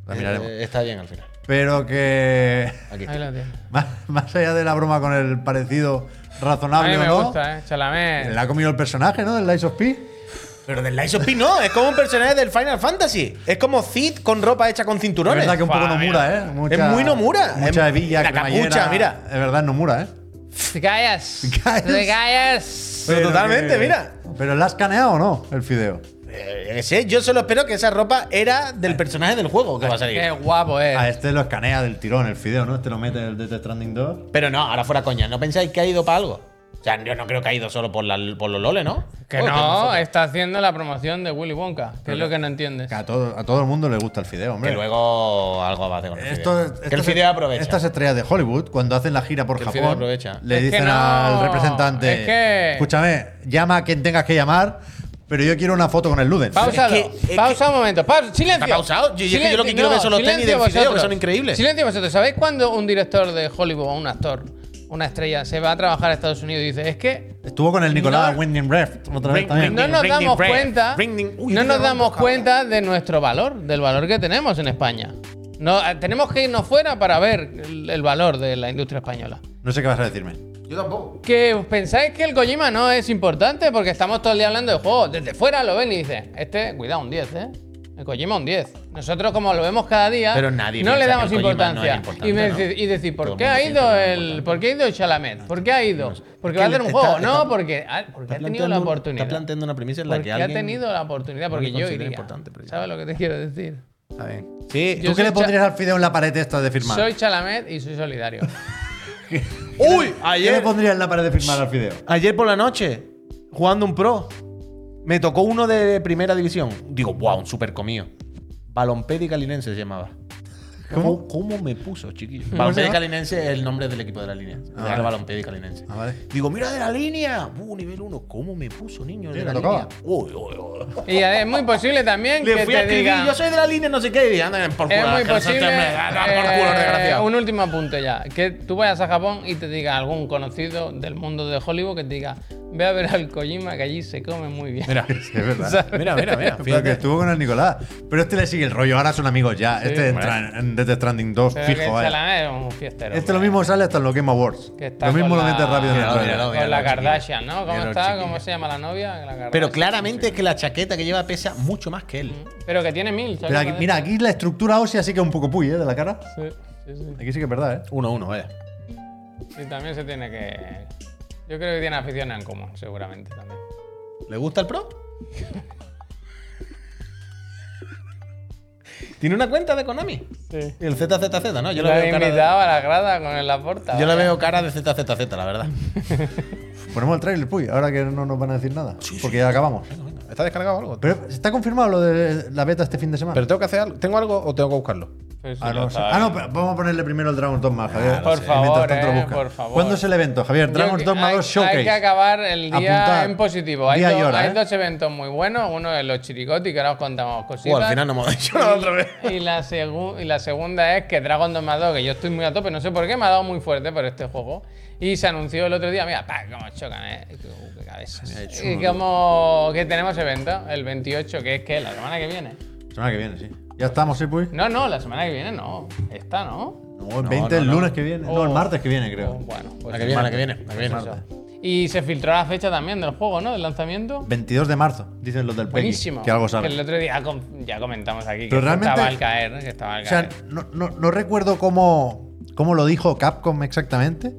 [SPEAKER 2] La miraremos.
[SPEAKER 3] Eh, está bien al final.
[SPEAKER 2] Pero que.
[SPEAKER 3] Aquí está.
[SPEAKER 1] ahí la tienes.
[SPEAKER 2] Más, más allá de la broma con el parecido
[SPEAKER 1] A
[SPEAKER 2] razonable
[SPEAKER 1] mí
[SPEAKER 2] o
[SPEAKER 1] me
[SPEAKER 2] no,
[SPEAKER 1] gusta, ¿eh? Chalamet.
[SPEAKER 2] le ha comido el personaje, ¿no? Del Lies of P.
[SPEAKER 5] Pero del Lies of P no, es como un personaje del Final Fantasy. Es como Cid con ropa hecha con
[SPEAKER 2] Es
[SPEAKER 5] cinturones.
[SPEAKER 2] verdad que un poco
[SPEAKER 1] Fua,
[SPEAKER 2] Nomura, ¿eh?
[SPEAKER 5] muy Nomura.
[SPEAKER 2] Mucha
[SPEAKER 5] Es-
[SPEAKER 2] hebilla,
[SPEAKER 5] la
[SPEAKER 2] cremallera.
[SPEAKER 5] capucha, mira.
[SPEAKER 2] Es verdad, Nomura, ¿eh?
[SPEAKER 1] Te callas.
[SPEAKER 2] Te callas.
[SPEAKER 1] Te callas.
[SPEAKER 5] Pero totalmente,
[SPEAKER 2] que-
[SPEAKER 5] mira.
[SPEAKER 2] Pero ¿la has caneado o no? El fideo.
[SPEAKER 5] Eh, yo qué sé, yo solo espero que esa ropa era del personaje del juego que va a
[SPEAKER 1] Qué
[SPEAKER 5] salir.
[SPEAKER 1] guapo es.
[SPEAKER 2] A este lo escanea del tirón, el fideo, ¿no? Este lo mete el Death Stranding 2.
[SPEAKER 3] Pero no, ahora fuera coña, ¿no pensáis que ha ido para algo? O sea, yo no creo que ha ido solo por, la, por los loles, ¿no?
[SPEAKER 1] Que
[SPEAKER 3] Oye,
[SPEAKER 1] no, eh. está haciendo la promoción de Willy Wonka, que es lo que no entiendes.
[SPEAKER 2] Que a todo, a todo el mundo le gusta el fideo,
[SPEAKER 3] Que
[SPEAKER 2] hombre.
[SPEAKER 3] luego algo va a hacer con el
[SPEAKER 2] Esto-
[SPEAKER 3] fideo.
[SPEAKER 2] estas-
[SPEAKER 3] que el fideo aprovecha.
[SPEAKER 2] Estas estrellas de Hollywood, cuando hacen la gira por
[SPEAKER 3] Que el fideo
[SPEAKER 2] Japón,
[SPEAKER 3] aprovecha.
[SPEAKER 2] le
[SPEAKER 1] Es que
[SPEAKER 2] dicen
[SPEAKER 1] no,
[SPEAKER 2] al representante:
[SPEAKER 1] es que-
[SPEAKER 2] Escúchame, llama a quien tengas que llamar, pero yo quiero una foto con el Ludens.
[SPEAKER 1] Pausalo,
[SPEAKER 5] Es que- es
[SPEAKER 1] pausa un momento, pausa, silencio.
[SPEAKER 5] Está pausado. Yo- yo- yo lo que quiero ver son los tenis
[SPEAKER 1] silencio
[SPEAKER 5] del fideo, que
[SPEAKER 1] vosotros.
[SPEAKER 5] son increíbles.
[SPEAKER 1] Silencio vosotros, ¿sabéis cuando un director de Hollywood o un actor, una estrella, se va a trabajar a Estados Unidos y dice, es que
[SPEAKER 2] Estuvo con el Nicolás
[SPEAKER 1] No.
[SPEAKER 2] Winding Refn otra vez
[SPEAKER 5] Ring-
[SPEAKER 2] también.
[SPEAKER 1] no nos
[SPEAKER 5] ring
[SPEAKER 1] damos
[SPEAKER 5] the bell,
[SPEAKER 1] cuenta,
[SPEAKER 5] ring the- Uy,
[SPEAKER 1] no
[SPEAKER 5] tiene
[SPEAKER 1] nos
[SPEAKER 5] la
[SPEAKER 1] damos
[SPEAKER 5] boca,
[SPEAKER 1] cuenta de nuestro valor, del valor que tenemos en España. No, eh, tenemos que irnos fuera para ver el- el valor de la industria española.
[SPEAKER 2] No sé qué vas a decirme.
[SPEAKER 5] Yo tampoco.
[SPEAKER 1] Que os pensáis que el Kojima no es importante porque estamos todo el día hablando de juegos. Desde fuera lo ven y dicen, este, cuidado, un 10, ¿eh? El Kojima un 10. Nosotros como lo vemos cada día,
[SPEAKER 3] Pero nadie
[SPEAKER 1] no le
[SPEAKER 3] piensa
[SPEAKER 1] damos
[SPEAKER 3] que el Kojima
[SPEAKER 1] importancia.
[SPEAKER 3] no es
[SPEAKER 1] y, me
[SPEAKER 3] importante,
[SPEAKER 1] deci- y decir, ¿por
[SPEAKER 3] Todo el
[SPEAKER 1] qué, ha
[SPEAKER 3] mundo
[SPEAKER 1] ido
[SPEAKER 3] piensa que no es
[SPEAKER 1] el,
[SPEAKER 3] importante.
[SPEAKER 1] ¿por qué ha ido Chalamet? ¿por qué ha ido? Porque va a hacer un
[SPEAKER 3] está-
[SPEAKER 1] juego.
[SPEAKER 3] está-
[SPEAKER 1] no, porque, ah, porque ha tenido la
[SPEAKER 3] planteando un-
[SPEAKER 1] oportunidad.
[SPEAKER 3] Está planteando una premisa en la
[SPEAKER 1] porque
[SPEAKER 3] que
[SPEAKER 1] ha
[SPEAKER 3] alguien…
[SPEAKER 1] tenido la oportunidad, porque
[SPEAKER 3] lo
[SPEAKER 1] yo
[SPEAKER 3] considera
[SPEAKER 1] iría.
[SPEAKER 3] importante, pero ya.
[SPEAKER 1] ¿Sabes lo que te quiero decir?
[SPEAKER 3] Está bien. Sí.
[SPEAKER 1] Yo
[SPEAKER 2] ¿Tú qué
[SPEAKER 1] soy
[SPEAKER 2] le
[SPEAKER 1] cha-
[SPEAKER 2] pondrías al fideo en la pared esta de firmar?
[SPEAKER 1] Soy Chalamet y soy solidario.
[SPEAKER 5] ¡Uy!
[SPEAKER 2] ¿Qué le
[SPEAKER 5] Ayer,
[SPEAKER 2] pondrías en la pared de firmar al fideo?
[SPEAKER 5] ayer por la noche, jugando un pro,
[SPEAKER 3] Me tocó uno de primera división. Digo, wow, un super comido. Balompédi Calinense se llamaba. ¿Cómo? ¿Cómo me puso, chiquillo? Balompédi
[SPEAKER 2] llama?
[SPEAKER 3] Calinense es el nombre del equipo de la línea. Era
[SPEAKER 2] vale.
[SPEAKER 3] Balompédi Calinense.
[SPEAKER 2] Ah, vale.
[SPEAKER 3] Digo, mira de la línea. Uh, nivel 1. ¿Cómo me puso, niño? el
[SPEAKER 2] Sí,
[SPEAKER 3] de
[SPEAKER 2] te
[SPEAKER 3] la
[SPEAKER 2] tocaba.
[SPEAKER 3] línea. Uy, uy, uy.
[SPEAKER 1] y es muy posible también
[SPEAKER 3] Le
[SPEAKER 1] que
[SPEAKER 3] fui a
[SPEAKER 1] te
[SPEAKER 3] escribir,
[SPEAKER 1] digan…
[SPEAKER 3] yo soy de la línea, no sé qué. Y dije, anda, por culo.
[SPEAKER 1] Es muy
[SPEAKER 3] que no se
[SPEAKER 1] posible.
[SPEAKER 3] te me- anda, por culo,
[SPEAKER 1] eh,
[SPEAKER 3] desgraciado.
[SPEAKER 1] un último apunte ya. Que tú vayas a Japón y te diga algún conocido del mundo de Hollywood que te diga, Ve a ver al Kojima, que allí se come muy bien.
[SPEAKER 2] Mira, sí, es verdad.
[SPEAKER 1] ¿Sabes?
[SPEAKER 3] Mira, mira, mira.
[SPEAKER 2] Pero que
[SPEAKER 3] Fíjate.
[SPEAKER 2] estuvo con el Nicolás. Pero este le sigue el rollo, ahora son amigos ya.
[SPEAKER 1] hombre.
[SPEAKER 2] este entra en- en Death Stranding 2
[SPEAKER 1] Pero que
[SPEAKER 2] fijo, vaya.
[SPEAKER 1] Salam es un fiestero.
[SPEAKER 2] Este lo
[SPEAKER 1] hombre.
[SPEAKER 2] mismo sale hasta en los Game Awards.
[SPEAKER 1] Que está
[SPEAKER 2] Lo mismo
[SPEAKER 1] con
[SPEAKER 2] lo
[SPEAKER 1] la-
[SPEAKER 2] mete rápido en el
[SPEAKER 1] Míralo,
[SPEAKER 2] trailer.
[SPEAKER 3] míralo.
[SPEAKER 1] Con la
[SPEAKER 3] chiquillo.
[SPEAKER 1] Kardashian, ¿no? ¿Cómo
[SPEAKER 3] Míralo,
[SPEAKER 1] está?
[SPEAKER 3] chiquillo.
[SPEAKER 1] ¿Cómo se llama la novia? La Kardashian.
[SPEAKER 3] Pero claramente es que la chaqueta que lleva pesa mucho más que él.
[SPEAKER 1] Pero que tiene mil.
[SPEAKER 2] Pero aquí- mira, aquí la estructura ósea sí que es un poco puy, ¿eh? De la cara.
[SPEAKER 1] Sí, sí, sí.
[SPEAKER 2] Aquí sí que es verdad, ¿eh?
[SPEAKER 3] Uno, uno, vaya.
[SPEAKER 1] Y también se tiene que. Yo creo que tiene aficiones en común, seguramente también.
[SPEAKER 3] ¿Le gusta el pro? Tiene una cuenta de Konami.
[SPEAKER 1] Sí.
[SPEAKER 3] El ZZZ, ¿no? Yo
[SPEAKER 1] Yo lo
[SPEAKER 3] le
[SPEAKER 1] había
[SPEAKER 3] veo cara de,
[SPEAKER 1] invitado a la grada con el Laporta.
[SPEAKER 3] yo le
[SPEAKER 1] vaya.
[SPEAKER 3] veo cara de ZZZ, la verdad.
[SPEAKER 2] Ponemos el trailer, puy, ahora que no nos van a decir nada. porque ya acabamos.
[SPEAKER 5] ¿Está descargado algo?
[SPEAKER 2] Pero está confirmado lo de la beta este fin de semana.
[SPEAKER 5] Pero tengo que hacer algo. ¿Tengo algo o tengo que buscarlo?
[SPEAKER 1] Pues sí,
[SPEAKER 2] Ah,
[SPEAKER 1] lo
[SPEAKER 2] no, sí.
[SPEAKER 1] sabe.
[SPEAKER 2] Ah, no, pero vamos a ponerle primero el Dragon Dogma, Javier.
[SPEAKER 1] Por
[SPEAKER 2] Sí.
[SPEAKER 1] favor,
[SPEAKER 2] Mientras tanto lo
[SPEAKER 1] eh,
[SPEAKER 2] busca.
[SPEAKER 1] por favor.
[SPEAKER 2] ¿Cuándo es el evento, Javier?
[SPEAKER 1] Yo
[SPEAKER 2] Dragon
[SPEAKER 1] que-
[SPEAKER 2] Dogma
[SPEAKER 1] hay-
[SPEAKER 2] 2 Showcase.
[SPEAKER 1] Hay que acabar el día
[SPEAKER 2] Apuntar.
[SPEAKER 1] en positivo. Hay,
[SPEAKER 2] Día y
[SPEAKER 1] dos-
[SPEAKER 2] hora,
[SPEAKER 1] hay
[SPEAKER 2] ¿eh?
[SPEAKER 1] dos eventos muy buenos. Uno de los chiricoti, que ahora os contamos cositas.
[SPEAKER 3] O al final no hemos dicho nada otra vez.
[SPEAKER 1] Y la, segu- y la segunda es que Dragon Dogma 2, que yo estoy muy a tope, no sé por qué, me ha dado muy fuerte por este juego. Y se anunció el otro día, mira, pa, cómo chocan, eh. Uh, qué cabezas. Y como que tenemos evento, el 28, que es que la semana que viene.
[SPEAKER 2] Semana que viene, sí. Ya estamos, ¿sí, puy?
[SPEAKER 1] No, no, la semana que viene no. Esta no.
[SPEAKER 2] No, el 20, el lunes que viene. No, el
[SPEAKER 1] Oh.
[SPEAKER 2] martes que viene, creo.
[SPEAKER 1] Oh, bueno, pues
[SPEAKER 3] La que viene, la que viene, la que viene.
[SPEAKER 1] Y se filtró la fecha también del juego, ¿no? Del lanzamiento.
[SPEAKER 2] 22 de marzo, dicen los del Peggy.
[SPEAKER 1] Buenísimo.
[SPEAKER 2] Que algo
[SPEAKER 1] el
[SPEAKER 2] saben.
[SPEAKER 1] otro día com- ya comentamos aquí que
[SPEAKER 2] Pero realmente-
[SPEAKER 1] estaba al caer, que estaba al
[SPEAKER 2] O sea,
[SPEAKER 1] caer.
[SPEAKER 2] no, no- no recuerdo cómo, cómo lo dijo Capcom exactamente,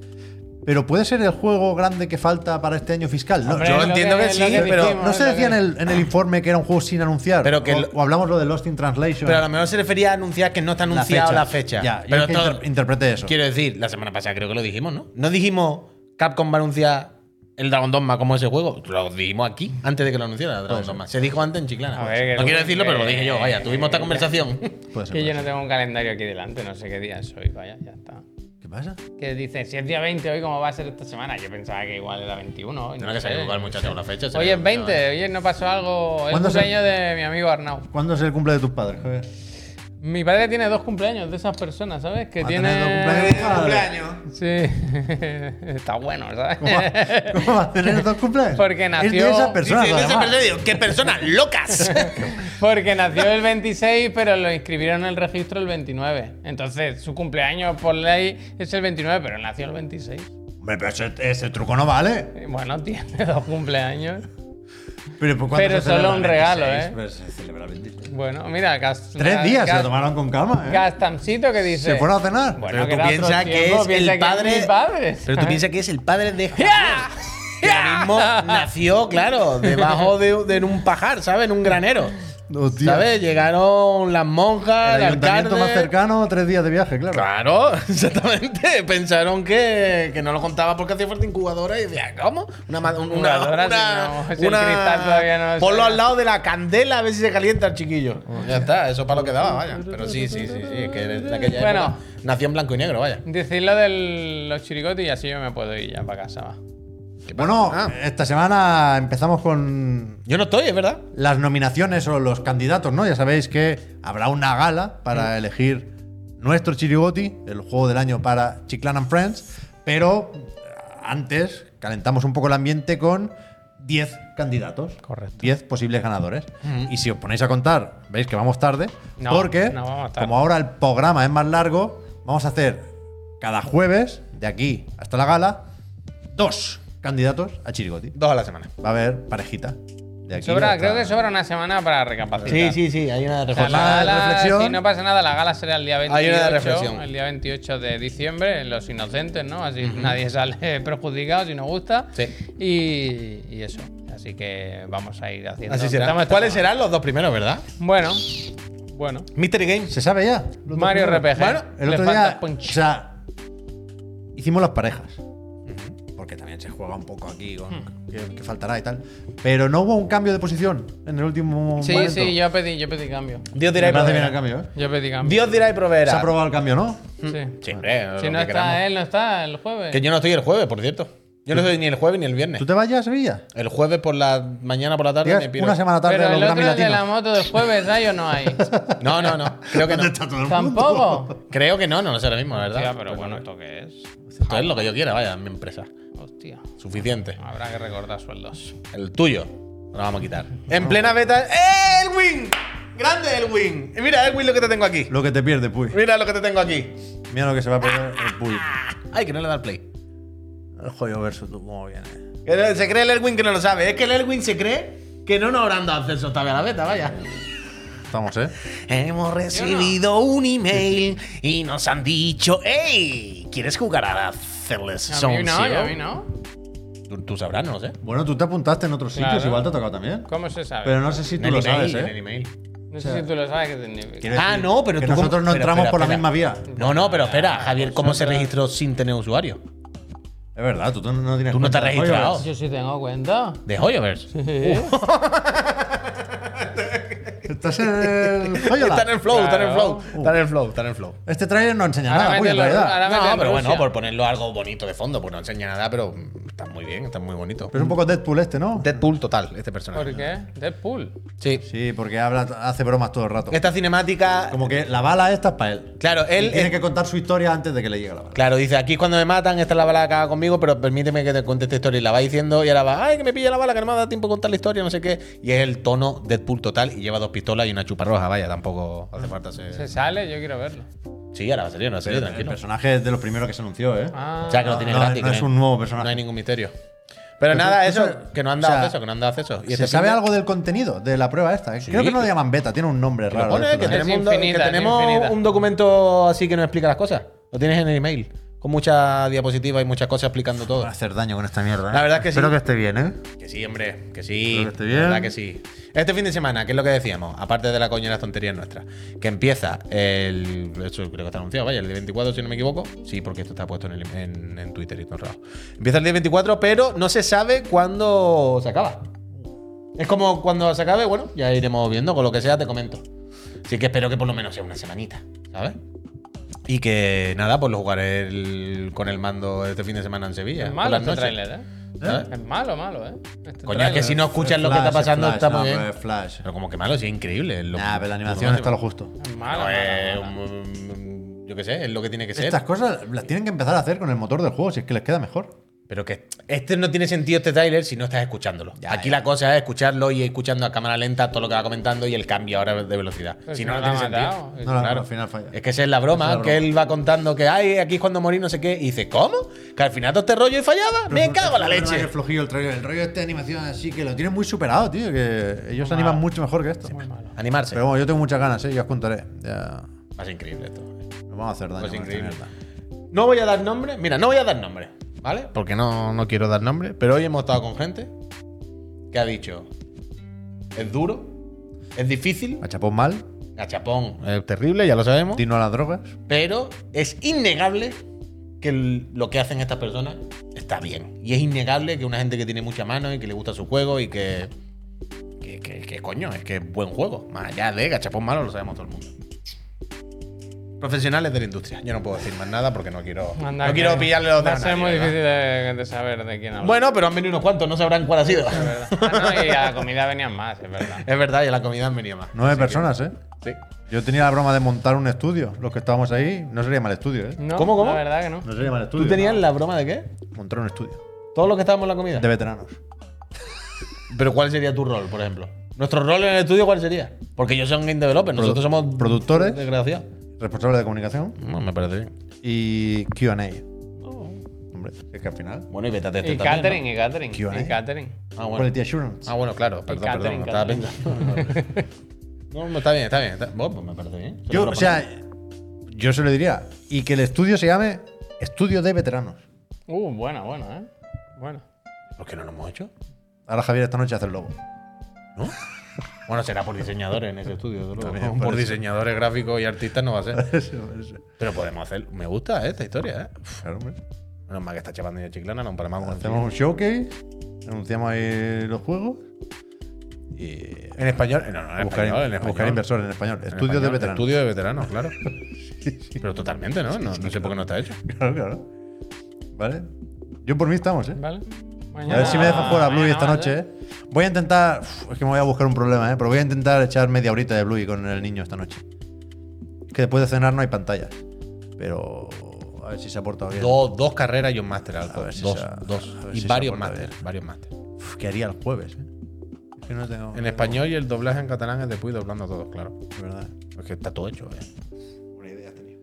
[SPEAKER 2] pero puede ser el juego grande que falta para este año fiscal. ¿no?
[SPEAKER 1] Hombre,
[SPEAKER 2] Yo-
[SPEAKER 1] lo
[SPEAKER 3] entiendo que
[SPEAKER 1] lo
[SPEAKER 3] sí, pero-
[SPEAKER 1] dijimos,
[SPEAKER 2] no
[SPEAKER 1] lo
[SPEAKER 2] se
[SPEAKER 1] que-
[SPEAKER 2] decía en el, en el informe que era un juego sin anunciar.
[SPEAKER 3] Pero que
[SPEAKER 2] o,
[SPEAKER 3] lo-
[SPEAKER 2] o hablamos lo de Lost in Translation.
[SPEAKER 3] Pero a lo mejor se refería a anunciar que no está anunciada la fecha.
[SPEAKER 2] Ya, yo
[SPEAKER 3] Pero
[SPEAKER 2] es que
[SPEAKER 3] todo-
[SPEAKER 2] inter- interpreté eso.
[SPEAKER 3] Quiero decir, la semana pasada creo que lo dijimos, ¿no? No dijimos Capcom va a anunciar el Dragon Dogma como ese juego. Lo dijimos aquí, antes de que lo anunciara el Dragon Dogma. Se dijo antes en Chiclana.
[SPEAKER 1] A ver, que
[SPEAKER 3] no
[SPEAKER 1] tú-
[SPEAKER 3] quiero decirlo, pero lo dije yo.
[SPEAKER 1] eh,
[SPEAKER 3] Vaya, tuvimos esta
[SPEAKER 1] eh,
[SPEAKER 3] conversación.
[SPEAKER 2] Puede ser,
[SPEAKER 1] Que yo
[SPEAKER 2] puede
[SPEAKER 1] no tengo un calendario aquí delante, no sé qué día es hoy, vaya, ya está.
[SPEAKER 2] ser. ¿Qué pasa?
[SPEAKER 1] Que dice, si es día 20 hoy, ¿cómo va a ser esta semana? Yo pensaba que igual era 21 hoy. no
[SPEAKER 3] Tendrá que
[SPEAKER 1] sé.
[SPEAKER 3] salir el muchacho con la fecha. se
[SPEAKER 1] Hoy
[SPEAKER 3] le-
[SPEAKER 1] es 20, oye, no pasó algo. Es
[SPEAKER 2] ¿Cuándo se-
[SPEAKER 1] cumpleaños de mi amigo Arnau.
[SPEAKER 2] ¿Cuándo es el cumple de tus padres? Javier?
[SPEAKER 1] Mi padre tiene dos cumpleaños de esas personas, ¿sabes? Que
[SPEAKER 2] Va a
[SPEAKER 1] tiene.
[SPEAKER 2] tener dos cumpleaños de tus padres.
[SPEAKER 1] Sí. Está bueno, ¿sabes?
[SPEAKER 2] ¿Cómo va, cómo va a tener dos cumpleaños?
[SPEAKER 1] Porque nació-
[SPEAKER 2] Es de esas personas,
[SPEAKER 3] Dice, "Esa
[SPEAKER 2] además.
[SPEAKER 3] persona", digo, ¡Qué personas locas!
[SPEAKER 1] Porque nació el 26, pero lo inscribieron en el registro el 29. Entonces, su cumpleaños por ley es el 29, pero nació el 26.
[SPEAKER 2] Hombre, pero ese, ese truco no vale.
[SPEAKER 1] Eh, Bueno, tiene dos cumpleaños.
[SPEAKER 2] Pero, pues, ¿cuándo
[SPEAKER 1] Pero
[SPEAKER 2] se celebra
[SPEAKER 1] solo un
[SPEAKER 2] el
[SPEAKER 1] regalo,
[SPEAKER 2] 26?
[SPEAKER 1] ¿eh?
[SPEAKER 2] Pues se celebra el 26.
[SPEAKER 1] Bueno, mira, Gas-
[SPEAKER 2] Tres días se
[SPEAKER 1] Gas-
[SPEAKER 2] lo tomaron con calma, ¿eh?
[SPEAKER 1] Gastamcito que dice.
[SPEAKER 2] se fueron a cenar.
[SPEAKER 1] Bueno,
[SPEAKER 3] Pero
[SPEAKER 1] que
[SPEAKER 3] tú
[SPEAKER 1] era otro
[SPEAKER 3] piensas que
[SPEAKER 1] tiempo,
[SPEAKER 3] es
[SPEAKER 1] piensa que es
[SPEAKER 3] el padre.
[SPEAKER 1] mi padre,
[SPEAKER 3] Pero tú
[SPEAKER 1] ¿sabes?
[SPEAKER 3] piensas que es el padre de Javier. Que ahora mismo nació, claro, debajo de, de un pajar, ¿sabes? En un granero.
[SPEAKER 2] Hostia.
[SPEAKER 3] ¿Sabes? Llegaron las monjas,
[SPEAKER 2] El
[SPEAKER 3] el
[SPEAKER 2] ayuntamiento
[SPEAKER 3] alcalde.
[SPEAKER 2] más cercano, tres días de viaje, claro.
[SPEAKER 3] Claro, exactamente. Pensaron que, que no lo contaba porque hacía falta incubadora y decía, ¿cómo? Una, ma- un- una,
[SPEAKER 1] Incubadora,
[SPEAKER 3] una-
[SPEAKER 1] si no, si el
[SPEAKER 3] una-
[SPEAKER 1] cristal todavía no Oh, se-
[SPEAKER 3] Ponlo al lado de la candela a ver si se calienta el chiquillo. ya está, eso para lo que daba, vaya. Pero sí, sí, sí, sí, es que de aquella
[SPEAKER 1] Bueno.
[SPEAKER 3] época nació en blanco y negro, vaya.
[SPEAKER 1] Decid lo de los chiricotis y así yo me puedo ir ya para casa. va.
[SPEAKER 2] Bueno,
[SPEAKER 3] Ah.
[SPEAKER 2] esta semana empezamos con
[SPEAKER 3] Yo no estoy, es verdad.
[SPEAKER 2] las nominaciones o los candidatos, ¿no? Ya sabéis que habrá una gala para
[SPEAKER 1] Mm.
[SPEAKER 2] elegir nuestro Chirigoti, el juego del año para Chiclan and Friends, pero eh, antes calentamos un poco el ambiente con 10 candidatos.
[SPEAKER 1] Correcto. Mm.
[SPEAKER 2] 10 posibles ganadores. Y si os ponéis a contar, veis que vamos tarde,
[SPEAKER 1] No,
[SPEAKER 2] porque
[SPEAKER 1] no vamos tarde.
[SPEAKER 2] como ahora el programa es más largo, vamos a hacer cada jueves, de aquí hasta la gala, dos candidatos a Chirigoti.
[SPEAKER 3] Dos a la semana.
[SPEAKER 2] Va a haber parejita. De aquí
[SPEAKER 1] Sobra,
[SPEAKER 2] hasta-
[SPEAKER 1] creo que sobra una semana para recapacitar.
[SPEAKER 3] Sí, sí, sí, hay una
[SPEAKER 1] O sea,
[SPEAKER 3] reforma.
[SPEAKER 1] la
[SPEAKER 2] Jornada de
[SPEAKER 1] gala,
[SPEAKER 2] reflexión.
[SPEAKER 1] Si no pasa nada, la gala será el día
[SPEAKER 3] Hay una de
[SPEAKER 1] 28.
[SPEAKER 3] reflexión.
[SPEAKER 1] El día 28 de diciembre, en Los Inocentes, ¿no? Así nadie sale perjudicado si nos gusta.
[SPEAKER 3] Sí.
[SPEAKER 1] Y, y eso. Así que vamos a ir haciendo.
[SPEAKER 3] Así será.
[SPEAKER 1] Estamos-
[SPEAKER 3] ¿Cuáles
[SPEAKER 1] estamos-
[SPEAKER 3] serán los dos primeros, verdad?
[SPEAKER 1] Bueno, bueno.
[SPEAKER 3] Mystery Games.
[SPEAKER 2] ¿Se sabe ya? Los
[SPEAKER 1] Mario
[SPEAKER 2] dos primeros.
[SPEAKER 1] RPG.
[SPEAKER 2] Bueno, el
[SPEAKER 1] Le
[SPEAKER 2] otro
[SPEAKER 1] falta
[SPEAKER 2] día. O
[SPEAKER 1] punch.
[SPEAKER 2] sea, hicimos las parejas. Porque también se juega un poco aquí
[SPEAKER 1] Hmm.
[SPEAKER 2] con que, que faltará y tal. Pero no hubo un cambio de posición en el último
[SPEAKER 1] Sí,
[SPEAKER 2] momento.
[SPEAKER 1] sí, yo pedí, yo pedí cambio.
[SPEAKER 3] Dios dirá
[SPEAKER 2] Me
[SPEAKER 3] y
[SPEAKER 2] parece bien el
[SPEAKER 3] proveerá.
[SPEAKER 2] cambio, ¿eh?
[SPEAKER 1] Yo pedí cambio.
[SPEAKER 3] Dios dirá y
[SPEAKER 2] Se ha
[SPEAKER 3] proveerá.
[SPEAKER 2] aprobado el cambio, ¿no?
[SPEAKER 1] Sí.
[SPEAKER 3] Siempre,
[SPEAKER 1] Si
[SPEAKER 3] lo
[SPEAKER 1] no
[SPEAKER 3] que
[SPEAKER 1] está
[SPEAKER 3] queramos.
[SPEAKER 1] él, no está el jueves.
[SPEAKER 3] Que yo no estoy el jueves, por cierto. Yo no soy ni el jueves ni el viernes.
[SPEAKER 2] ¿Tú te vas ya a Sevilla?
[SPEAKER 3] El jueves por la mañana por la tarde
[SPEAKER 2] Llegas
[SPEAKER 3] me piro.
[SPEAKER 2] una semana tarde
[SPEAKER 1] Pero
[SPEAKER 2] a los
[SPEAKER 1] el
[SPEAKER 2] Grammy
[SPEAKER 1] otro de la
[SPEAKER 2] Latinos.
[SPEAKER 1] moto del jueves, ¿hay o no hay?
[SPEAKER 3] No, no, no. Creo que no.
[SPEAKER 1] Tampoco.
[SPEAKER 3] Creo que no, no lo sé ahora mismo, la verdad.
[SPEAKER 1] Hostia, pero bueno, ¿esto qué es?
[SPEAKER 3] Esto es lo que yo quiera, vaya, mi empresa.
[SPEAKER 1] Hostia.
[SPEAKER 3] Suficiente.
[SPEAKER 1] Habrá que recordar sueldos.
[SPEAKER 3] El tuyo. Lo vamos a quitar.
[SPEAKER 5] En plena beta. ¡Eh, Elwin! ¡Grande Elwin! Y Mira, Elwin, lo que te tengo aquí.
[SPEAKER 2] Lo que te pierdes, Puy.
[SPEAKER 5] Mira lo que te tengo aquí.
[SPEAKER 2] Mira lo que se va a perder el Puy.
[SPEAKER 3] Ay, que no le da el play.
[SPEAKER 2] El joyo versus tú, cómo viene.
[SPEAKER 5] Eh, Se cree el Elwin que no lo sabe.
[SPEAKER 3] Es que el Elwin se cree que no nos habrán dado acceso todavía a la beta, vaya.
[SPEAKER 2] Estamos, ¿eh?
[SPEAKER 3] Hemos recibido un email y nos han dicho, ¡Ey! ¿Quieres jugar a Celeste
[SPEAKER 1] A mí
[SPEAKER 3] Zone
[SPEAKER 1] no, y a
[SPEAKER 3] Zero?"
[SPEAKER 1] mí no.
[SPEAKER 3] Tú, tú sabrás, no lo sé.
[SPEAKER 2] Bueno, tú te apuntaste en otros sitios,
[SPEAKER 1] Claro.
[SPEAKER 2] igual te ha tocado también.
[SPEAKER 1] ¿Cómo se sabe?
[SPEAKER 2] Pero no sé si tú
[SPEAKER 3] En
[SPEAKER 2] lo
[SPEAKER 3] el email,
[SPEAKER 2] sabes,
[SPEAKER 3] en el
[SPEAKER 2] ¿eh?
[SPEAKER 3] email.
[SPEAKER 1] no sé si tú lo sabes qué significa.
[SPEAKER 2] Quiero
[SPEAKER 3] Ah,
[SPEAKER 2] decir
[SPEAKER 3] no, pero
[SPEAKER 2] que
[SPEAKER 3] tú cómo-
[SPEAKER 2] nosotros no
[SPEAKER 3] pero
[SPEAKER 2] entramos
[SPEAKER 3] espera,
[SPEAKER 2] por la
[SPEAKER 3] espera.
[SPEAKER 2] misma vía. Ah,
[SPEAKER 3] No, no, pero espera, Javier, ¿cómo se registró sin tener usuario?
[SPEAKER 2] Es verdad, tú no tienes
[SPEAKER 3] Tú no te
[SPEAKER 2] cuenta del
[SPEAKER 3] has
[SPEAKER 2] joyo
[SPEAKER 3] registrado.
[SPEAKER 2] versus.
[SPEAKER 1] Yo sí tengo cuenta.
[SPEAKER 3] De Hoyoverse.
[SPEAKER 2] Estás en este el joyo
[SPEAKER 3] Está en
[SPEAKER 2] lab.
[SPEAKER 3] el flow, está en el
[SPEAKER 1] Claro.
[SPEAKER 3] flow. Está en el flow, está en el flow.
[SPEAKER 2] Este trailer no enseña
[SPEAKER 1] Ahora
[SPEAKER 2] nada, Puy, en
[SPEAKER 1] mételo,
[SPEAKER 2] realidad.
[SPEAKER 1] ahora mételo
[SPEAKER 3] No,
[SPEAKER 1] en
[SPEAKER 3] pero bueno,
[SPEAKER 1] Rusia.
[SPEAKER 3] por ponerlo algo bonito de fondo, pues no enseña nada, pero está muy bien, está muy bonito.
[SPEAKER 2] Pero es un poco Deadpool este, ¿no?
[SPEAKER 3] Deadpool total, este personaje.
[SPEAKER 1] ¿Por qué? Deadpool.
[SPEAKER 3] Sí.
[SPEAKER 2] Sí, porque habla, hace bromas todo el rato.
[SPEAKER 3] Esta cinemática.
[SPEAKER 2] Como que la bala esta es para él.
[SPEAKER 3] Claro,
[SPEAKER 2] Él
[SPEAKER 3] Este- él.
[SPEAKER 2] tiene
[SPEAKER 3] él-
[SPEAKER 2] que contar su historia antes de que le llegue la bala.
[SPEAKER 3] Claro, dice, aquí es cuando me matan, esta es la bala que acaba conmigo, pero permíteme que te cuente esta historia. Y la va diciendo, y ahora va, ay, que me pilla la bala, que no me ha dado tiempo a contar la historia, no sé qué. Y es el tono Deadpool total, y lleva dos pistolas y una chuparroja, vaya, tampoco
[SPEAKER 2] Mm.
[SPEAKER 3] hace falta
[SPEAKER 1] Se
[SPEAKER 3] ser.
[SPEAKER 1] sale, yo quiero verlo.
[SPEAKER 3] Sí, ahora va a salir, no va a salir,
[SPEAKER 2] El- El
[SPEAKER 3] tranquilo.
[SPEAKER 2] personaje es de los primeros que se anunció, ¿eh?
[SPEAKER 1] Ah,
[SPEAKER 3] O sea, que lo tiene
[SPEAKER 2] No,
[SPEAKER 3] gratis.
[SPEAKER 2] no
[SPEAKER 3] que
[SPEAKER 2] es un nuevo
[SPEAKER 3] No hay
[SPEAKER 2] personaje.
[SPEAKER 3] ningún misterio. Pero
[SPEAKER 2] Pero
[SPEAKER 3] nada,
[SPEAKER 2] tú-
[SPEAKER 3] eso,
[SPEAKER 2] eso-
[SPEAKER 3] que no han dado
[SPEAKER 2] o sea,
[SPEAKER 3] acceso, que no han dado acceso. Y
[SPEAKER 2] ¿Se
[SPEAKER 3] este
[SPEAKER 2] sabe
[SPEAKER 3] fin de-
[SPEAKER 2] algo del contenido de la prueba esta? Eh, Creo que no le llaman beta, tiene un nombre
[SPEAKER 3] Lo
[SPEAKER 2] raro. ¿eh?
[SPEAKER 3] pone,
[SPEAKER 2] esto
[SPEAKER 3] que
[SPEAKER 2] también.
[SPEAKER 1] Es
[SPEAKER 3] tenemos, un, do- que
[SPEAKER 1] infinita, es
[SPEAKER 3] tenemos
[SPEAKER 1] infinita.
[SPEAKER 3] un documento así que nos explica las cosas. Lo tienes en el email. Con muchas diapositivas y muchas cosas explicando todo.
[SPEAKER 2] Van a hacer daño con esta mierda. ¿eh?
[SPEAKER 3] La verdad es que sí.
[SPEAKER 2] Espero que esté bien, ¿eh?
[SPEAKER 3] Que sí, hombre, que sí.
[SPEAKER 2] Espero que esté
[SPEAKER 3] la
[SPEAKER 2] bien.
[SPEAKER 3] verdad que sí. Este fin de semana, que es lo que decíamos, aparte de la coña y las tonterías nuestras, que empieza el. Eso creo que está anunciado, vaya, el día 24, si no me equivoco. Sí, porque esto está puesto en, el- en- en Twitter y todo raro. Empieza el día 24, pero no se sabe cuándo se acaba. Es como cuando se acabe, bueno, ya iremos viendo, con lo que sea te comento. Así que espero que por lo menos sea una semanita, ¿sabes? Y que nada, pues lo jugaré el- con el mando este fin de semana en Sevilla.
[SPEAKER 1] Es
[SPEAKER 3] por
[SPEAKER 1] malo
[SPEAKER 3] las
[SPEAKER 1] este
[SPEAKER 3] noches,
[SPEAKER 1] tráiler, ¿eh?
[SPEAKER 3] ¿sabes?
[SPEAKER 1] Es malo, malo, ¿eh? Este
[SPEAKER 3] Coño, es
[SPEAKER 1] tráiler.
[SPEAKER 3] que si no escuchas lo que
[SPEAKER 2] Flash,
[SPEAKER 3] está pasando,
[SPEAKER 2] Flash,
[SPEAKER 3] está
[SPEAKER 2] no,
[SPEAKER 3] muy bien.
[SPEAKER 2] pero es Flash.
[SPEAKER 3] Pero como que malo, sí, increíble. es Lo,
[SPEAKER 2] Nah, pero la animación está lo justo.
[SPEAKER 1] Es
[SPEAKER 3] No, eh,
[SPEAKER 1] malo,
[SPEAKER 3] es
[SPEAKER 1] malo, malo.
[SPEAKER 3] un- un- yo qué sé, es lo que tiene que ser.
[SPEAKER 2] Estas cosas las tienen que empezar a hacer con el motor del juego, si es que les queda mejor.
[SPEAKER 3] Pero que este no tiene sentido este tráiler si no estás escuchándolo. Aquí la cosa es escucharlo y escuchando a cámara lenta todo lo que va comentando y el cambio ahora de velocidad.
[SPEAKER 1] Pero
[SPEAKER 3] si no, no
[SPEAKER 1] la
[SPEAKER 3] tiene
[SPEAKER 1] ha
[SPEAKER 3] sentido.
[SPEAKER 1] matado. eh.
[SPEAKER 2] No, no, al final falla.
[SPEAKER 3] Es que esa es la broma,
[SPEAKER 2] Esa es la
[SPEAKER 3] que
[SPEAKER 2] broma.
[SPEAKER 3] él va contando que ay, aquí es cuando morí, no sé qué. Y dice, ¿cómo? Que al final todo este rollo y fallaba. Me cago en la
[SPEAKER 2] Es verdad que
[SPEAKER 3] leche.
[SPEAKER 2] es flojillo el trailer. El rollo de esta animación así que lo tienen muy superado, tío. Que ellos se animan mucho mejor que esto.
[SPEAKER 3] Animarse.
[SPEAKER 2] Pero bueno, yo tengo muchas ganas, ¿eh? Ya os contaré. Ya.
[SPEAKER 3] Va a ser increíble esto.
[SPEAKER 2] Nos vamos a hacer daño.
[SPEAKER 3] Pues
[SPEAKER 2] con esta
[SPEAKER 3] increíble.
[SPEAKER 2] mierda.
[SPEAKER 3] No voy a dar nombre. Mira, no voy a dar nombre, ¿vale? Porque no, no quiero dar nombre. Pero hoy hemos estado con gente que ha dicho: es duro, es difícil,
[SPEAKER 2] A chapón mal,
[SPEAKER 3] gachapón es terrible, ya lo sabemos.
[SPEAKER 2] dino a las drogas.
[SPEAKER 3] Pero es innegable que el- lo que hacen estas personas está bien. Y es innegable que una gente que tiene mucha mano y que le gusta su juego y que. que, que- que coño, es que es buen juego. Más allá de gachapón malo, lo sabemos todo el mundo. Profesionales de la industria. Yo no puedo decir más nada porque no quiero.
[SPEAKER 1] Anda,
[SPEAKER 3] no
[SPEAKER 1] que
[SPEAKER 3] quiero pillarle los
[SPEAKER 1] Va a
[SPEAKER 3] dedos a
[SPEAKER 1] ser
[SPEAKER 3] nadie,
[SPEAKER 1] muy
[SPEAKER 3] ¿verdad?
[SPEAKER 1] difícil de, de saber de quién habla.
[SPEAKER 3] Bueno, pero han venido unos cuantos, no sabrán cuál ha sido.
[SPEAKER 1] Es verdad. Ah, no, y a la comida venían más, es verdad.
[SPEAKER 3] Es verdad, y a la comida han venido más.
[SPEAKER 2] Nueve
[SPEAKER 3] Así que-
[SPEAKER 2] personas, ¿eh?
[SPEAKER 3] Sí.
[SPEAKER 2] Yo tenía la broma de montar un estudio. Los que estábamos ahí, no sería mal estudio, ¿eh?
[SPEAKER 1] No,
[SPEAKER 3] ¿Cómo, cómo?
[SPEAKER 1] La verdad que no.
[SPEAKER 2] No sería mal estudio.
[SPEAKER 3] ¿Tú tenías la broma de qué?
[SPEAKER 2] Montar un estudio.
[SPEAKER 3] Todos los que estábamos en la comida.
[SPEAKER 2] De veteranos.
[SPEAKER 3] Pero ¿cuál sería tu rol, por ejemplo? ¿Nuestro rol en el estudio cuál sería? Porque yo soy un game developer, nosotros somos
[SPEAKER 2] productores.
[SPEAKER 3] Desgraciados.
[SPEAKER 2] Responsable de comunicación
[SPEAKER 3] No, me parece bien.
[SPEAKER 2] y QA.
[SPEAKER 3] Oh.
[SPEAKER 2] Hombre, es que al final.
[SPEAKER 3] Bueno, y beta test
[SPEAKER 1] Y
[SPEAKER 3] también,
[SPEAKER 1] catering,
[SPEAKER 3] ¿no?
[SPEAKER 1] y catering.
[SPEAKER 2] Q&A.
[SPEAKER 1] Y catering.
[SPEAKER 3] Ah, bueno.
[SPEAKER 2] Quality Assurance.
[SPEAKER 3] Ah, bueno, claro. Perdón,
[SPEAKER 1] catering,
[SPEAKER 3] perdón. Estaba pensando. No, no, está bien, está bien. está- Bueno, pues me parece bien. Se lo
[SPEAKER 2] Yo, o
[SPEAKER 3] propongo.
[SPEAKER 2] sea, yo se lo diría. Y que el estudio se llame Estudio de Veteranos.
[SPEAKER 1] Uh, buena, buena, ¿eh? Bueno.
[SPEAKER 3] ¿Por qué no lo hemos hecho?
[SPEAKER 2] Ahora Javier esta noche hace el lobo.
[SPEAKER 3] ¿No? Bueno, será por diseñadores en ese estudio. desde luego.
[SPEAKER 2] También,
[SPEAKER 3] por
[SPEAKER 2] por eso.
[SPEAKER 3] diseñadores gráficos y artistas no va a ser.
[SPEAKER 2] Claro,
[SPEAKER 3] Pero podemos hacer. Me gusta esta historia, ¿eh?
[SPEAKER 2] hombre.
[SPEAKER 3] Menos mal que está chapando ya chiclana, no para más con
[SPEAKER 2] Hacemos un showcase, anunciamos ahí los juegos y
[SPEAKER 3] En español. eh, No, no, en
[SPEAKER 2] buscar,
[SPEAKER 3] español. En
[SPEAKER 2] buscar
[SPEAKER 3] español.
[SPEAKER 2] inversores en español.
[SPEAKER 3] En
[SPEAKER 2] Estudio de
[SPEAKER 3] español,
[SPEAKER 2] Veteranos.
[SPEAKER 3] Estudio de veteranos, claro. Eh, Pero totalmente, ¿no? No, no sé por qué no está hecho.
[SPEAKER 2] Claro, claro. ¿Vale? Yo por mí estamos, ¿eh?
[SPEAKER 1] ¿Vale?
[SPEAKER 2] A ver si me dejan jugar a Bluey
[SPEAKER 1] mañana
[SPEAKER 2] esta
[SPEAKER 1] más,
[SPEAKER 2] noche,
[SPEAKER 1] ¿eh?
[SPEAKER 2] ¿eh? Voy a intentar. Uf, es que me voy a buscar un problema, ¿eh? Pero voy a intentar echar media horita de Bluey con el niño esta noche. Es que después de cenar no hay pantallas. Pero. A ver si se ha portado bien.
[SPEAKER 3] Dos, dos carreras y un máster alto.
[SPEAKER 2] A ver si
[SPEAKER 3] dos,
[SPEAKER 2] se ha-
[SPEAKER 3] dos.
[SPEAKER 2] a ver
[SPEAKER 3] Y
[SPEAKER 2] si se
[SPEAKER 3] varios
[SPEAKER 2] aporta
[SPEAKER 3] máster, varios máster.
[SPEAKER 2] Uf, ¿Qué haría el jueves, eh? Es que no tengo.
[SPEAKER 3] En español y el doblaje en catalán es de Puy doblando a todos, claro.
[SPEAKER 2] De verdad.
[SPEAKER 3] Es que está todo hecho, eh.
[SPEAKER 2] Buena idea has tenido.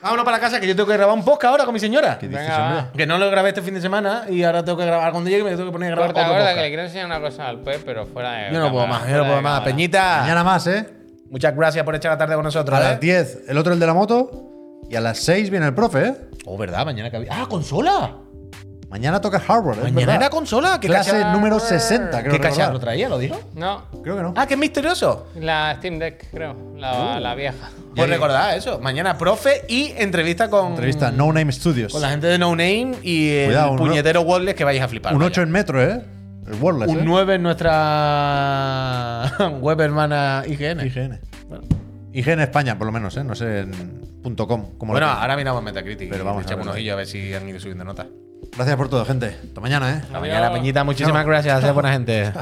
[SPEAKER 3] Vámonos para casa que yo tengo que grabar un podcast ahora con mi señora.
[SPEAKER 2] ¿Qué dices,
[SPEAKER 1] Venga,
[SPEAKER 2] hombre?
[SPEAKER 1] va.
[SPEAKER 3] Que no lo grabé este fin de semana y ahora tengo que grabar cuando llegue me tengo que poner a grabar
[SPEAKER 1] Corta,
[SPEAKER 3] otro
[SPEAKER 1] corta, que le
[SPEAKER 3] podcast.
[SPEAKER 1] quiero enseñar una cosa al Pep, pero fuera de.
[SPEAKER 3] Yo no puedo
[SPEAKER 1] cámara,
[SPEAKER 3] más, yo
[SPEAKER 1] fuera
[SPEAKER 3] no
[SPEAKER 1] de
[SPEAKER 3] puedo más.
[SPEAKER 1] cámara.
[SPEAKER 3] Peñita,
[SPEAKER 2] Mañana más, ¿eh?
[SPEAKER 3] muchas gracias por echar la tarde con nosotros.
[SPEAKER 2] A
[SPEAKER 3] ¿eh?
[SPEAKER 2] las 10, el otro el de la moto. Y a las 6 viene el profe, ¿eh?
[SPEAKER 3] Oh, ¿verdad? Mañana que había. ¡Ah, consola!
[SPEAKER 2] Mañana toca Harvard, ¿eh?
[SPEAKER 3] Mañana era consola. ¿Qué
[SPEAKER 2] Clase
[SPEAKER 3] cacharro-
[SPEAKER 2] número 60, creo
[SPEAKER 3] ¿Qué cacharro
[SPEAKER 2] recordar.
[SPEAKER 3] traía? ¿Lo dijo?
[SPEAKER 1] No,
[SPEAKER 2] Creo que no.
[SPEAKER 3] Ah, qué misterioso.
[SPEAKER 1] la Steam Deck, creo. La, la vieja.
[SPEAKER 2] Ya,
[SPEAKER 3] Pues
[SPEAKER 2] ya.
[SPEAKER 3] recordad eso. Mañana profe y entrevista con.
[SPEAKER 2] Entrevista No Name Studios.
[SPEAKER 3] Con la gente de No Name y el
[SPEAKER 2] Cuidado, un no-
[SPEAKER 3] puñetero Wordless que vais a flipar.
[SPEAKER 2] Un
[SPEAKER 3] vaya.
[SPEAKER 2] 8 en metro, ¿eh? El Wordless.
[SPEAKER 3] Un
[SPEAKER 2] ¿eh?
[SPEAKER 3] 9 en nuestra web hermana IGN.
[SPEAKER 2] IGN. IGN España, por lo menos, ¿eh? No sé, en punto .com. como lo
[SPEAKER 3] Bueno,
[SPEAKER 2] tengo.
[SPEAKER 3] ahora miramos Metacritic.
[SPEAKER 2] Pero
[SPEAKER 3] Pero
[SPEAKER 2] vamos
[SPEAKER 3] vamos
[SPEAKER 2] a
[SPEAKER 3] echamos
[SPEAKER 2] verlo.
[SPEAKER 3] un ojillo a ver si han ido subiendo notas.
[SPEAKER 2] Gracias por todo, gente. Hasta mañana, ¿eh?
[SPEAKER 3] Hasta mañana, Peñita. Muchísimas gracias. Sé buena gente.